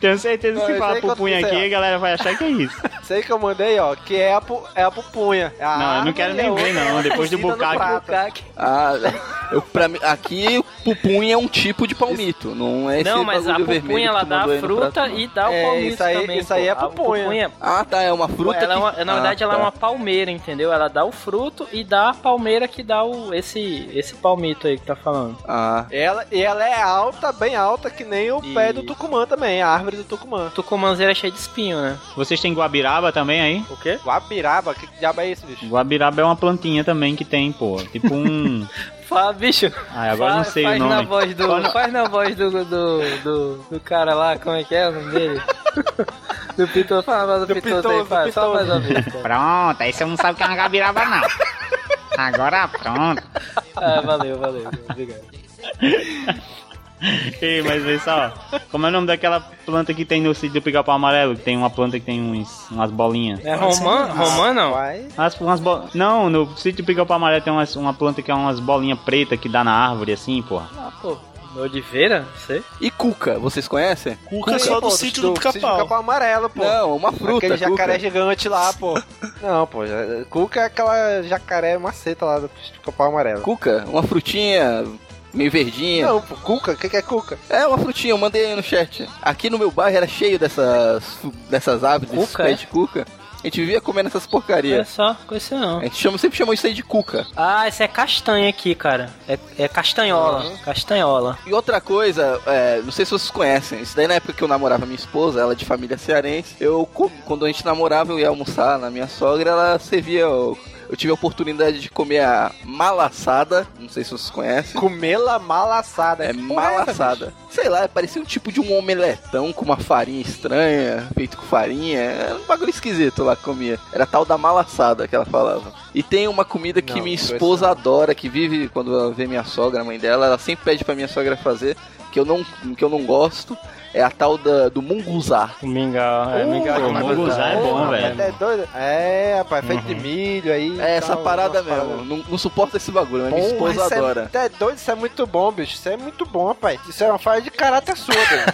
[SPEAKER 4] Tenho certeza que
[SPEAKER 6] Não,
[SPEAKER 4] se
[SPEAKER 6] isso
[SPEAKER 4] falar
[SPEAKER 6] aí que eu
[SPEAKER 4] pupunha
[SPEAKER 6] tô
[SPEAKER 4] aqui,
[SPEAKER 6] dizendo.
[SPEAKER 4] a galera vai achar que é isso.
[SPEAKER 6] Sei que eu mandei, ó, que é a, pu- é a Pupunha. É a
[SPEAKER 4] Não, eu não
[SPEAKER 6] arma
[SPEAKER 4] quero
[SPEAKER 6] e
[SPEAKER 4] nem
[SPEAKER 6] a
[SPEAKER 4] ver,
[SPEAKER 6] outra
[SPEAKER 4] não,
[SPEAKER 6] é a
[SPEAKER 4] depois do
[SPEAKER 6] cozida no
[SPEAKER 4] bucaque.
[SPEAKER 6] prato.
[SPEAKER 2] é
[SPEAKER 7] Ah, [laughs] eu, pra mim, aqui pupunha é um tipo de palmito, não é esse
[SPEAKER 5] Não, mas a
[SPEAKER 7] bagulho
[SPEAKER 5] pupunha
[SPEAKER 7] vermelho que
[SPEAKER 5] ela
[SPEAKER 7] tu
[SPEAKER 5] dá
[SPEAKER 7] mandou aí
[SPEAKER 5] a
[SPEAKER 7] no prato,
[SPEAKER 5] fruta
[SPEAKER 7] não.
[SPEAKER 5] e dá o
[SPEAKER 6] É,
[SPEAKER 5] palmito
[SPEAKER 6] isso aí-
[SPEAKER 5] também.
[SPEAKER 6] isso aí é
[SPEAKER 5] pô. A
[SPEAKER 6] pupunha.
[SPEAKER 7] Ah, tá, é uma fruta
[SPEAKER 5] Ela é
[SPEAKER 7] que-
[SPEAKER 5] uma- na
[SPEAKER 7] Ah,
[SPEAKER 5] verdade, ela é
[SPEAKER 7] tá.
[SPEAKER 5] uma palmeira, entendeu? Ela dá o fruto e dá a palmeira que dá o, esse, esse palmito aí que tá falando.
[SPEAKER 7] Ah,
[SPEAKER 6] Ela, e ela é alta, bem alta, que nem o pé do Tucumã também, a árvore do Tucumã.
[SPEAKER 5] Tucumanzeira é cheia de espinho, né?
[SPEAKER 4] Vocês têm guabiraba também aí?
[SPEAKER 5] O quê?
[SPEAKER 6] Guabiraba, que diabo é isso, bicho?
[SPEAKER 5] [laughs]
[SPEAKER 4] Guabiraba é uma plantinha também que tem, pô. Tipo um.
[SPEAKER 5] Fala, bicho.
[SPEAKER 4] Ah, agora eu não
[SPEAKER 5] Fa-
[SPEAKER 4] sei o
[SPEAKER 5] faz Na
[SPEAKER 4] nome.
[SPEAKER 5] voz do, faz na voz do, do, do, do cara lá, como é que é o nome dele? Do Pitoso, fala mais do, do Pitoso aí,
[SPEAKER 2] Pitoso,
[SPEAKER 5] faz,
[SPEAKER 2] do
[SPEAKER 5] só mais uma vez. cara.
[SPEAKER 9] Pronto, aí você não sabe o que é uma gabiraba, não. Agora pronto.
[SPEAKER 5] Ah, valeu, valeu, obrigado.
[SPEAKER 4] Ei, mas vê só, como é o nome daquela planta que tem no sítio do pica-pau amarelo? Que tem uma planta que tem uns, umas bolinhas.
[SPEAKER 5] É Roman? Roman não?
[SPEAKER 2] Vai.
[SPEAKER 4] As, umas bo- Não, no sítio do pica-pau amarelo tem umas, uma planta que é umas bolinhas pretas que dá na árvore assim, porra.
[SPEAKER 5] Ah, pô. Oliveira? Não sei.
[SPEAKER 7] E cuca, vocês conhecem?
[SPEAKER 6] Cuca é só do sítio do
[SPEAKER 2] sítio do
[SPEAKER 6] pica-pau.
[SPEAKER 2] pica-pau amarelo, pô.
[SPEAKER 7] Não, uma fruta.
[SPEAKER 2] Aquele jacaré
[SPEAKER 7] cuca.
[SPEAKER 2] gigante lá,
[SPEAKER 7] [laughs]
[SPEAKER 2] pô. Não, pô. já- Cuca é aquela jacaré maceta lá do pica-pau amarelo.
[SPEAKER 7] Cuca, uma frutinha meio verdinha.
[SPEAKER 2] Não, pô. Cuca? O que, que é cuca?
[SPEAKER 7] É uma frutinha, eu mandei aí no chat. Aqui no meu bairro era cheio dessas, dessas aves, desses
[SPEAKER 5] Cuca,
[SPEAKER 7] pés
[SPEAKER 5] é?
[SPEAKER 7] de cuca. A gente vivia comendo essas
[SPEAKER 5] Olha
[SPEAKER 7] porcarias.
[SPEAKER 5] só, conheci não.
[SPEAKER 7] A gente chama, sempre chamou isso aí de cuca.
[SPEAKER 5] Ah, esse é castanha aqui, cara. É, é castanhola. Castanhola.
[SPEAKER 7] E outra coisa, é, não sei se vocês conhecem, isso daí na época que eu namorava minha esposa, ela é de família cearense, eu, co- quando a gente namorava, eu ia almoçar na minha sogra, ela servia, eu, eu tive a oportunidade de comer a malassada, não sei se vocês conhecem.
[SPEAKER 2] Comela malassada.
[SPEAKER 7] É
[SPEAKER 2] Que porra essa,
[SPEAKER 7] malassada. Sei lá, parecia um tipo de um omeletão com uma farinha estranha, feito com farinha. Era um bagulho esquisito lá que comia. Era a tal da malassada que ela falava. E tem uma comida que
[SPEAKER 2] Não,
[SPEAKER 7] minha
[SPEAKER 2] não
[SPEAKER 7] esposa adora, que vive quando ela vê minha sogra, a mãe dela, ela sempre pede pra minha sogra fazer, que eu não, que eu não gosto. É a tal da, do munguzá.
[SPEAKER 5] O mingau,
[SPEAKER 4] Ah,
[SPEAKER 5] é mingau.
[SPEAKER 4] pô,
[SPEAKER 5] com
[SPEAKER 4] munguzá é bom,
[SPEAKER 2] Porra,
[SPEAKER 4] velho. Uhum.
[SPEAKER 2] mas É doido. É, rapaz. Feito de milho aí.
[SPEAKER 7] É essa
[SPEAKER 2] tal,
[SPEAKER 7] parada
[SPEAKER 2] umas
[SPEAKER 7] mesmo.
[SPEAKER 2] paradas.
[SPEAKER 7] Não, não suporta esse bagulho, mas minha
[SPEAKER 2] Porra,
[SPEAKER 7] esposa
[SPEAKER 2] isso é-
[SPEAKER 7] adora.
[SPEAKER 2] É, doido, isso é muito bom, bicho. Isso é muito bom, rapaz. Isso é uma falha de caráter sua, velho.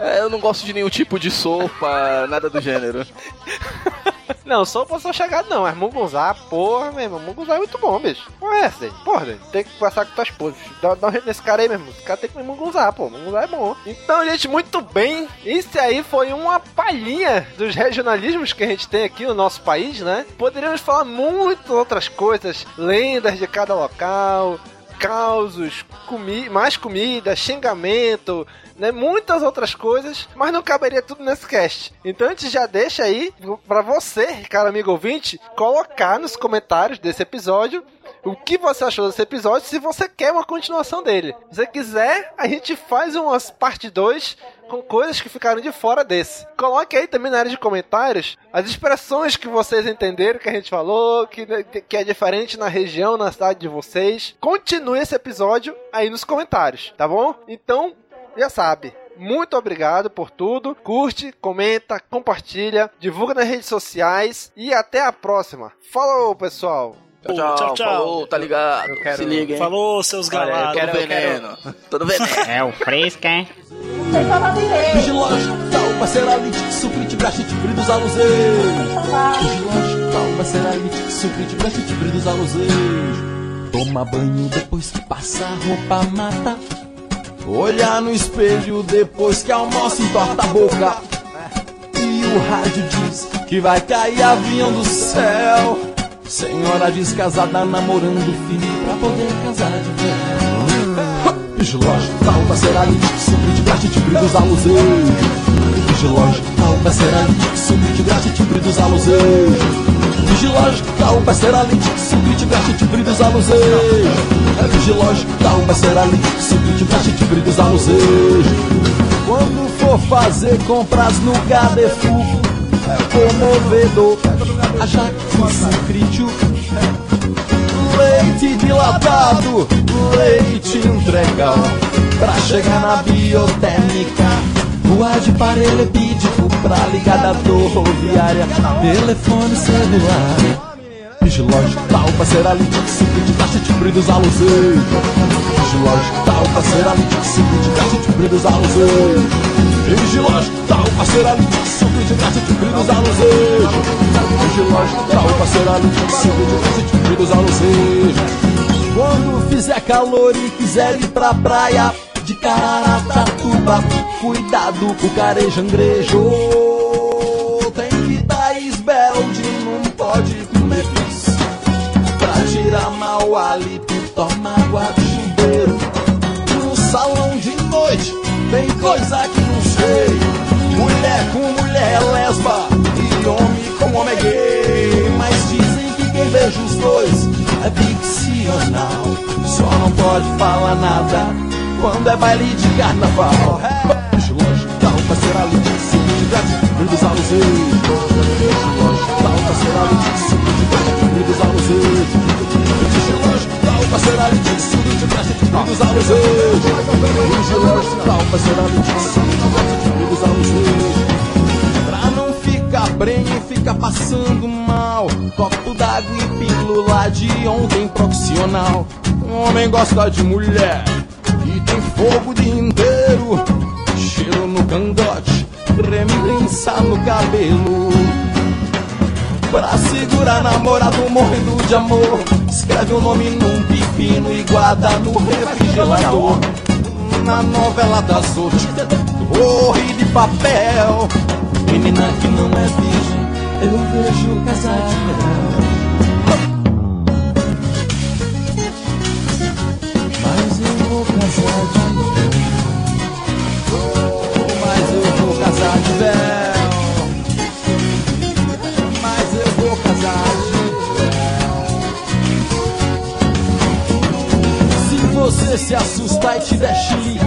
[SPEAKER 7] É, eu não gosto de nenhum tipo de sopa, nada do gênero.
[SPEAKER 2] Não, só posso chegar não, mas Mugunzá, porra, meu irmão, Mugunzá é muito bom, bicho. Porra, é essa, Dani? Porra, Dani, tem que conversar com tuas esposa. bicho. Dá, dá um jeito nesse cara aí, meu irmão. Esse cara tem que comer Mugunzá, pô. Mugunzá é bom. Então, gente, muito bem. Isso aí foi uma palhinha dos regionalismos que a gente tem aqui no nosso país, né? Poderíamos falar muitas outras coisas, lendas de cada local, causos, comi mais comida, xingamento, né, muitas outras coisas, mas não caberia tudo nesse cast. Então a gente já deixa aí pra você, cara amigo ouvinte, colocar nos comentários desse episódio o que você achou desse episódio, se você quer uma continuação dele. Se você quiser, a gente faz uma parte 2 com coisas que ficaram de fora desse. Coloque aí também na área de comentários as expressões que vocês entenderam que a gente falou, que, que é diferente na região, na cidade de vocês. Continue esse episódio aí nos comentários, tá bom? Então, já sabe. Muito obrigado por tudo. Curte, comenta, compartilha, divulga nas redes sociais e até a próxima. Falou, pessoal!
[SPEAKER 7] Tchau, tchau,
[SPEAKER 6] Tchau, tchau.
[SPEAKER 7] falou, tá ligado?
[SPEAKER 5] Eu quero-
[SPEAKER 7] Se liga, hein?
[SPEAKER 6] Falou, seus galados.
[SPEAKER 7] Todo
[SPEAKER 5] eu quero-
[SPEAKER 7] veneno. Todo veneno.
[SPEAKER 9] É o fresco,
[SPEAKER 6] [laughs]
[SPEAKER 9] é?
[SPEAKER 3] Vigilante, talba, ceramite, suprite, brachite, bridos aluseus. Vigilante, talba, ceramite, suprite, brachite, bridos aluseus. Toma banho depois que passa a roupa mata. Olhar no espelho depois que almoça e torta a boca. E o rádio diz que vai cair avião do céu. Senhora diz casada, namorando filho pra poder casar de vez. Vigilante, talba, ceramite, suprite, brachite, bridos aluseus. Vigilante, calma, ceramite, suprite, graxa, timbre dos aluseus. Vigilante, calma, ceramite, suprite, graxa, timbre dos aluseus. É vigilante, calma, ceramite, suprite, graxa, timbre dos aluseus. Quando for fazer compras no Gadefu, é comovedor, achar que é o sucrítio leite dilatado, leite entregal. Pra chegar na biotérmica, rua de paralelepídico, pra ligar da rodoviária, telefone celular. Vigilante talpa, ceralite, suco de taxa de bridos aluseus. Vigilante talpa, ceralite, suco de taxa de bridos aluseus. Vigilante talpa, ceralite, suco de taxa de bridos aluseus. Vigilante talpa, ceralite, suco de taxa de bridos aluseus. Quando fizer calor e quiser ir pra praia de Cararatuba, cuidado com o carejanguejo. Tem que dar esbelde, não pode comer pis. Pra tirar mau hálito, toma água de chuveiro. No salão de noite, tem coisa que não sei. Mulher com mulher é lesba e homem com homem é gay. Mas dizem que quem beija os dois tradicional. Só não pode falar nada quando é baile de carnaval. Vamos longe, um tal, vai ser a Letícia de Brasil, Rio dos Aluzeus. Vamos longe, tal, vai ser a Letícia de Brasil, Rio dos Aluzeus. Letícia longe, tal, vai ser a Letícia de Brasil, Rio dos Aluzeus. Longe, longe, tal, vai ser a Letícia de Brasil, Rio dos Aluzeus. Pra não ficar brenho, fica passando mal. Copo d'água e pílula de ontem profissional. Um homem gosta de mulher e tem fogo o dia inteiro. Cheiro no cangote, remembrança no cabelo pra segurar namorado morrendo de amor. Escreve o nome num pepino e guarda no refrigerador. Na novela das oito, torre de papel. Menina que não é virgem, eu vejo casar de mel. Mas eu vou casar de mel. Mas eu vou casar de véu. Mas eu vou casar de Se você se assustar e te der chilique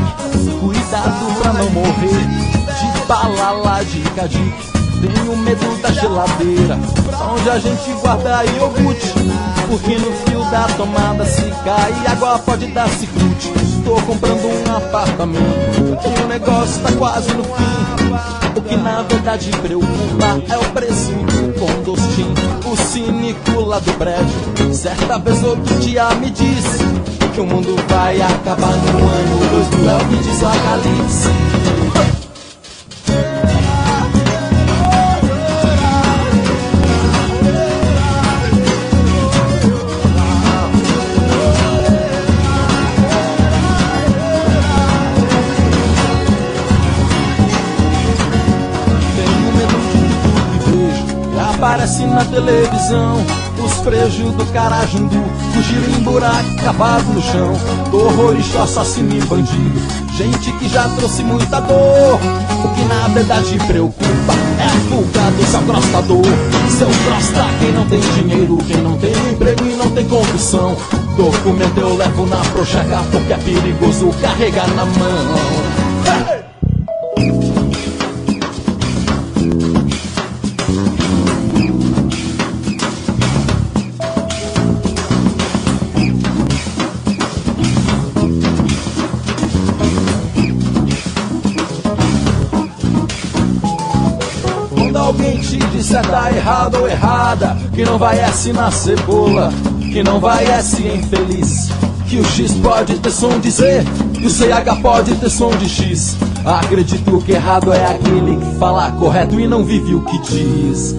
[SPEAKER 3] Cuidado pra não morrer De balala de cadique Tenho medo da geladeira Onde a gente guarda iogurte Porque no fio da tomada se cai Água pode dar ciclute Estou comprando um apartamento E o negócio tá quase no fim o que na verdade preocupa é o preço do condostim, o cínico lá do prédio. Certa vez outro dia me disse que o mundo vai acabar no ano 2000, é o que diz o Apocalipse. Tenho medo um de tudo e vejo Aparece na televisão Os frejos do Carajundu Fugiram em buraco, cavado no chão Terrorista, assassino e bandido Gente que já trouxe muita dor O que na verdade preocupa É a culpa do seu crostador Seu crosta, quem não tem dinheiro Quem não tem emprego e não tem condução Documento eu levo na prochaca Porque é perigoso carregar na mão Hey! Quando alguém te disser tá errado ou errada, que não vai é se na cebola, que não vai é se infeliz, que o X pode ter som de Z e o CH pode ter som de X. Acredito que errado é aquele que fala correto e não vive o que diz.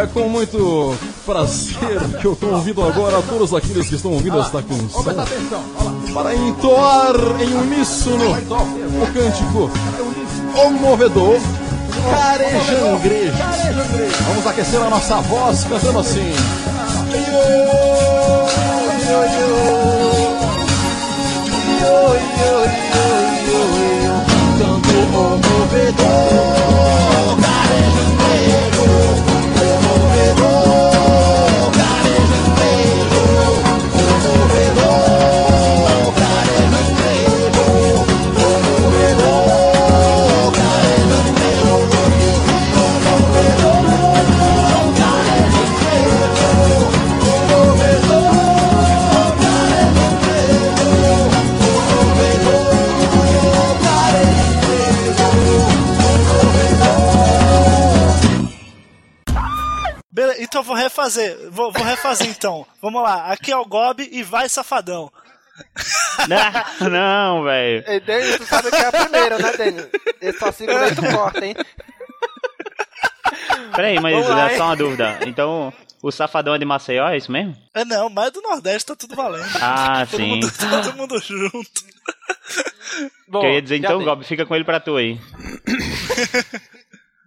[SPEAKER 3] É com muito prazer que eu convido agora a todos aqueles que estão ouvindo esta canção para entoar em uníssono o cântico O Movedor Carejangrejo. Vamos aquecer a nossa voz cantando assim. Tanto o movedor carejangrejo.
[SPEAKER 10] Beleza, então vou refazer. Vou, vou refazer então. Vamos lá. Aqui é o Gob e vai safadão.
[SPEAKER 4] Não, não, velho.
[SPEAKER 6] Ei, Denis, tu sabe que é a primeira, né, Denis? Esse só sigo quando tu corta, hein?
[SPEAKER 4] Peraí, mas
[SPEAKER 6] Vamos lá,
[SPEAKER 4] é
[SPEAKER 6] hein?
[SPEAKER 4] só uma dúvida. Então, o safadão é de Maceió, é isso mesmo?
[SPEAKER 10] É não, mas do Nordeste tá tudo valendo. [laughs]
[SPEAKER 4] Ah,
[SPEAKER 10] todo
[SPEAKER 4] sim.
[SPEAKER 10] Mundo, todo mundo junto.
[SPEAKER 6] Bom,
[SPEAKER 4] Que eu ia dizer,
[SPEAKER 6] já
[SPEAKER 4] então,
[SPEAKER 6] dei.
[SPEAKER 4] Gob, fica com ele pra tu aí.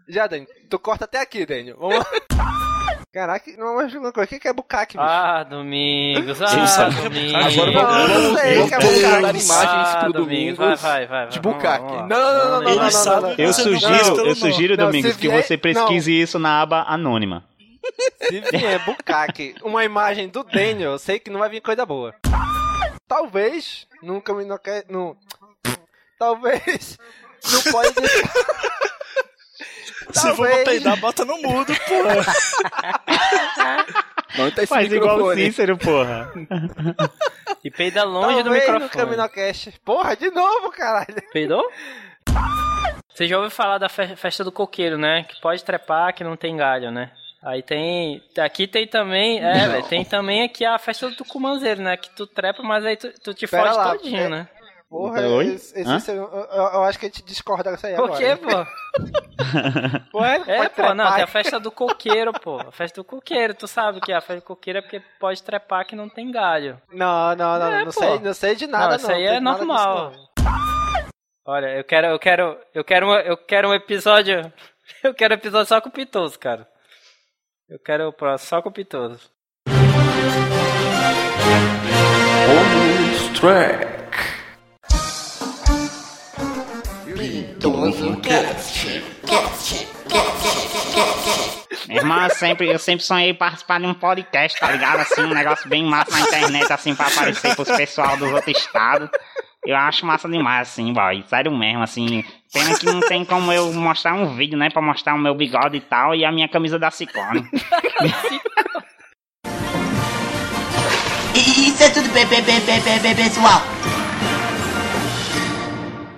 [SPEAKER 6] Já, Dani, tu corta até aqui, Daniel. Vamos lá. Caraca, não mais uma coisa. O que que é bucaque, bicho?
[SPEAKER 5] Ah, Domingos, ah,
[SPEAKER 3] sabe?
[SPEAKER 5] Domingos. Ah,
[SPEAKER 3] Agora
[SPEAKER 6] não, não sei,
[SPEAKER 7] Meu
[SPEAKER 6] que é
[SPEAKER 7] Deus.
[SPEAKER 6] bucaque.
[SPEAKER 7] imagens pro
[SPEAKER 5] Domingos,
[SPEAKER 7] Domingos
[SPEAKER 5] Vai, vai, vai.
[SPEAKER 7] de
[SPEAKER 5] vamos lá, vamos lá.
[SPEAKER 7] bucaque.
[SPEAKER 6] Não, não, não, não,
[SPEAKER 3] Ele
[SPEAKER 6] não, não,
[SPEAKER 3] sabe
[SPEAKER 6] não, não.
[SPEAKER 3] que
[SPEAKER 11] Eu
[SPEAKER 3] Você não
[SPEAKER 11] sugiro,
[SPEAKER 3] gosta,
[SPEAKER 11] eu
[SPEAKER 3] não.
[SPEAKER 11] sugiro
[SPEAKER 6] Não,
[SPEAKER 11] Domingos,
[SPEAKER 6] se
[SPEAKER 11] que
[SPEAKER 6] vier-
[SPEAKER 11] você pesquise isso na aba anônima.
[SPEAKER 6] Se vier é bucaque, uma imagem do Daniel, eu sei que não vai vir coisa boa. Talvez, nunca me noque... Não. Talvez, não pode...
[SPEAKER 3] Se for pra
[SPEAKER 6] Talvez.
[SPEAKER 3] peidar, bota no mudo, porra.
[SPEAKER 7] Não tá esse
[SPEAKER 11] Faz igual o
[SPEAKER 7] microfone.
[SPEAKER 11] Cícero, porra.
[SPEAKER 5] E peida longe do
[SPEAKER 6] Talvez no
[SPEAKER 5] microfone.
[SPEAKER 6] Caminocast. Porra, de novo, caralho.
[SPEAKER 5] Peidou? [laughs] Você já ouviu falar da fe- festa do coqueiro, né? Que pode trepar, que não tem galho, né? Aí tem. Aqui tem também. É,
[SPEAKER 7] Não.
[SPEAKER 5] velho, tem também aqui a festa do tucumanzeiro, né? Que tu trepa, mas aí tu, tu te
[SPEAKER 6] Pera
[SPEAKER 5] foge
[SPEAKER 6] lá,
[SPEAKER 5] todinho,
[SPEAKER 6] é-
[SPEAKER 5] né?
[SPEAKER 6] Porra,
[SPEAKER 11] Oi?
[SPEAKER 6] esse, esse-
[SPEAKER 11] Hã?
[SPEAKER 6] esse- eu, eu- eu acho que a gente discorda disso aí
[SPEAKER 5] Por
[SPEAKER 6] agora.
[SPEAKER 5] quê, pô?
[SPEAKER 6] Ué,
[SPEAKER 5] É,
[SPEAKER 6] [laughs] pode
[SPEAKER 5] pô, não,
[SPEAKER 6] trepar.
[SPEAKER 5] tem a festa do coqueiro, pô. A festa do coqueiro, tu sabe que a festa do coqueiro é porque pode trepar que não tem galho.
[SPEAKER 6] Não, não, não,
[SPEAKER 5] É,
[SPEAKER 6] não
[SPEAKER 5] pô.
[SPEAKER 6] sei, não sei de nada, não.
[SPEAKER 5] não, isso aí
[SPEAKER 6] sei
[SPEAKER 5] é
[SPEAKER 6] de nada disso,
[SPEAKER 5] normal.
[SPEAKER 6] não.
[SPEAKER 5] Olha, eu quero, eu quero, eu quero, uma- eu quero um episódio, [laughs] eu quero um episódio só com o Pitoso, cara. Eu quero o próximo só com o Pitoso.
[SPEAKER 4] Minha irmã, sempre, eu sempre sonhei em participar de um podcast, tá ligado? Assim, um negócio bem massa na internet, assim, pra aparecer pros pessoal dos outros estados. Eu acho massa demais, assim, boy. Sério mesmo, assim. Pena que não tem como eu mostrar um vídeo, né? Pra mostrar o meu bigode e tal, e a minha camisa da Ciclone.
[SPEAKER 12] Isso é tudo bem, bem, bem, bem, bem, bem, pessoal.